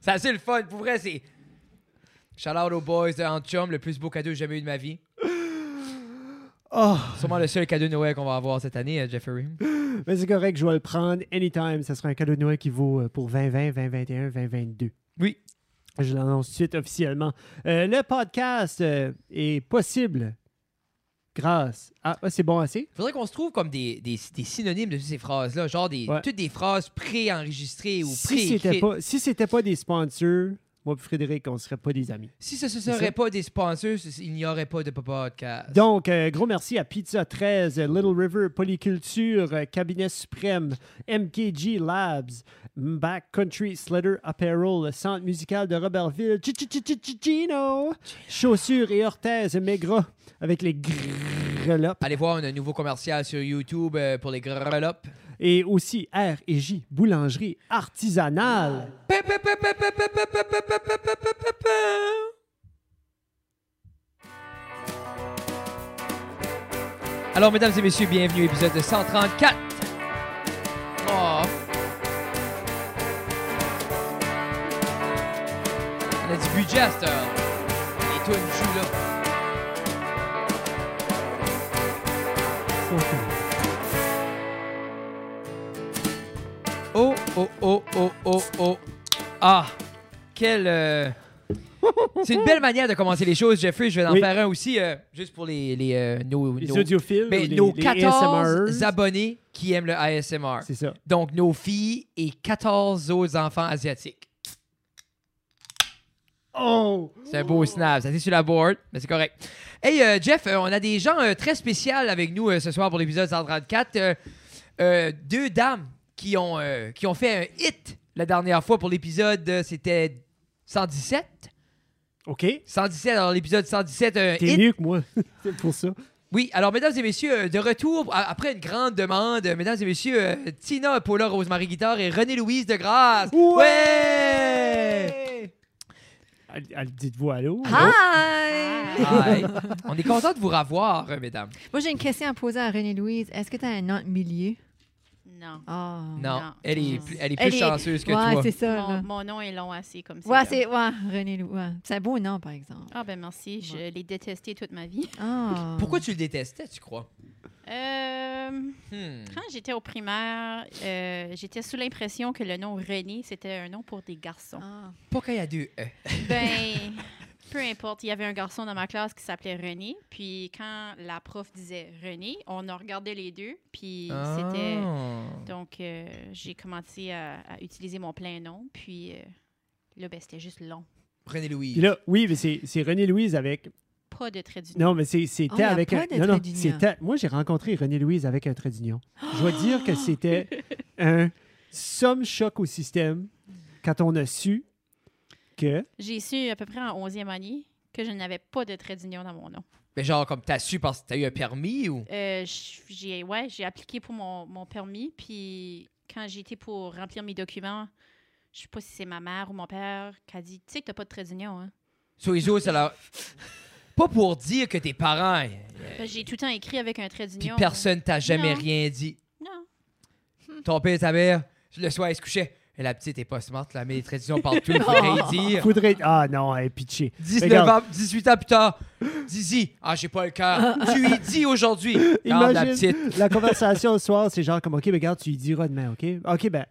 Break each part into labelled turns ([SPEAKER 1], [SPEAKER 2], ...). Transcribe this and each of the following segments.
[SPEAKER 1] C'est assez le fun. Pour vrai, c'est. Shout out aux boys de Antium, le plus beau cadeau que j'ai jamais eu de ma vie.
[SPEAKER 2] Oh,
[SPEAKER 1] Sûrement le seul cadeau de Noël qu'on va avoir cette année, euh, Jeffrey.
[SPEAKER 2] mais c'est correct, je vais le prendre anytime. Ça sera un cadeau de Noël qui vaut euh, pour 2020, 2021, 2022.
[SPEAKER 1] Oui.
[SPEAKER 2] Je l'annonce tout de suite officiellement. Euh, le podcast euh, est possible grâce à. Ah, c'est bon assez?
[SPEAKER 1] Faudrait qu'on se trouve comme des, des, des synonymes de toutes ces phrases-là, genre des,
[SPEAKER 2] Ouais.
[SPEAKER 1] toutes des phrases pré-enregistrées ou
[SPEAKER 2] Si c'était
[SPEAKER 1] pré-écrites.
[SPEAKER 2] pas, si c'était pas des sponsors, moi et Frédéric, on serait pas des amis.
[SPEAKER 1] Si ce ne
[SPEAKER 2] C'est ça.
[SPEAKER 1] serait pas des sponsors, ce- il n'y aurait pas de podcast.
[SPEAKER 2] Donc, euh, gros merci à Pizza 13, euh, Little River, Polyculture, euh, Cabinet Suprême, MKG Labs, Backcountry Sledder Apparel, le Centre musical de Robertville, Chi- Chi- Chi- Chi- Chi- Chino, Chaussures et Orthèse Maigrat, avec les grelopes,
[SPEAKER 1] Allez voir on a un nouveau commercial sur YouTube euh, pour les grelopes.
[SPEAKER 2] et aussi R et J, Boulangerie Artisanale.
[SPEAKER 1] Alors, mesdames et messieurs, bienvenue à l'épisode de 134. Oh. On a du budget à cette heure. Les tunes jouent là. Oh, oh, oh, oh, oh, oh. Ah, quel... euh, C'est une belle manière de commencer les choses, Jeffrey. Je vais en
[SPEAKER 2] Oui.
[SPEAKER 1] faire un aussi, euh, juste pour les, les, euh, nos,
[SPEAKER 2] Les
[SPEAKER 1] nos-
[SPEAKER 2] audiophiles,
[SPEAKER 1] ben,
[SPEAKER 2] ou les-
[SPEAKER 1] nos
[SPEAKER 2] les
[SPEAKER 1] 14
[SPEAKER 2] ASMRers.
[SPEAKER 1] abonnés qui aiment le ASMR.
[SPEAKER 2] C'est ça.
[SPEAKER 1] Donc, nos filles et 14 autres enfants asiatiques.
[SPEAKER 2] Oh!
[SPEAKER 1] C'est un beau snap. Ça, c'est sur la board, mais c'est correct. Hey, euh, Jeff, euh, on a des gens euh, très spéciaux avec nous euh, ce soir pour l'épisode 134. Euh, euh, deux dames qui ont, euh, qui ont fait un hit la dernière fois pour l'épisode, euh, c'était 117.
[SPEAKER 2] OK. T'es
[SPEAKER 1] 117, alors l'épisode 117, un hit.
[SPEAKER 2] mieux que moi. C'est pour ça.
[SPEAKER 1] Oui, alors mesdames et messieurs, euh, de retour a- après une grande demande, euh, mesdames et messieurs, euh, Tina Paula Rosemary Guitare et René Louise de Grasse. Ouais!
[SPEAKER 2] Elle, elle dit de vous allô.
[SPEAKER 3] Ah! Hi!
[SPEAKER 1] Hi. On est content de vous revoir, euh, mesdames.
[SPEAKER 3] Moi, j'ai une question à poser à René-Louise. Est-ce que tu as un nom de milieu?
[SPEAKER 4] Non.
[SPEAKER 3] Ah.
[SPEAKER 1] Non,
[SPEAKER 4] Non.
[SPEAKER 1] elle est
[SPEAKER 4] Non.
[SPEAKER 1] plus, elle est plus
[SPEAKER 3] Elle est-
[SPEAKER 1] chanceuse que
[SPEAKER 3] ouais,
[SPEAKER 1] toi.
[SPEAKER 3] c'est ça.
[SPEAKER 4] Mon,
[SPEAKER 3] Ah, là.
[SPEAKER 4] mon nom est long assez comme ça.
[SPEAKER 3] Ouais, c'est ouais, René-Louise. ouais. C'est un beau nom, par exemple.
[SPEAKER 4] Ah ben merci, je l'ai détesté toute ma vie.
[SPEAKER 3] Ah.
[SPEAKER 1] Pourquoi tu le détestais, tu crois?
[SPEAKER 4] Euh,
[SPEAKER 1] Hmm.
[SPEAKER 4] quand j'étais au primaire, euh, j'étais sous l'impression que le nom René, c'était un nom pour des garçons.
[SPEAKER 3] Ah.
[SPEAKER 1] Pas quand il y a deux E.
[SPEAKER 4] Ben, peu importe, il y avait un garçon dans ma classe qui s'appelait René, puis quand la prof disait René, on a regardé les deux, puis c'était...
[SPEAKER 1] Ah.
[SPEAKER 4] Donc, euh, j'ai commencé à, à utiliser mon plein nom, puis euh, là, ben, c'était juste long.
[SPEAKER 1] René
[SPEAKER 2] Puis
[SPEAKER 1] Louise.
[SPEAKER 2] là, oui, mais c'est c'est René-Louise avec.
[SPEAKER 4] Pas de trait d'union.
[SPEAKER 2] Non, mais c'est-
[SPEAKER 3] Oh,
[SPEAKER 2] c'était
[SPEAKER 3] y a
[SPEAKER 2] avec
[SPEAKER 3] pas
[SPEAKER 2] un.
[SPEAKER 3] de
[SPEAKER 2] non,
[SPEAKER 3] trait
[SPEAKER 2] non,
[SPEAKER 3] d'union.
[SPEAKER 2] c'était. Moi, j'ai rencontré René-Louise avec un trait d'union. Je dois dire que c'était un somme choc au système quand on a su que.
[SPEAKER 4] J'ai su à peu près en 11e année que je n'avais pas de trait d'union dans mon nom.
[SPEAKER 1] Mais genre, comme t'as su parce que t'as eu un permis ou.
[SPEAKER 4] Euh, j- j'ai ouais, j'ai appliqué pour mon, mon permis, puis quand j'ai été pour remplir mes documents, je sais pas si c'est ma mère ou mon père qui a dit Tu sais que t'as pas de trait d'union. Hein?
[SPEAKER 1] Sur les autres, ça leur- Pas pour dire que tes parents. euh,
[SPEAKER 4] Ben, j'ai tout le temps écrit avec un trait
[SPEAKER 1] Puis
[SPEAKER 4] d'union.
[SPEAKER 1] personne t'a jamais
[SPEAKER 4] Non.
[SPEAKER 1] rien dit.
[SPEAKER 4] Non.
[SPEAKER 1] Ton père et ta mère, le soir, ils se couchaient. Et la petite est pas smart, la met des traditions partout, il faut rien dire.
[SPEAKER 2] Faudrait. Ah non, elle est pitchée.
[SPEAKER 1] 19 ans,
[SPEAKER 2] Regarde.
[SPEAKER 1] 18 ans plus tard, Zizi, ah, j'ai pas le cœur. tu y dis aujourd'hui. Regarde la
[SPEAKER 2] Imagine
[SPEAKER 1] petite.
[SPEAKER 2] la conversation le soir, c'est genre comme OK, ben regarde, tu y diras demain, OK? OK, ben.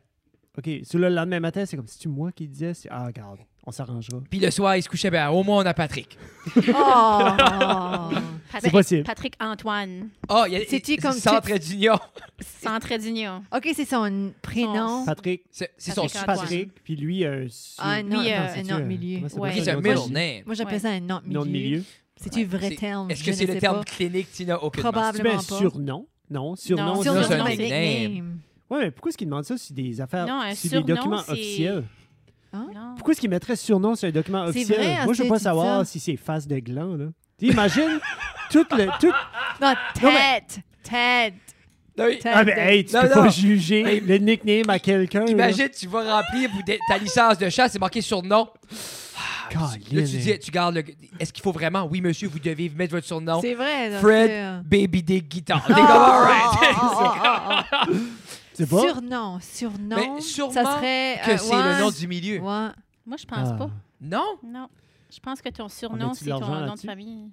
[SPEAKER 2] OK. Sur le lendemain matin, c'est comme si tu moi qui disais. c'est- Ah, regarde, on s'arrangera.
[SPEAKER 1] Puis le soir, ils se couchaient, ben au moins on a Patrick.
[SPEAKER 3] Ah.
[SPEAKER 4] Patrick,
[SPEAKER 2] possible.
[SPEAKER 4] Patrick Antoine,
[SPEAKER 1] Ah, il y a-
[SPEAKER 3] C'est-tu
[SPEAKER 1] il-
[SPEAKER 3] comme
[SPEAKER 1] sans
[SPEAKER 3] tu-
[SPEAKER 1] trait d'union.
[SPEAKER 4] sans trait d'union.
[SPEAKER 3] OK, c'est son prénom.
[SPEAKER 2] Patrick.
[SPEAKER 1] C'est c'est son
[SPEAKER 4] Patrick
[SPEAKER 1] super.
[SPEAKER 4] Antoine.
[SPEAKER 2] Patrick, puis lui, un. sur-
[SPEAKER 3] Ah, non,
[SPEAKER 4] Lui,
[SPEAKER 3] non,
[SPEAKER 4] euh,
[SPEAKER 3] c'est
[SPEAKER 2] c'est-tu
[SPEAKER 3] un nom
[SPEAKER 2] un-
[SPEAKER 3] de milieu.
[SPEAKER 2] comment ça
[SPEAKER 4] Ouais.
[SPEAKER 2] s'appelle,
[SPEAKER 1] C'est un
[SPEAKER 2] nom de
[SPEAKER 1] middle
[SPEAKER 2] famille?
[SPEAKER 1] name.
[SPEAKER 3] Moi, j'appelais
[SPEAKER 4] Ouais.
[SPEAKER 3] ça un nom de milieu.
[SPEAKER 2] Nom de milieu.
[SPEAKER 3] C'est-tu un vrai
[SPEAKER 1] C'est-
[SPEAKER 3] terme?
[SPEAKER 1] Est-ce que
[SPEAKER 3] Je
[SPEAKER 1] c'est
[SPEAKER 3] ne
[SPEAKER 1] le
[SPEAKER 3] sais
[SPEAKER 1] terme
[SPEAKER 3] pas.
[SPEAKER 1] clinique, Tina? Aucune
[SPEAKER 2] Tu
[SPEAKER 3] Probable.
[SPEAKER 2] mets
[SPEAKER 3] Vraiment pas.
[SPEAKER 2] Ben, surnom? Non, surnom.
[SPEAKER 4] Non,
[SPEAKER 2] c'est-
[SPEAKER 3] Surnom,
[SPEAKER 1] c'est un
[SPEAKER 3] c'est
[SPEAKER 1] nickname.
[SPEAKER 3] nickname.
[SPEAKER 2] Ouais, mais pourquoi est-ce qu'il demande ça sur des affaires,
[SPEAKER 4] Non, un
[SPEAKER 2] sur des
[SPEAKER 4] surnom,
[SPEAKER 2] documents
[SPEAKER 4] c'est-
[SPEAKER 2] officiels?
[SPEAKER 4] Non.
[SPEAKER 2] Pourquoi est-ce qu'il mettrait surnom sur un document
[SPEAKER 3] C'est
[SPEAKER 2] officiel?
[SPEAKER 3] vrai,
[SPEAKER 2] Moi, je veux
[SPEAKER 3] Astrid,
[SPEAKER 2] pas
[SPEAKER 3] tu dis
[SPEAKER 2] savoir
[SPEAKER 3] ça.
[SPEAKER 2] si c'est face de gland, là. Tu imagines tout le... Tout... Non,
[SPEAKER 3] Non,
[SPEAKER 2] mais-
[SPEAKER 3] tête. Tête.
[SPEAKER 1] Non, il-
[SPEAKER 3] Tête.
[SPEAKER 2] Ah, ben, hey, tu
[SPEAKER 1] Non,
[SPEAKER 2] peux
[SPEAKER 1] non.
[SPEAKER 2] pas juger le nickname à quelqu'un. là.
[SPEAKER 1] Imagine, tu vas remplir pour des- ta licence de chasse, c'est marqué surnom.
[SPEAKER 3] Ah,
[SPEAKER 2] Colin,
[SPEAKER 1] Là, tu dis,
[SPEAKER 2] hein.
[SPEAKER 1] tu gardes le. Est-ce qu'il faut vraiment? Oui, monsieur, vous devez mettre votre surnom.
[SPEAKER 3] C'est Ah, vrai. là, c'est, euh, Oh,
[SPEAKER 1] Fred Baby Dick Guitar. T'es comme, all right.
[SPEAKER 2] C'est pas...
[SPEAKER 3] Surnom, surnom.
[SPEAKER 1] Mais sûrement
[SPEAKER 3] ça serait,
[SPEAKER 1] que
[SPEAKER 3] euh,
[SPEAKER 1] c'est
[SPEAKER 3] ouais,
[SPEAKER 1] le nom du milieu.
[SPEAKER 3] ouais.
[SPEAKER 4] Moi, je pense
[SPEAKER 2] Ah.
[SPEAKER 4] pas.
[SPEAKER 1] Non?
[SPEAKER 4] Non. Je pense que ton surnom,
[SPEAKER 2] met-tu de
[SPEAKER 4] c'est ton
[SPEAKER 2] l'argent
[SPEAKER 4] nom de
[SPEAKER 2] là-dessus?
[SPEAKER 4] famille.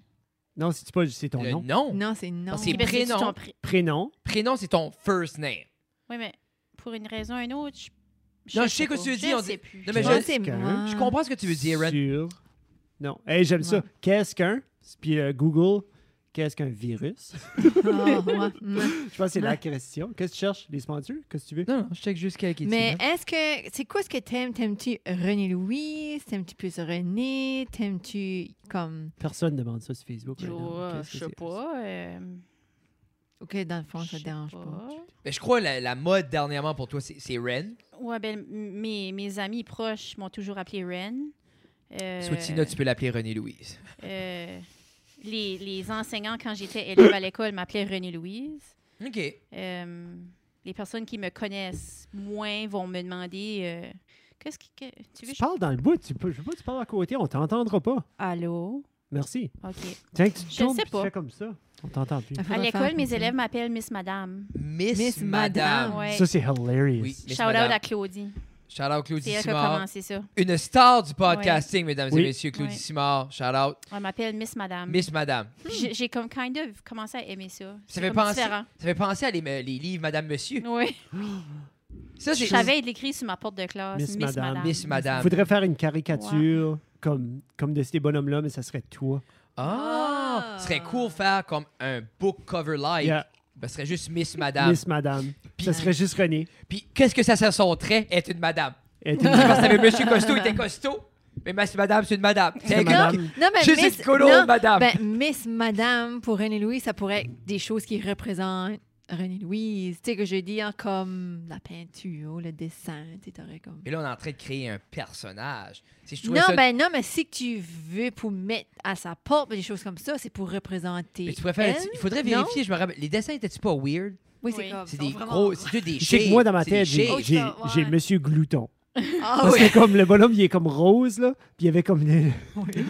[SPEAKER 2] Non, c'est pas c'est ton
[SPEAKER 1] Le
[SPEAKER 2] nom.
[SPEAKER 1] nom.
[SPEAKER 3] Non, c'est non.
[SPEAKER 1] Ah, c'est
[SPEAKER 4] Ok, ben, c'est-tu
[SPEAKER 1] prénom.
[SPEAKER 4] ton pré-
[SPEAKER 2] Prénom.
[SPEAKER 1] Prénom, c'est ton first name.
[SPEAKER 4] Oui, mais pour une raison ou une autre, je.
[SPEAKER 1] Non, je sais que
[SPEAKER 4] pas.
[SPEAKER 1] tu veux
[SPEAKER 4] Je
[SPEAKER 1] dire, on
[SPEAKER 4] sais
[SPEAKER 1] dit-
[SPEAKER 4] plus.
[SPEAKER 1] Non, mais
[SPEAKER 3] Je
[SPEAKER 1] je,
[SPEAKER 3] pense que c'est
[SPEAKER 2] Qu'un.
[SPEAKER 3] moi.
[SPEAKER 1] je comprends ce que tu veux dire, Ren.
[SPEAKER 2] Sur- Non. Hey, j'aime ça.
[SPEAKER 3] Ouais.
[SPEAKER 2] Qu'est-ce qu'un? Puis euh, Google, qu'est-ce qu'un virus?
[SPEAKER 3] Ah, ouais. Mm.
[SPEAKER 2] Je pense que c'est la
[SPEAKER 3] Ouais.
[SPEAKER 2] question. Qu'est-ce que tu cherches? Les sponsors? Qu'est-ce que tu veux?
[SPEAKER 1] Non, non, je check juste quelqu'un.
[SPEAKER 3] Mais est-ce que. C'est quoi ce que t'aimes? T'aimes-tu René-Louise? T'aimes-tu plus René? T'aimes-tu comme.
[SPEAKER 2] Personne ne demande ça sur Facebook.
[SPEAKER 4] Je
[SPEAKER 2] right now.
[SPEAKER 4] vois,
[SPEAKER 2] Qu'est-ce
[SPEAKER 4] je
[SPEAKER 2] que
[SPEAKER 4] sais
[SPEAKER 2] c'est?
[SPEAKER 4] pas. euh,
[SPEAKER 3] Ok, dans le fond, ça
[SPEAKER 4] je
[SPEAKER 3] te
[SPEAKER 4] sais
[SPEAKER 3] dérange pas.
[SPEAKER 1] Mais je crois la, la mode dernièrement pour toi, c'est c'est Ren.
[SPEAKER 4] Ouais, ben, m- mes, mes amis proches m'ont toujours appelé Ren. Euh,
[SPEAKER 1] Soit Tina, tu peux l'appeler René-Louise.
[SPEAKER 4] euh, les, les enseignants, quand j'étais élève à l'école, m'appelaient René-Louise.
[SPEAKER 1] OK.
[SPEAKER 4] Euh, les personnes qui me connaissent moins vont me demander euh, Qu'est-ce qui- que,
[SPEAKER 2] Tu
[SPEAKER 4] Tu veux que je-
[SPEAKER 2] parles dans le bout. Tu, peux- je veux pas que tu parles à côté. On t'entendra pas.
[SPEAKER 4] Allô
[SPEAKER 2] Merci.
[SPEAKER 4] OK.
[SPEAKER 2] Tiens, que tu te
[SPEAKER 4] Je
[SPEAKER 2] tournes
[SPEAKER 4] sais
[SPEAKER 2] puis tu
[SPEAKER 4] pas.
[SPEAKER 2] fais comme ça. On t'entend plus.
[SPEAKER 3] Ça faudrait
[SPEAKER 4] À l'école,
[SPEAKER 3] faire
[SPEAKER 4] mes
[SPEAKER 3] comme
[SPEAKER 4] élèves m'appellent Miss Madame.
[SPEAKER 1] Miss,
[SPEAKER 3] Miss
[SPEAKER 1] Madame.
[SPEAKER 3] Madame.
[SPEAKER 4] Ouais.
[SPEAKER 2] Ça, c'est hilarious.
[SPEAKER 1] Oui. Ah, Miss
[SPEAKER 4] Shout out
[SPEAKER 1] Madame.
[SPEAKER 4] à Claudie.
[SPEAKER 1] Shout out
[SPEAKER 4] C'est
[SPEAKER 1] Claudie
[SPEAKER 4] elle qui a
[SPEAKER 1] Simard.
[SPEAKER 4] commencé ça.
[SPEAKER 1] Une star du podcasting, mesdames
[SPEAKER 2] Oui.
[SPEAKER 1] et messieurs. Claudie
[SPEAKER 4] Ouais.
[SPEAKER 1] Simard, shout out.
[SPEAKER 4] On m'appelle Miss Madame.
[SPEAKER 1] Miss Madame.
[SPEAKER 4] Puis J'ai j'ai comme kind of commencé à aimer ça.
[SPEAKER 1] Ça
[SPEAKER 4] C'est
[SPEAKER 1] fait
[SPEAKER 4] comme
[SPEAKER 1] penser-
[SPEAKER 4] différent.
[SPEAKER 1] Ça fait penser à les, euh, les livres Madame Monsieur.
[SPEAKER 4] Oui.
[SPEAKER 1] Ça,
[SPEAKER 4] Je
[SPEAKER 1] c'est.
[SPEAKER 4] savais être écrit sur ma porte de classe.
[SPEAKER 2] Miss
[SPEAKER 4] Miss,
[SPEAKER 2] Madame.
[SPEAKER 4] Madame.
[SPEAKER 1] Miss Madame.
[SPEAKER 2] Il faudrait faire une caricature comme, comme de ces bonhommes-là, mais ça serait toi.
[SPEAKER 1] Ah!
[SPEAKER 3] Ah.
[SPEAKER 1] Ce serait cool faire comme un book cover like.
[SPEAKER 2] Yeah.
[SPEAKER 1] Ben, ce serait juste Miss Madame.
[SPEAKER 2] Miss Madame.
[SPEAKER 1] Puis-
[SPEAKER 2] ça serait juste René.
[SPEAKER 1] Puis qu'est-ce que ça sert son trait être une madame?
[SPEAKER 2] Et
[SPEAKER 1] Tu sais, Parce que t'avais Monsieur Costaud, il était costaud. Mais Miss Madame, c'est une madame. C'est
[SPEAKER 2] une
[SPEAKER 1] un gars
[SPEAKER 2] madame.
[SPEAKER 1] qui-
[SPEAKER 3] Non, mais
[SPEAKER 1] Juste
[SPEAKER 3] Miss,
[SPEAKER 1] une colonne,
[SPEAKER 3] non,
[SPEAKER 1] madame.
[SPEAKER 3] ben, Miss Madame, pour René-Louise, ça pourrait être des choses qui représentent René-Louise. Tu sais, que je dis hein, comme la peinture, le dessin, tu sais, t'aurais comme...
[SPEAKER 1] Mais là, on est en train de créer un personnage. Si je trouvais
[SPEAKER 3] Non,
[SPEAKER 1] ça-
[SPEAKER 3] ben non, mais si que tu veux pour mettre à sa porte des choses comme ça, c'est pour représenter
[SPEAKER 1] Mais tu préfères.
[SPEAKER 4] hein?
[SPEAKER 3] elle.
[SPEAKER 1] Il faudrait
[SPEAKER 3] Non?
[SPEAKER 1] vérifier, je me rappelle. Les dessins étaient-tu pas weird?
[SPEAKER 3] Oui, c'est
[SPEAKER 4] Oui.
[SPEAKER 3] comme...
[SPEAKER 1] C'est
[SPEAKER 3] ils sont
[SPEAKER 1] des
[SPEAKER 3] vraiment-
[SPEAKER 1] gros. C'est des
[SPEAKER 2] Je sais que
[SPEAKER 1] shades.
[SPEAKER 2] moi, dans ma
[SPEAKER 1] C'est des
[SPEAKER 2] tête, j'ai
[SPEAKER 1] shades.
[SPEAKER 2] j'ai-
[SPEAKER 3] Oh, ouais.
[SPEAKER 2] j'ai Monsieur Glouton.
[SPEAKER 3] Ah
[SPEAKER 2] Parce
[SPEAKER 3] oui!
[SPEAKER 2] que comme le bonhomme, il est comme rose, là, puis il y avait comme... des-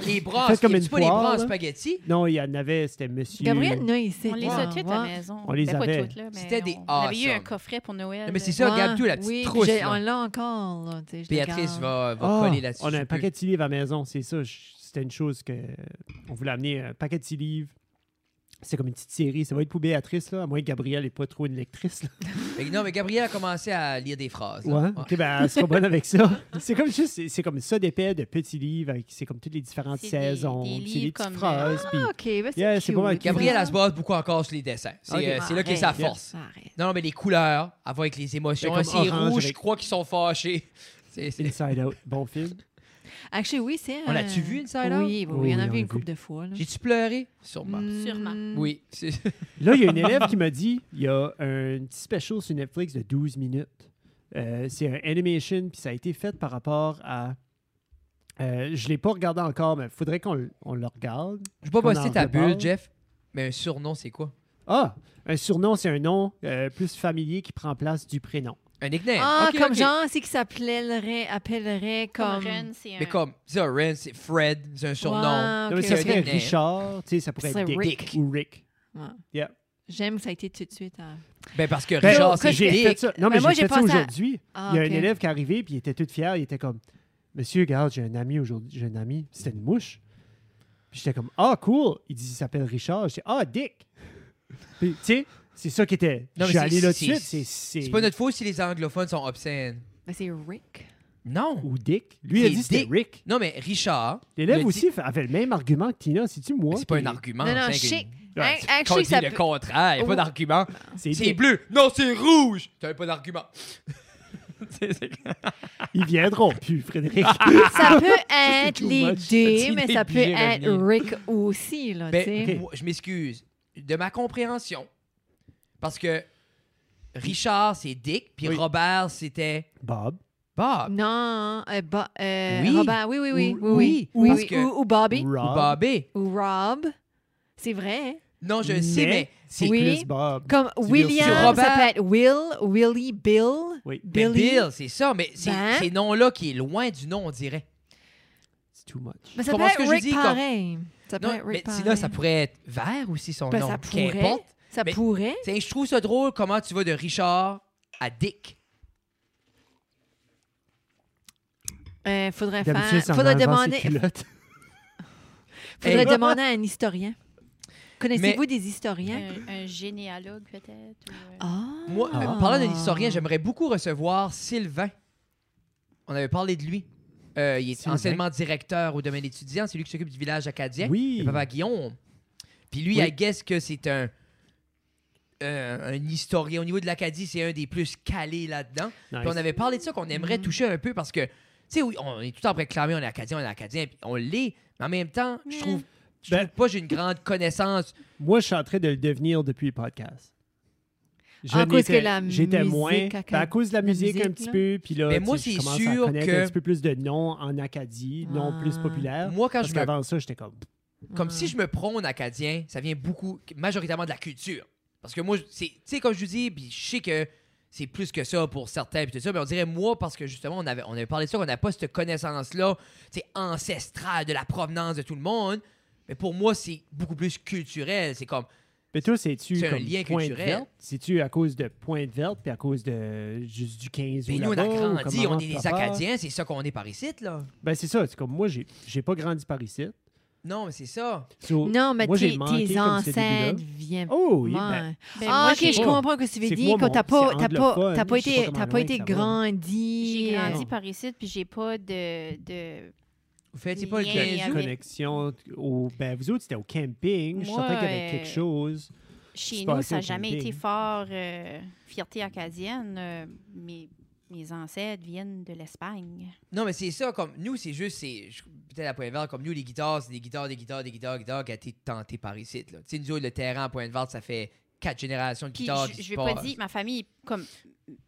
[SPEAKER 1] Les bras,
[SPEAKER 2] Faites
[SPEAKER 1] c'est
[SPEAKER 2] comme
[SPEAKER 1] pas les
[SPEAKER 2] une
[SPEAKER 1] bras
[SPEAKER 2] poire,
[SPEAKER 1] en
[SPEAKER 2] là.
[SPEAKER 1] spaghetti.
[SPEAKER 2] Non, il y en avait, c'était Monsieur...
[SPEAKER 3] Gabriel, non, ici.
[SPEAKER 4] On les a toutes à la maison.
[SPEAKER 2] Ah, On les
[SPEAKER 4] Ben,
[SPEAKER 2] avait.
[SPEAKER 4] Pas toutes, là, mais
[SPEAKER 1] C'était des
[SPEAKER 4] on, on avait eu
[SPEAKER 1] awesome.
[SPEAKER 4] un coffret pour Noël.
[SPEAKER 1] Non, mais c'est
[SPEAKER 4] euh,
[SPEAKER 1] ça, regarde tout, la petite
[SPEAKER 3] oui,
[SPEAKER 1] trousse,
[SPEAKER 3] j'ai-
[SPEAKER 1] là.
[SPEAKER 3] On l'a encore, là, tu sais, je le
[SPEAKER 1] Béatrice
[SPEAKER 3] garde.
[SPEAKER 1] va, va
[SPEAKER 2] Ah,
[SPEAKER 1] coller là-dessus.
[SPEAKER 2] on a
[SPEAKER 1] je
[SPEAKER 2] un
[SPEAKER 1] peux.
[SPEAKER 2] paquet de six livres à la maison, c'est ça. Je- C'était une chose que... euh, On voulait amener un paquet de six livres. C'est comme une petite série. Ça va être pour Béatrice, là, à moins que Gabrielle n'est pas trop une lectrice. là.
[SPEAKER 1] Mais non, mais Gabriel a commencé à lire des phrases. là.
[SPEAKER 2] Ouais.
[SPEAKER 1] Ouais.
[SPEAKER 2] OK, ben, elle sera bonne avec ça. C'est comme juste, c'est- c'est comme ça d'épais, de petits livres, avec- c'est comme toutes les différentes
[SPEAKER 4] C'est des-
[SPEAKER 2] saisons, puis
[SPEAKER 4] des
[SPEAKER 2] c'est
[SPEAKER 4] livres
[SPEAKER 2] des petites
[SPEAKER 4] comme, euh,
[SPEAKER 2] phrases. puis-
[SPEAKER 3] Ah, OK, ben c'est
[SPEAKER 2] Yeah, c'est
[SPEAKER 3] cute.
[SPEAKER 2] pas mal.
[SPEAKER 1] Gabriel,
[SPEAKER 2] Gabrielle,
[SPEAKER 1] elle se base beaucoup encore sur les dessins. C'est
[SPEAKER 2] Ok.
[SPEAKER 1] euh, c'est là qu'est sa force.
[SPEAKER 3] Arrête.
[SPEAKER 1] Non, non, mais les couleurs, avant avec les émotions.
[SPEAKER 2] Mais
[SPEAKER 1] Si
[SPEAKER 2] comme
[SPEAKER 1] c'est
[SPEAKER 2] orange
[SPEAKER 1] rouge, je
[SPEAKER 2] avec-
[SPEAKER 1] crois qu'ils sont fâchés. C'est- c'est-
[SPEAKER 2] Inside Out, bon film.
[SPEAKER 3] Actually, oui, c'est.
[SPEAKER 1] On
[SPEAKER 3] un-
[SPEAKER 1] l'a-tu vu, Inside Out?
[SPEAKER 3] Oui, oui,
[SPEAKER 2] Oui,
[SPEAKER 3] oui, on
[SPEAKER 2] on
[SPEAKER 3] a
[SPEAKER 2] l'a
[SPEAKER 3] vu une
[SPEAKER 2] vu.
[SPEAKER 3] couple de fois. Là.
[SPEAKER 1] J'ai-tu pleuré? Sûrement.
[SPEAKER 3] Mm.
[SPEAKER 1] Oui. c'est-
[SPEAKER 2] Là, il y a une élève qui m'a dit il y a un petit special sur Netflix de 12 minutes. Euh, c'est un animation, puis ça a été fait par rapport à. Euh, je ne l'ai pas regardé encore, mais il faudrait qu'on le- on le regarde.
[SPEAKER 1] Je vais pas
[SPEAKER 2] Qu'on en
[SPEAKER 1] poster ta
[SPEAKER 2] reparle.
[SPEAKER 1] bulle, Jeff, mais un surnom, c'est quoi?
[SPEAKER 2] Ah Un surnom, c'est un nom euh, plus familier qui prend place du prénom.
[SPEAKER 1] Un nickname.
[SPEAKER 3] Ah,
[SPEAKER 1] Ok,
[SPEAKER 3] comme
[SPEAKER 1] ok.
[SPEAKER 3] genre, c'est qui s'appellerait, appellerait
[SPEAKER 4] Comme
[SPEAKER 3] comme.
[SPEAKER 4] Ren, c'est un.
[SPEAKER 1] Mais comme, c'est un Ren, c'est Fred, c'est un surnom.
[SPEAKER 2] Non,
[SPEAKER 3] Ouais,
[SPEAKER 2] mais
[SPEAKER 3] ok,
[SPEAKER 2] ça
[SPEAKER 1] ok.
[SPEAKER 2] serait
[SPEAKER 1] Un nickname.
[SPEAKER 2] Richard, tu sais, ça pourrait
[SPEAKER 3] Ça
[SPEAKER 2] être Dick
[SPEAKER 3] serait
[SPEAKER 1] Rick.
[SPEAKER 2] ou Rick.
[SPEAKER 3] ouais.
[SPEAKER 2] Yeah.
[SPEAKER 3] J'aime que ça a été tout de suite. hein. à-
[SPEAKER 1] Ben, parce que
[SPEAKER 2] Ben,
[SPEAKER 1] Richard, c'est
[SPEAKER 2] j'ai
[SPEAKER 1] Dick.
[SPEAKER 2] fait ça. Non,
[SPEAKER 3] Ben,
[SPEAKER 2] mais
[SPEAKER 3] moi,
[SPEAKER 2] j'ai
[SPEAKER 3] j'ai
[SPEAKER 2] fait ça
[SPEAKER 3] pensé à-
[SPEAKER 2] aujourd'hui.
[SPEAKER 3] Ah,
[SPEAKER 2] Il y a
[SPEAKER 3] ok.
[SPEAKER 2] un élève qui est arrivé, puis il était tout fier. Il était comme Monsieur, regarde, j'ai un ami aujourd'hui. J'ai un ami. C'était une mouche. Puis j'étais comme Ah, cool. Il dit Il s'appelle Richard. J'ai Ah, Dick. Puis, tu sais, c'est ça qui était.
[SPEAKER 1] Non,
[SPEAKER 2] je
[SPEAKER 1] mais
[SPEAKER 2] suis
[SPEAKER 1] c'est-
[SPEAKER 2] allé là tout de
[SPEAKER 1] c'est-
[SPEAKER 2] suite. C'est, c'est...
[SPEAKER 1] C'est pas notre faute si les anglophones sont obscènes.
[SPEAKER 3] Ben, c'est Rick.
[SPEAKER 1] Non.
[SPEAKER 2] Ou Dick. Lui, il a
[SPEAKER 1] C'est
[SPEAKER 2] dit C'était
[SPEAKER 1] Dick.
[SPEAKER 2] Rick.
[SPEAKER 1] Non, mais Richard.
[SPEAKER 2] L'élève
[SPEAKER 1] le
[SPEAKER 2] aussi fa- avait le même argument que Tina. C'est-tu
[SPEAKER 1] dit-
[SPEAKER 2] moi
[SPEAKER 1] C'est pas un
[SPEAKER 2] qui-
[SPEAKER 1] argument.
[SPEAKER 3] non, non,
[SPEAKER 1] c'est
[SPEAKER 3] je sais.
[SPEAKER 1] une-
[SPEAKER 2] Ouais,
[SPEAKER 3] Ac-
[SPEAKER 1] Quand on
[SPEAKER 3] Actually,
[SPEAKER 1] dit
[SPEAKER 3] ça
[SPEAKER 1] le
[SPEAKER 3] peut-
[SPEAKER 1] contraire, il a pas
[SPEAKER 3] Oh.
[SPEAKER 1] d'argument.
[SPEAKER 2] C'est
[SPEAKER 1] C'est
[SPEAKER 2] Dick.
[SPEAKER 1] bleu. Non, c'est rouge. T'avais pas d'argument. C'est- c'est-
[SPEAKER 2] Ils viendront plus, Frédéric.
[SPEAKER 3] ça peut être
[SPEAKER 2] too
[SPEAKER 3] les
[SPEAKER 2] much. Petit
[SPEAKER 3] deux, mais ça peut
[SPEAKER 1] débile,
[SPEAKER 3] être
[SPEAKER 1] René.
[SPEAKER 3] Rick aussi, là,
[SPEAKER 1] Ben,
[SPEAKER 3] tu sais.
[SPEAKER 2] ok.
[SPEAKER 1] moi, je m'excuse. De ma compréhension, parce que Richard, c'est Dick, puis
[SPEAKER 2] Oui.
[SPEAKER 1] Robert, c'était
[SPEAKER 2] Bob.
[SPEAKER 1] Bob.
[SPEAKER 3] Non, euh, Bo- euh,
[SPEAKER 1] ah. Oui.
[SPEAKER 3] Robert, oui, oui, oui,
[SPEAKER 1] Ou- oui,
[SPEAKER 3] oui, oui,
[SPEAKER 1] parce
[SPEAKER 3] oui,
[SPEAKER 1] que-
[SPEAKER 3] ou, ou Bobby,
[SPEAKER 1] Ou
[SPEAKER 2] Rob.
[SPEAKER 1] Bobby.
[SPEAKER 3] ou Rob, c'est vrai.
[SPEAKER 1] Non, je sais, mais
[SPEAKER 2] c'est
[SPEAKER 3] Oui.
[SPEAKER 2] plus Bob.
[SPEAKER 3] Comme
[SPEAKER 2] bien
[SPEAKER 1] sûr.
[SPEAKER 3] William,
[SPEAKER 1] Robert-
[SPEAKER 3] ça peut être Will, Willie, Bill,
[SPEAKER 2] Oui.
[SPEAKER 1] mais
[SPEAKER 3] Billy.
[SPEAKER 1] Bill, c'est ça. Mais c'est
[SPEAKER 3] Ben.
[SPEAKER 1] ces noms-là qui est loin du nom, on dirait.
[SPEAKER 2] C'est too much.
[SPEAKER 3] Mais ça peut
[SPEAKER 1] Comment est-ce
[SPEAKER 3] être
[SPEAKER 1] que je
[SPEAKER 3] Rick
[SPEAKER 1] dis, comme-
[SPEAKER 3] pareil. Ça peut
[SPEAKER 1] Non,
[SPEAKER 3] être
[SPEAKER 1] mais
[SPEAKER 3] Rick
[SPEAKER 1] sinon, ça
[SPEAKER 3] pareil.
[SPEAKER 1] pourrait être vert aussi son
[SPEAKER 3] Ben,
[SPEAKER 1] nom.
[SPEAKER 3] ça pourrait.
[SPEAKER 1] Qu'importe.
[SPEAKER 3] Ça
[SPEAKER 1] Mais-
[SPEAKER 3] pourrait.
[SPEAKER 1] Tiens, je trouve ça drôle comment tu vas de Richard à Dick.
[SPEAKER 3] Euh, faudrait
[SPEAKER 2] D'habitude,
[SPEAKER 3] faire.
[SPEAKER 2] c'est en
[SPEAKER 3] Faudrait
[SPEAKER 2] enlevant ses
[SPEAKER 3] demander,
[SPEAKER 2] culottes.
[SPEAKER 3] faudrait
[SPEAKER 1] Hey.
[SPEAKER 3] demander à un historien. Connaissez-vous des historiens?
[SPEAKER 4] Un, un généalogue, peut-être. ou, euh,
[SPEAKER 3] Ah!
[SPEAKER 1] Moi, euh, en parlant d'un historien, j'aimerais beaucoup recevoir Sylvain. On avait parlé de lui. Euh, il est
[SPEAKER 2] Sylvain.
[SPEAKER 1] anciennement directeur au domaine étudiant. C'est lui qui s'occupe du village acadien.
[SPEAKER 2] Oui.
[SPEAKER 1] Le papa Guillaume. Puis lui,
[SPEAKER 2] Oui.
[SPEAKER 1] I guess que c'est un, euh, un historien. Au niveau de l'Acadie, c'est un des plus calés là-dedans. Puis on
[SPEAKER 2] Nice. Mm.
[SPEAKER 1] avait parlé de ça qu'on aimerait
[SPEAKER 3] Mhm.
[SPEAKER 1] toucher un peu parce que, tu sais, oui, on est tout le temps réclamé, on est Acadien, on est Acadien, puis on l'est, mais en même temps, je
[SPEAKER 3] Mais-
[SPEAKER 1] trouve. Je
[SPEAKER 2] Ben-
[SPEAKER 1] trouve pas que j'ai une grande connaissance.
[SPEAKER 2] Moi, je suis en train de le devenir depuis le podcast. Je
[SPEAKER 3] Ah, À cause que
[SPEAKER 2] n'étais-
[SPEAKER 3] la
[SPEAKER 2] J'étais
[SPEAKER 3] musique
[SPEAKER 2] moins.
[SPEAKER 3] acad-
[SPEAKER 2] ben, à cause de la,
[SPEAKER 3] la
[SPEAKER 2] musique, un
[SPEAKER 3] musique,
[SPEAKER 2] petit
[SPEAKER 3] là.
[SPEAKER 2] peu. Puis là,
[SPEAKER 1] Mais
[SPEAKER 2] tu
[SPEAKER 1] moi,
[SPEAKER 2] sais, je
[SPEAKER 1] c'est
[SPEAKER 2] commence
[SPEAKER 1] sûr
[SPEAKER 2] à connaître
[SPEAKER 1] que-
[SPEAKER 2] un petit peu plus de noms en Acadie, noms
[SPEAKER 3] Ah.
[SPEAKER 2] plus populaires.
[SPEAKER 1] Moi, quand
[SPEAKER 2] Parce
[SPEAKER 1] je me,
[SPEAKER 2] qu'avant ça, j'étais comme.
[SPEAKER 1] comme si je me prône acadien, ça vient beaucoup, majoritairement de la culture. Parce que moi, je- c'est, tu sais, comme je vous dis, puis je sais que c'est plus que ça pour certains, puis tout ça, mais on dirait moi, parce que justement, on avait, on avait parlé de ça, qu'on n'a pas cette connaissance-là, tu sais, ancestrale de la provenance de tout le monde. Mais pour moi, c'est beaucoup plus culturel. C'est comme,
[SPEAKER 2] Mais toi, c'est-tu
[SPEAKER 1] C'est un
[SPEAKER 2] comme
[SPEAKER 1] lien
[SPEAKER 2] pointe
[SPEAKER 1] culturel.
[SPEAKER 2] verte? C'est-tu à cause de pointe verte puis à cause de juste du 15
[SPEAKER 1] Mais
[SPEAKER 2] ou
[SPEAKER 1] nous, on a
[SPEAKER 2] là-bas, ou
[SPEAKER 1] grandi,
[SPEAKER 2] comment
[SPEAKER 1] on est des
[SPEAKER 2] papa?
[SPEAKER 1] Acadiens, c'est ça qu'on est par ici, là.
[SPEAKER 2] Ben, c'est ça. C'est comme moi, j'ai j'ai pas grandi par ici.
[SPEAKER 1] Non, mais c'est ça.
[SPEAKER 2] So,
[SPEAKER 3] Non, mais
[SPEAKER 2] moi, j'ai
[SPEAKER 3] tes,
[SPEAKER 2] manqué
[SPEAKER 3] tes
[SPEAKER 2] comme ce début-là.
[SPEAKER 3] ancêtres viennent.
[SPEAKER 2] Oh, oui.
[SPEAKER 3] Ouais.
[SPEAKER 2] ben,
[SPEAKER 3] ah,
[SPEAKER 4] ben, moi,
[SPEAKER 3] ok,
[SPEAKER 4] j'ai-
[SPEAKER 3] je comprends que tu veux
[SPEAKER 2] c'est
[SPEAKER 3] dire.
[SPEAKER 2] quoi
[SPEAKER 3] que T'as
[SPEAKER 2] mon-
[SPEAKER 3] pas,
[SPEAKER 2] c'est
[SPEAKER 3] t'as pas,
[SPEAKER 2] anglophone,
[SPEAKER 3] t'as pas
[SPEAKER 2] je sais pas
[SPEAKER 3] été,
[SPEAKER 2] comment
[SPEAKER 3] t'as pas
[SPEAKER 2] loin
[SPEAKER 3] été
[SPEAKER 2] que ça va.
[SPEAKER 3] grandi. euh,
[SPEAKER 4] J'ai grandi
[SPEAKER 2] Non.
[SPEAKER 4] par ici, puis j'ai pas de. de...
[SPEAKER 1] Vous faites pas le
[SPEAKER 4] Lien
[SPEAKER 2] quelle
[SPEAKER 1] 15 août.
[SPEAKER 4] avec-
[SPEAKER 2] connexion au... Ben, vous autres, c'était au camping. je suis
[SPEAKER 4] Moi,
[SPEAKER 2] certain qu'il y avait
[SPEAKER 4] euh,
[SPEAKER 2] quelque chose.
[SPEAKER 4] Chez
[SPEAKER 2] C'est
[SPEAKER 4] nous,
[SPEAKER 2] passé
[SPEAKER 4] ça n'a
[SPEAKER 2] au
[SPEAKER 4] jamais
[SPEAKER 2] camping.
[SPEAKER 4] été fort euh, fierté acadienne. euh, mes, mes ancêtres viennent de l'Espagne.
[SPEAKER 1] Non, mais c'est ça, comme nous, c'est juste, c'est je- peut-être à Pointe-Verte, comme nous, les guitares, c'est des guitares, des guitares, des guitares, des guitares qui a été tenté par ici, là. Tu sais, nous, autres, le terrain à Pointe-Verte, ça fait quatre générations de
[SPEAKER 4] Puis
[SPEAKER 1] guitares.
[SPEAKER 4] je-
[SPEAKER 1] qui
[SPEAKER 4] je
[SPEAKER 1] se
[SPEAKER 4] vais pas
[SPEAKER 1] passent.
[SPEAKER 4] dire, ma famille, comme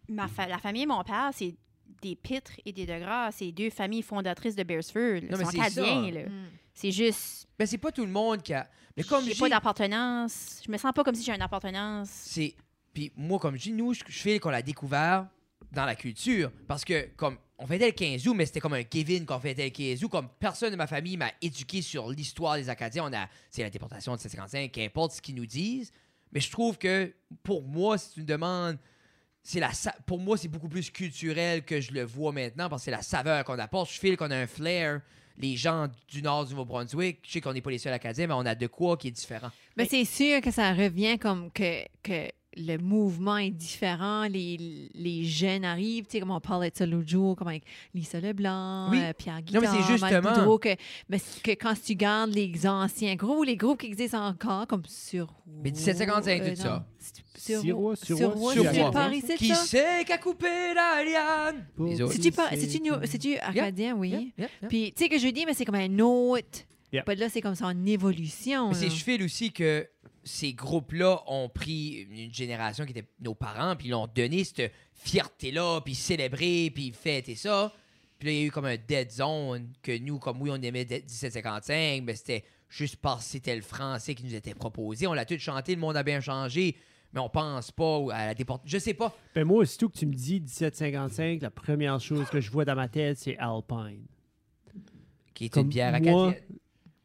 [SPEAKER 4] ma fa- la famille de mon père, c'est des Pitres et des Degras, c'est deux familles fondatrices de Bearsford.
[SPEAKER 1] Non,
[SPEAKER 4] Ils
[SPEAKER 1] mais
[SPEAKER 4] sont
[SPEAKER 1] c'est ça.
[SPEAKER 4] acadiens, là.
[SPEAKER 3] Mm.
[SPEAKER 4] C'est juste,
[SPEAKER 1] Mais c'est pas tout le monde qui a. Mais comme
[SPEAKER 4] j'ai
[SPEAKER 1] je
[SPEAKER 4] pas
[SPEAKER 1] dis,
[SPEAKER 4] d'appartenance. Je me sens pas comme si j'ai une appartenance.
[SPEAKER 1] c'est. Puis moi, comme je dis, nous, je, je fais qu'on l'a découvert dans la culture. Parce que, comme, on fêtait le 15 août, mais c'était comme un Kevin qu'on fêtait le 15 août. Comme personne de ma famille m'a éduqué sur l'histoire des Acadiens. On a, c'est la déportation de 755, qu'importe ce qu'ils nous disent. Mais je trouve que, pour moi, c'est une demande. C'est la sa- pour moi, c'est beaucoup plus culturel que je le vois maintenant parce que c'est la saveur qu'on apporte. Je file qu'on a un flair. Les gens du nord du Nouveau-Brunswick, je sais qu'on n'est pas les seuls Acadiens, mais on a de quoi qui est différent.
[SPEAKER 3] Mais Ben, c'est sûr que ça revient comme que, que le mouvement est différent, les, les jeunes arrivent, tu sais, comme on parlait de ça l'autre jour, comme avec Lisa Leblanc,
[SPEAKER 1] Oui.
[SPEAKER 3] euh, Pierre
[SPEAKER 1] Non,
[SPEAKER 3] Guitard,
[SPEAKER 1] mais c'est justement-
[SPEAKER 3] Matt Boudreau, que, mais c'est que quand tu gardes les anciens groupes, ou les groupes qui existent encore, comme sur... euh,
[SPEAKER 1] Mais 1755, tout ça.
[SPEAKER 3] Sur,
[SPEAKER 2] Sirois,
[SPEAKER 3] sur,
[SPEAKER 2] Sirois,
[SPEAKER 1] Sirois.
[SPEAKER 3] sur Paris, c'est
[SPEAKER 1] Qui
[SPEAKER 3] ça?
[SPEAKER 1] c'est qui a coupé la liane?
[SPEAKER 2] Pour
[SPEAKER 1] Les autres.
[SPEAKER 3] C'est-tu pas-
[SPEAKER 2] qui
[SPEAKER 3] c'est-tu New- c'est-tu Acadien, oui?
[SPEAKER 1] Yeah, yeah, yeah.
[SPEAKER 3] Puis, tu sais, que je dis, mais c'est comme un autre.
[SPEAKER 2] Yeah.
[SPEAKER 3] Pas de là, c'est comme ça en évolution.
[SPEAKER 1] Mais c'est
[SPEAKER 3] là.
[SPEAKER 1] je file aussi que ces groupes-là ont pris une génération qui était nos parents, puis ils l'ont donné cette fierté-là, puis célébré, puis fêté ça. Puis là, il y a eu comme un dead zone que nous, comme oui, on aimait 1755, mais c'était juste parce que c'était le français qui nous était proposé. On l'a tout chanté, le monde a bien changé, mais on pense pas à la déportation. Je sais pas.
[SPEAKER 2] Ben moi, aussitôt que tu me dis 1755, la première chose que je vois dans ma tête, c'est Alpine.
[SPEAKER 1] Qui est
[SPEAKER 2] Comme
[SPEAKER 1] une bière
[SPEAKER 2] moi-
[SPEAKER 1] acadienne.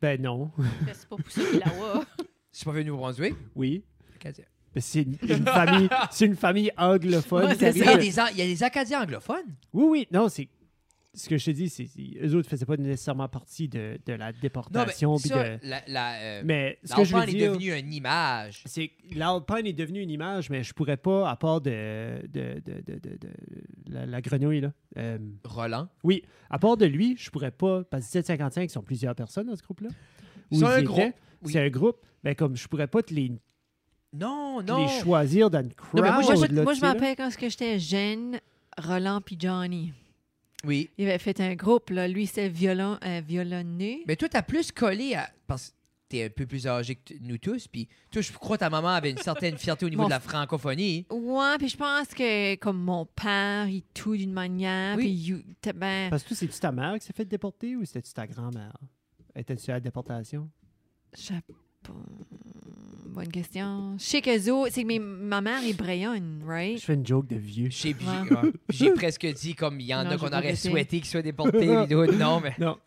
[SPEAKER 2] Ben non,
[SPEAKER 4] C'est pas pour ça qu'il la voit.
[SPEAKER 1] C'est pas venu au Brunswick?
[SPEAKER 2] oui.
[SPEAKER 1] Acadien.
[SPEAKER 2] Ben, c'est une, une famille, c'est une famille anglophone.
[SPEAKER 3] Ouais,
[SPEAKER 2] qui
[SPEAKER 3] c'est
[SPEAKER 1] Il
[SPEAKER 2] arrive
[SPEAKER 1] y a
[SPEAKER 2] de-
[SPEAKER 1] des, An- il y a des Acadiens anglophones?
[SPEAKER 2] Oui, oui, non, c'est ce que je te dis, c'est c'est- eux autres faisaient pas nécessairement partie de, de la
[SPEAKER 1] Non, mais
[SPEAKER 2] déportation. puis
[SPEAKER 1] ça,
[SPEAKER 2] de-
[SPEAKER 1] la, la, euh,
[SPEAKER 2] mais ce que je
[SPEAKER 1] l'enfant
[SPEAKER 2] veux
[SPEAKER 1] est
[SPEAKER 2] dire,
[SPEAKER 1] devenu une image.
[SPEAKER 2] c'est que l'Alpine est devenu une image, mais je pourrais pas, à part de, de, de, de- de- de- la, la grenouille, là. Euh,
[SPEAKER 1] Roland.
[SPEAKER 2] oui, à part de lui, je pourrais pas, parce que 1755, ils sont plusieurs personnes dans ce groupe-là. Ou
[SPEAKER 1] C'est
[SPEAKER 2] ils
[SPEAKER 1] un
[SPEAKER 2] étaient.
[SPEAKER 1] groupe, oui.
[SPEAKER 2] C'est un groupe, mais comme je pourrais pas te les,
[SPEAKER 1] Non,
[SPEAKER 2] te
[SPEAKER 1] non.
[SPEAKER 2] les choisir dans une crowd.
[SPEAKER 3] Non, mais moi, je-
[SPEAKER 2] là,
[SPEAKER 3] moi,
[SPEAKER 2] tu
[SPEAKER 3] je
[SPEAKER 2] sais, là.
[SPEAKER 3] m'appelle quand ce que j'étais jeune, Roland puis Johnny.
[SPEAKER 1] Oui.
[SPEAKER 3] Il avait fait un groupe, là. Lui, c'était violon, euh, violonné.
[SPEAKER 1] Mais toi, t'as plus collé à. Parce que t'es un peu plus âgé que t- nous tous. Puis toi, je crois que ta maman avait une certaine fierté au niveau
[SPEAKER 3] Mon
[SPEAKER 1] de la francophonie.
[SPEAKER 3] Ouais, puis je pense que comme mon père, il tout d'une manière,
[SPEAKER 1] Oui.
[SPEAKER 3] puis you- t'as- ben,
[SPEAKER 2] Parce que c'est-tu ta mère qui s'est fait déporter ou c'était-tu ta grand-mère? Étais-tu à la déportation?
[SPEAKER 3] je sais pas. Bonne question. Je sais que Zo, c'est que mes- ma mère est brayonne,
[SPEAKER 2] Je
[SPEAKER 3] right?
[SPEAKER 2] fais une joke de vieux.
[SPEAKER 1] J'ai puis j'ai-
[SPEAKER 3] Ouais.
[SPEAKER 1] ouais. J'ai presque dit comme il y en
[SPEAKER 3] Non,
[SPEAKER 1] a
[SPEAKER 3] j'ai
[SPEAKER 1] qu'on
[SPEAKER 3] pas
[SPEAKER 1] aurait
[SPEAKER 3] goûté.
[SPEAKER 1] souhaité qu'ils soient déportés. puis d'autres, non, mais.
[SPEAKER 2] Non.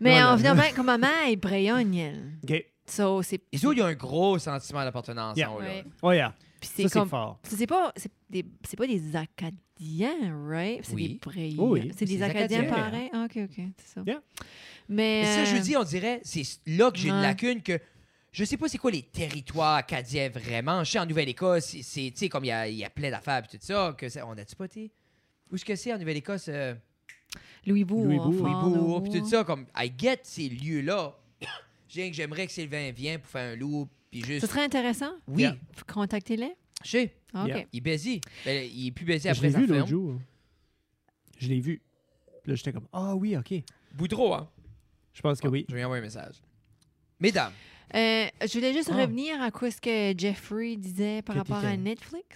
[SPEAKER 3] Mais
[SPEAKER 2] Non,
[SPEAKER 3] en
[SPEAKER 2] non,
[SPEAKER 3] venant, ben, comme ma mère est brayonne, elle.
[SPEAKER 2] OK.
[SPEAKER 3] So, c'est.
[SPEAKER 1] Les autres, ils ont un gros sentiment d'appartenance.
[SPEAKER 2] Yeah.
[SPEAKER 1] hein, là.
[SPEAKER 4] Ouais.
[SPEAKER 2] Oh yeah.
[SPEAKER 3] puis
[SPEAKER 2] Ça,
[SPEAKER 3] c'est
[SPEAKER 2] c'est
[SPEAKER 3] comme.
[SPEAKER 2] fort.
[SPEAKER 3] C'est pas, c'est des- c'est pas des Acadiens. Acadiens, right? C'est
[SPEAKER 1] Oui.
[SPEAKER 3] des Bréils.
[SPEAKER 2] Oh oui.
[SPEAKER 3] C'est des
[SPEAKER 1] C'est des
[SPEAKER 3] Acadiens
[SPEAKER 1] Acadiens.
[SPEAKER 3] pareils. Ah, OK, OK, c'est ça.
[SPEAKER 2] Yeah.
[SPEAKER 3] Mais,
[SPEAKER 1] Mais ça, je
[SPEAKER 3] euh,
[SPEAKER 1] vous dis, on dirait, c'est là que j'ai une
[SPEAKER 3] Ouais.
[SPEAKER 1] lacune que je sais pas c'est quoi les territoires acadiens vraiment. Je sais, en Nouvelle-Écosse, c'est- c'est, tu sais, comme il y a, il y a plein d'affaires et tout ça, que ça- on a-tu pas, tu sais? Où est-ce que c'est en Nouvelle-Écosse? euh,
[SPEAKER 3] Louisbourg,
[SPEAKER 2] Louisbourg,
[SPEAKER 3] enfin,
[SPEAKER 1] Louisbourg, puis tout
[SPEAKER 3] Louisbourg.
[SPEAKER 1] ça, comme, I get ces lieux-là. J'ai rien que j'aimerais que Sylvain vienne pour faire un loup, puis
[SPEAKER 3] Ce
[SPEAKER 1] juste...
[SPEAKER 3] serait intéressant.
[SPEAKER 1] Oui,
[SPEAKER 2] Yeah.
[SPEAKER 3] Faut Contactez-les.
[SPEAKER 1] je sais,
[SPEAKER 3] Ah, OK.
[SPEAKER 2] Yeah.
[SPEAKER 1] il baisait. Ben, il est plus baisé
[SPEAKER 2] je
[SPEAKER 1] après
[SPEAKER 2] l'ai
[SPEAKER 1] sa
[SPEAKER 2] vu l'autre
[SPEAKER 1] ferme.
[SPEAKER 2] jour. Je l'ai vu. Puis là, j'étais comme, ah oui, OK.
[SPEAKER 1] Boudreau, hein?
[SPEAKER 2] Je pense que oui.
[SPEAKER 1] Je vais lui envoyer un message. Mesdames,
[SPEAKER 3] Euh, je voulais juste
[SPEAKER 2] Ah.
[SPEAKER 3] revenir à quoi ce que Jeffrey disait par
[SPEAKER 2] Que
[SPEAKER 3] rapport
[SPEAKER 2] t'étais-
[SPEAKER 3] à Netflix.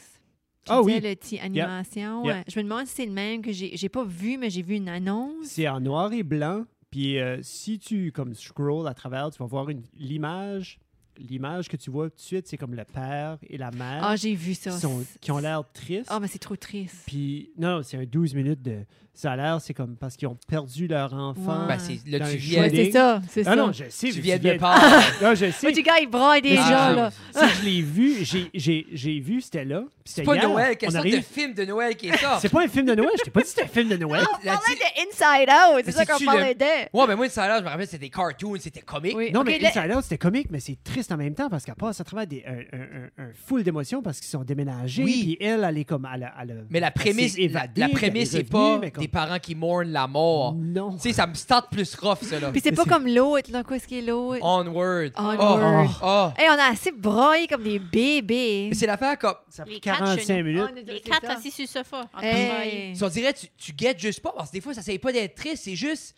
[SPEAKER 3] Tu
[SPEAKER 2] Ah
[SPEAKER 3] disais
[SPEAKER 2] oui.
[SPEAKER 3] le petit animation.
[SPEAKER 2] Yeah.
[SPEAKER 3] Euh, Je me demande si c'est le même que j'ai j'ai pas vu, mais j'ai vu une annonce.
[SPEAKER 2] C'est en noir et blanc. Puis euh, si tu comme scroll à travers, tu vas voir une- l'image. L'image que tu vois tout de suite, c'est comme le père et la mère
[SPEAKER 3] Ah, j'ai vu ça.
[SPEAKER 2] qui, sont- qui ont l'air tristes.
[SPEAKER 3] Ah, mais c'est trop triste.
[SPEAKER 2] Puis non, non, c'est un 12 minutes de. Ça a l'air, c'est comme parce qu'ils ont perdu leur enfant.
[SPEAKER 3] Ouais.
[SPEAKER 1] ben, c'est, là,
[SPEAKER 2] Dans
[SPEAKER 1] tu
[SPEAKER 2] le
[SPEAKER 1] viens,
[SPEAKER 3] Ouais,
[SPEAKER 2] Reading.
[SPEAKER 3] c'est ça, c'est
[SPEAKER 2] Ah
[SPEAKER 3] ça.
[SPEAKER 2] non, je sais.
[SPEAKER 1] tu
[SPEAKER 2] mais
[SPEAKER 1] viens
[SPEAKER 2] tu
[SPEAKER 1] de part.
[SPEAKER 2] Non, je sais.
[SPEAKER 3] Mais du gars, il braille des
[SPEAKER 2] Mais
[SPEAKER 3] gens,
[SPEAKER 2] c'est-
[SPEAKER 3] là.
[SPEAKER 2] Ça, je l'ai vu. J'ai- J'ai j'ai vu, c'était là. puis
[SPEAKER 1] C'est
[SPEAKER 2] c'était
[SPEAKER 1] pas
[SPEAKER 2] hier.
[SPEAKER 1] Noël, quelle
[SPEAKER 2] On
[SPEAKER 1] sorte de
[SPEAKER 2] arrive-
[SPEAKER 1] film de Noël qui est ça?
[SPEAKER 2] C'est pas un film de Noël. Je t'ai pas dit que c'était un film de Noël.
[SPEAKER 3] On parlait de Inside Out,
[SPEAKER 1] Mais
[SPEAKER 3] c'est ça
[SPEAKER 1] c'est-tu
[SPEAKER 3] qu'on
[SPEAKER 1] le- Eh,
[SPEAKER 3] parlait d'eux.
[SPEAKER 1] Ouais, mais moi, ça là, je me rappelle, c'était cartoon, c'était comique.
[SPEAKER 3] Oui.
[SPEAKER 2] Non,
[SPEAKER 3] OK,
[SPEAKER 2] mais
[SPEAKER 3] là-
[SPEAKER 2] Inside Out, c'était comique, mais c'est triste en même temps parce qu'elle passe à travers des, un, un- un- un full d'émotions parce qu'ils sont déménagés.
[SPEAKER 1] Oui.
[SPEAKER 2] Puis elle, elle est comme. Elle, a- elle a-
[SPEAKER 1] Mais la
[SPEAKER 2] elle s'est
[SPEAKER 1] prémisse, la,
[SPEAKER 2] évadée,
[SPEAKER 1] la
[SPEAKER 2] puis elle
[SPEAKER 1] prémisse,
[SPEAKER 2] est
[SPEAKER 1] c'est
[SPEAKER 2] revenue,
[SPEAKER 1] pas
[SPEAKER 2] mais comme-
[SPEAKER 1] des parents qui mournent la mort.
[SPEAKER 2] Non.
[SPEAKER 1] Tu sais, ça me start plus rough, ça, là.
[SPEAKER 3] Puis c'est
[SPEAKER 2] Mais
[SPEAKER 3] pas
[SPEAKER 2] c'est-
[SPEAKER 3] comme l'autre, là. Qu'est-ce qui est l'autre?
[SPEAKER 1] Onward.
[SPEAKER 3] Onward.
[SPEAKER 1] Oh, oh.
[SPEAKER 3] Hey, on a assez braillé comme des bébés.
[SPEAKER 1] Mais c'est l'affaire comme.
[SPEAKER 2] Ça fait
[SPEAKER 4] Les quatre
[SPEAKER 2] 45
[SPEAKER 4] chenilles.
[SPEAKER 2] minutes.
[SPEAKER 3] On est-
[SPEAKER 4] Les
[SPEAKER 3] c'est
[SPEAKER 4] quatre
[SPEAKER 3] ça.
[SPEAKER 4] assis sur le sofa. en travail.
[SPEAKER 3] Hey.
[SPEAKER 1] Si on dirait, tu, tu guettes juste pas, parce que des fois, ça essaye pas d'être triste, c'est juste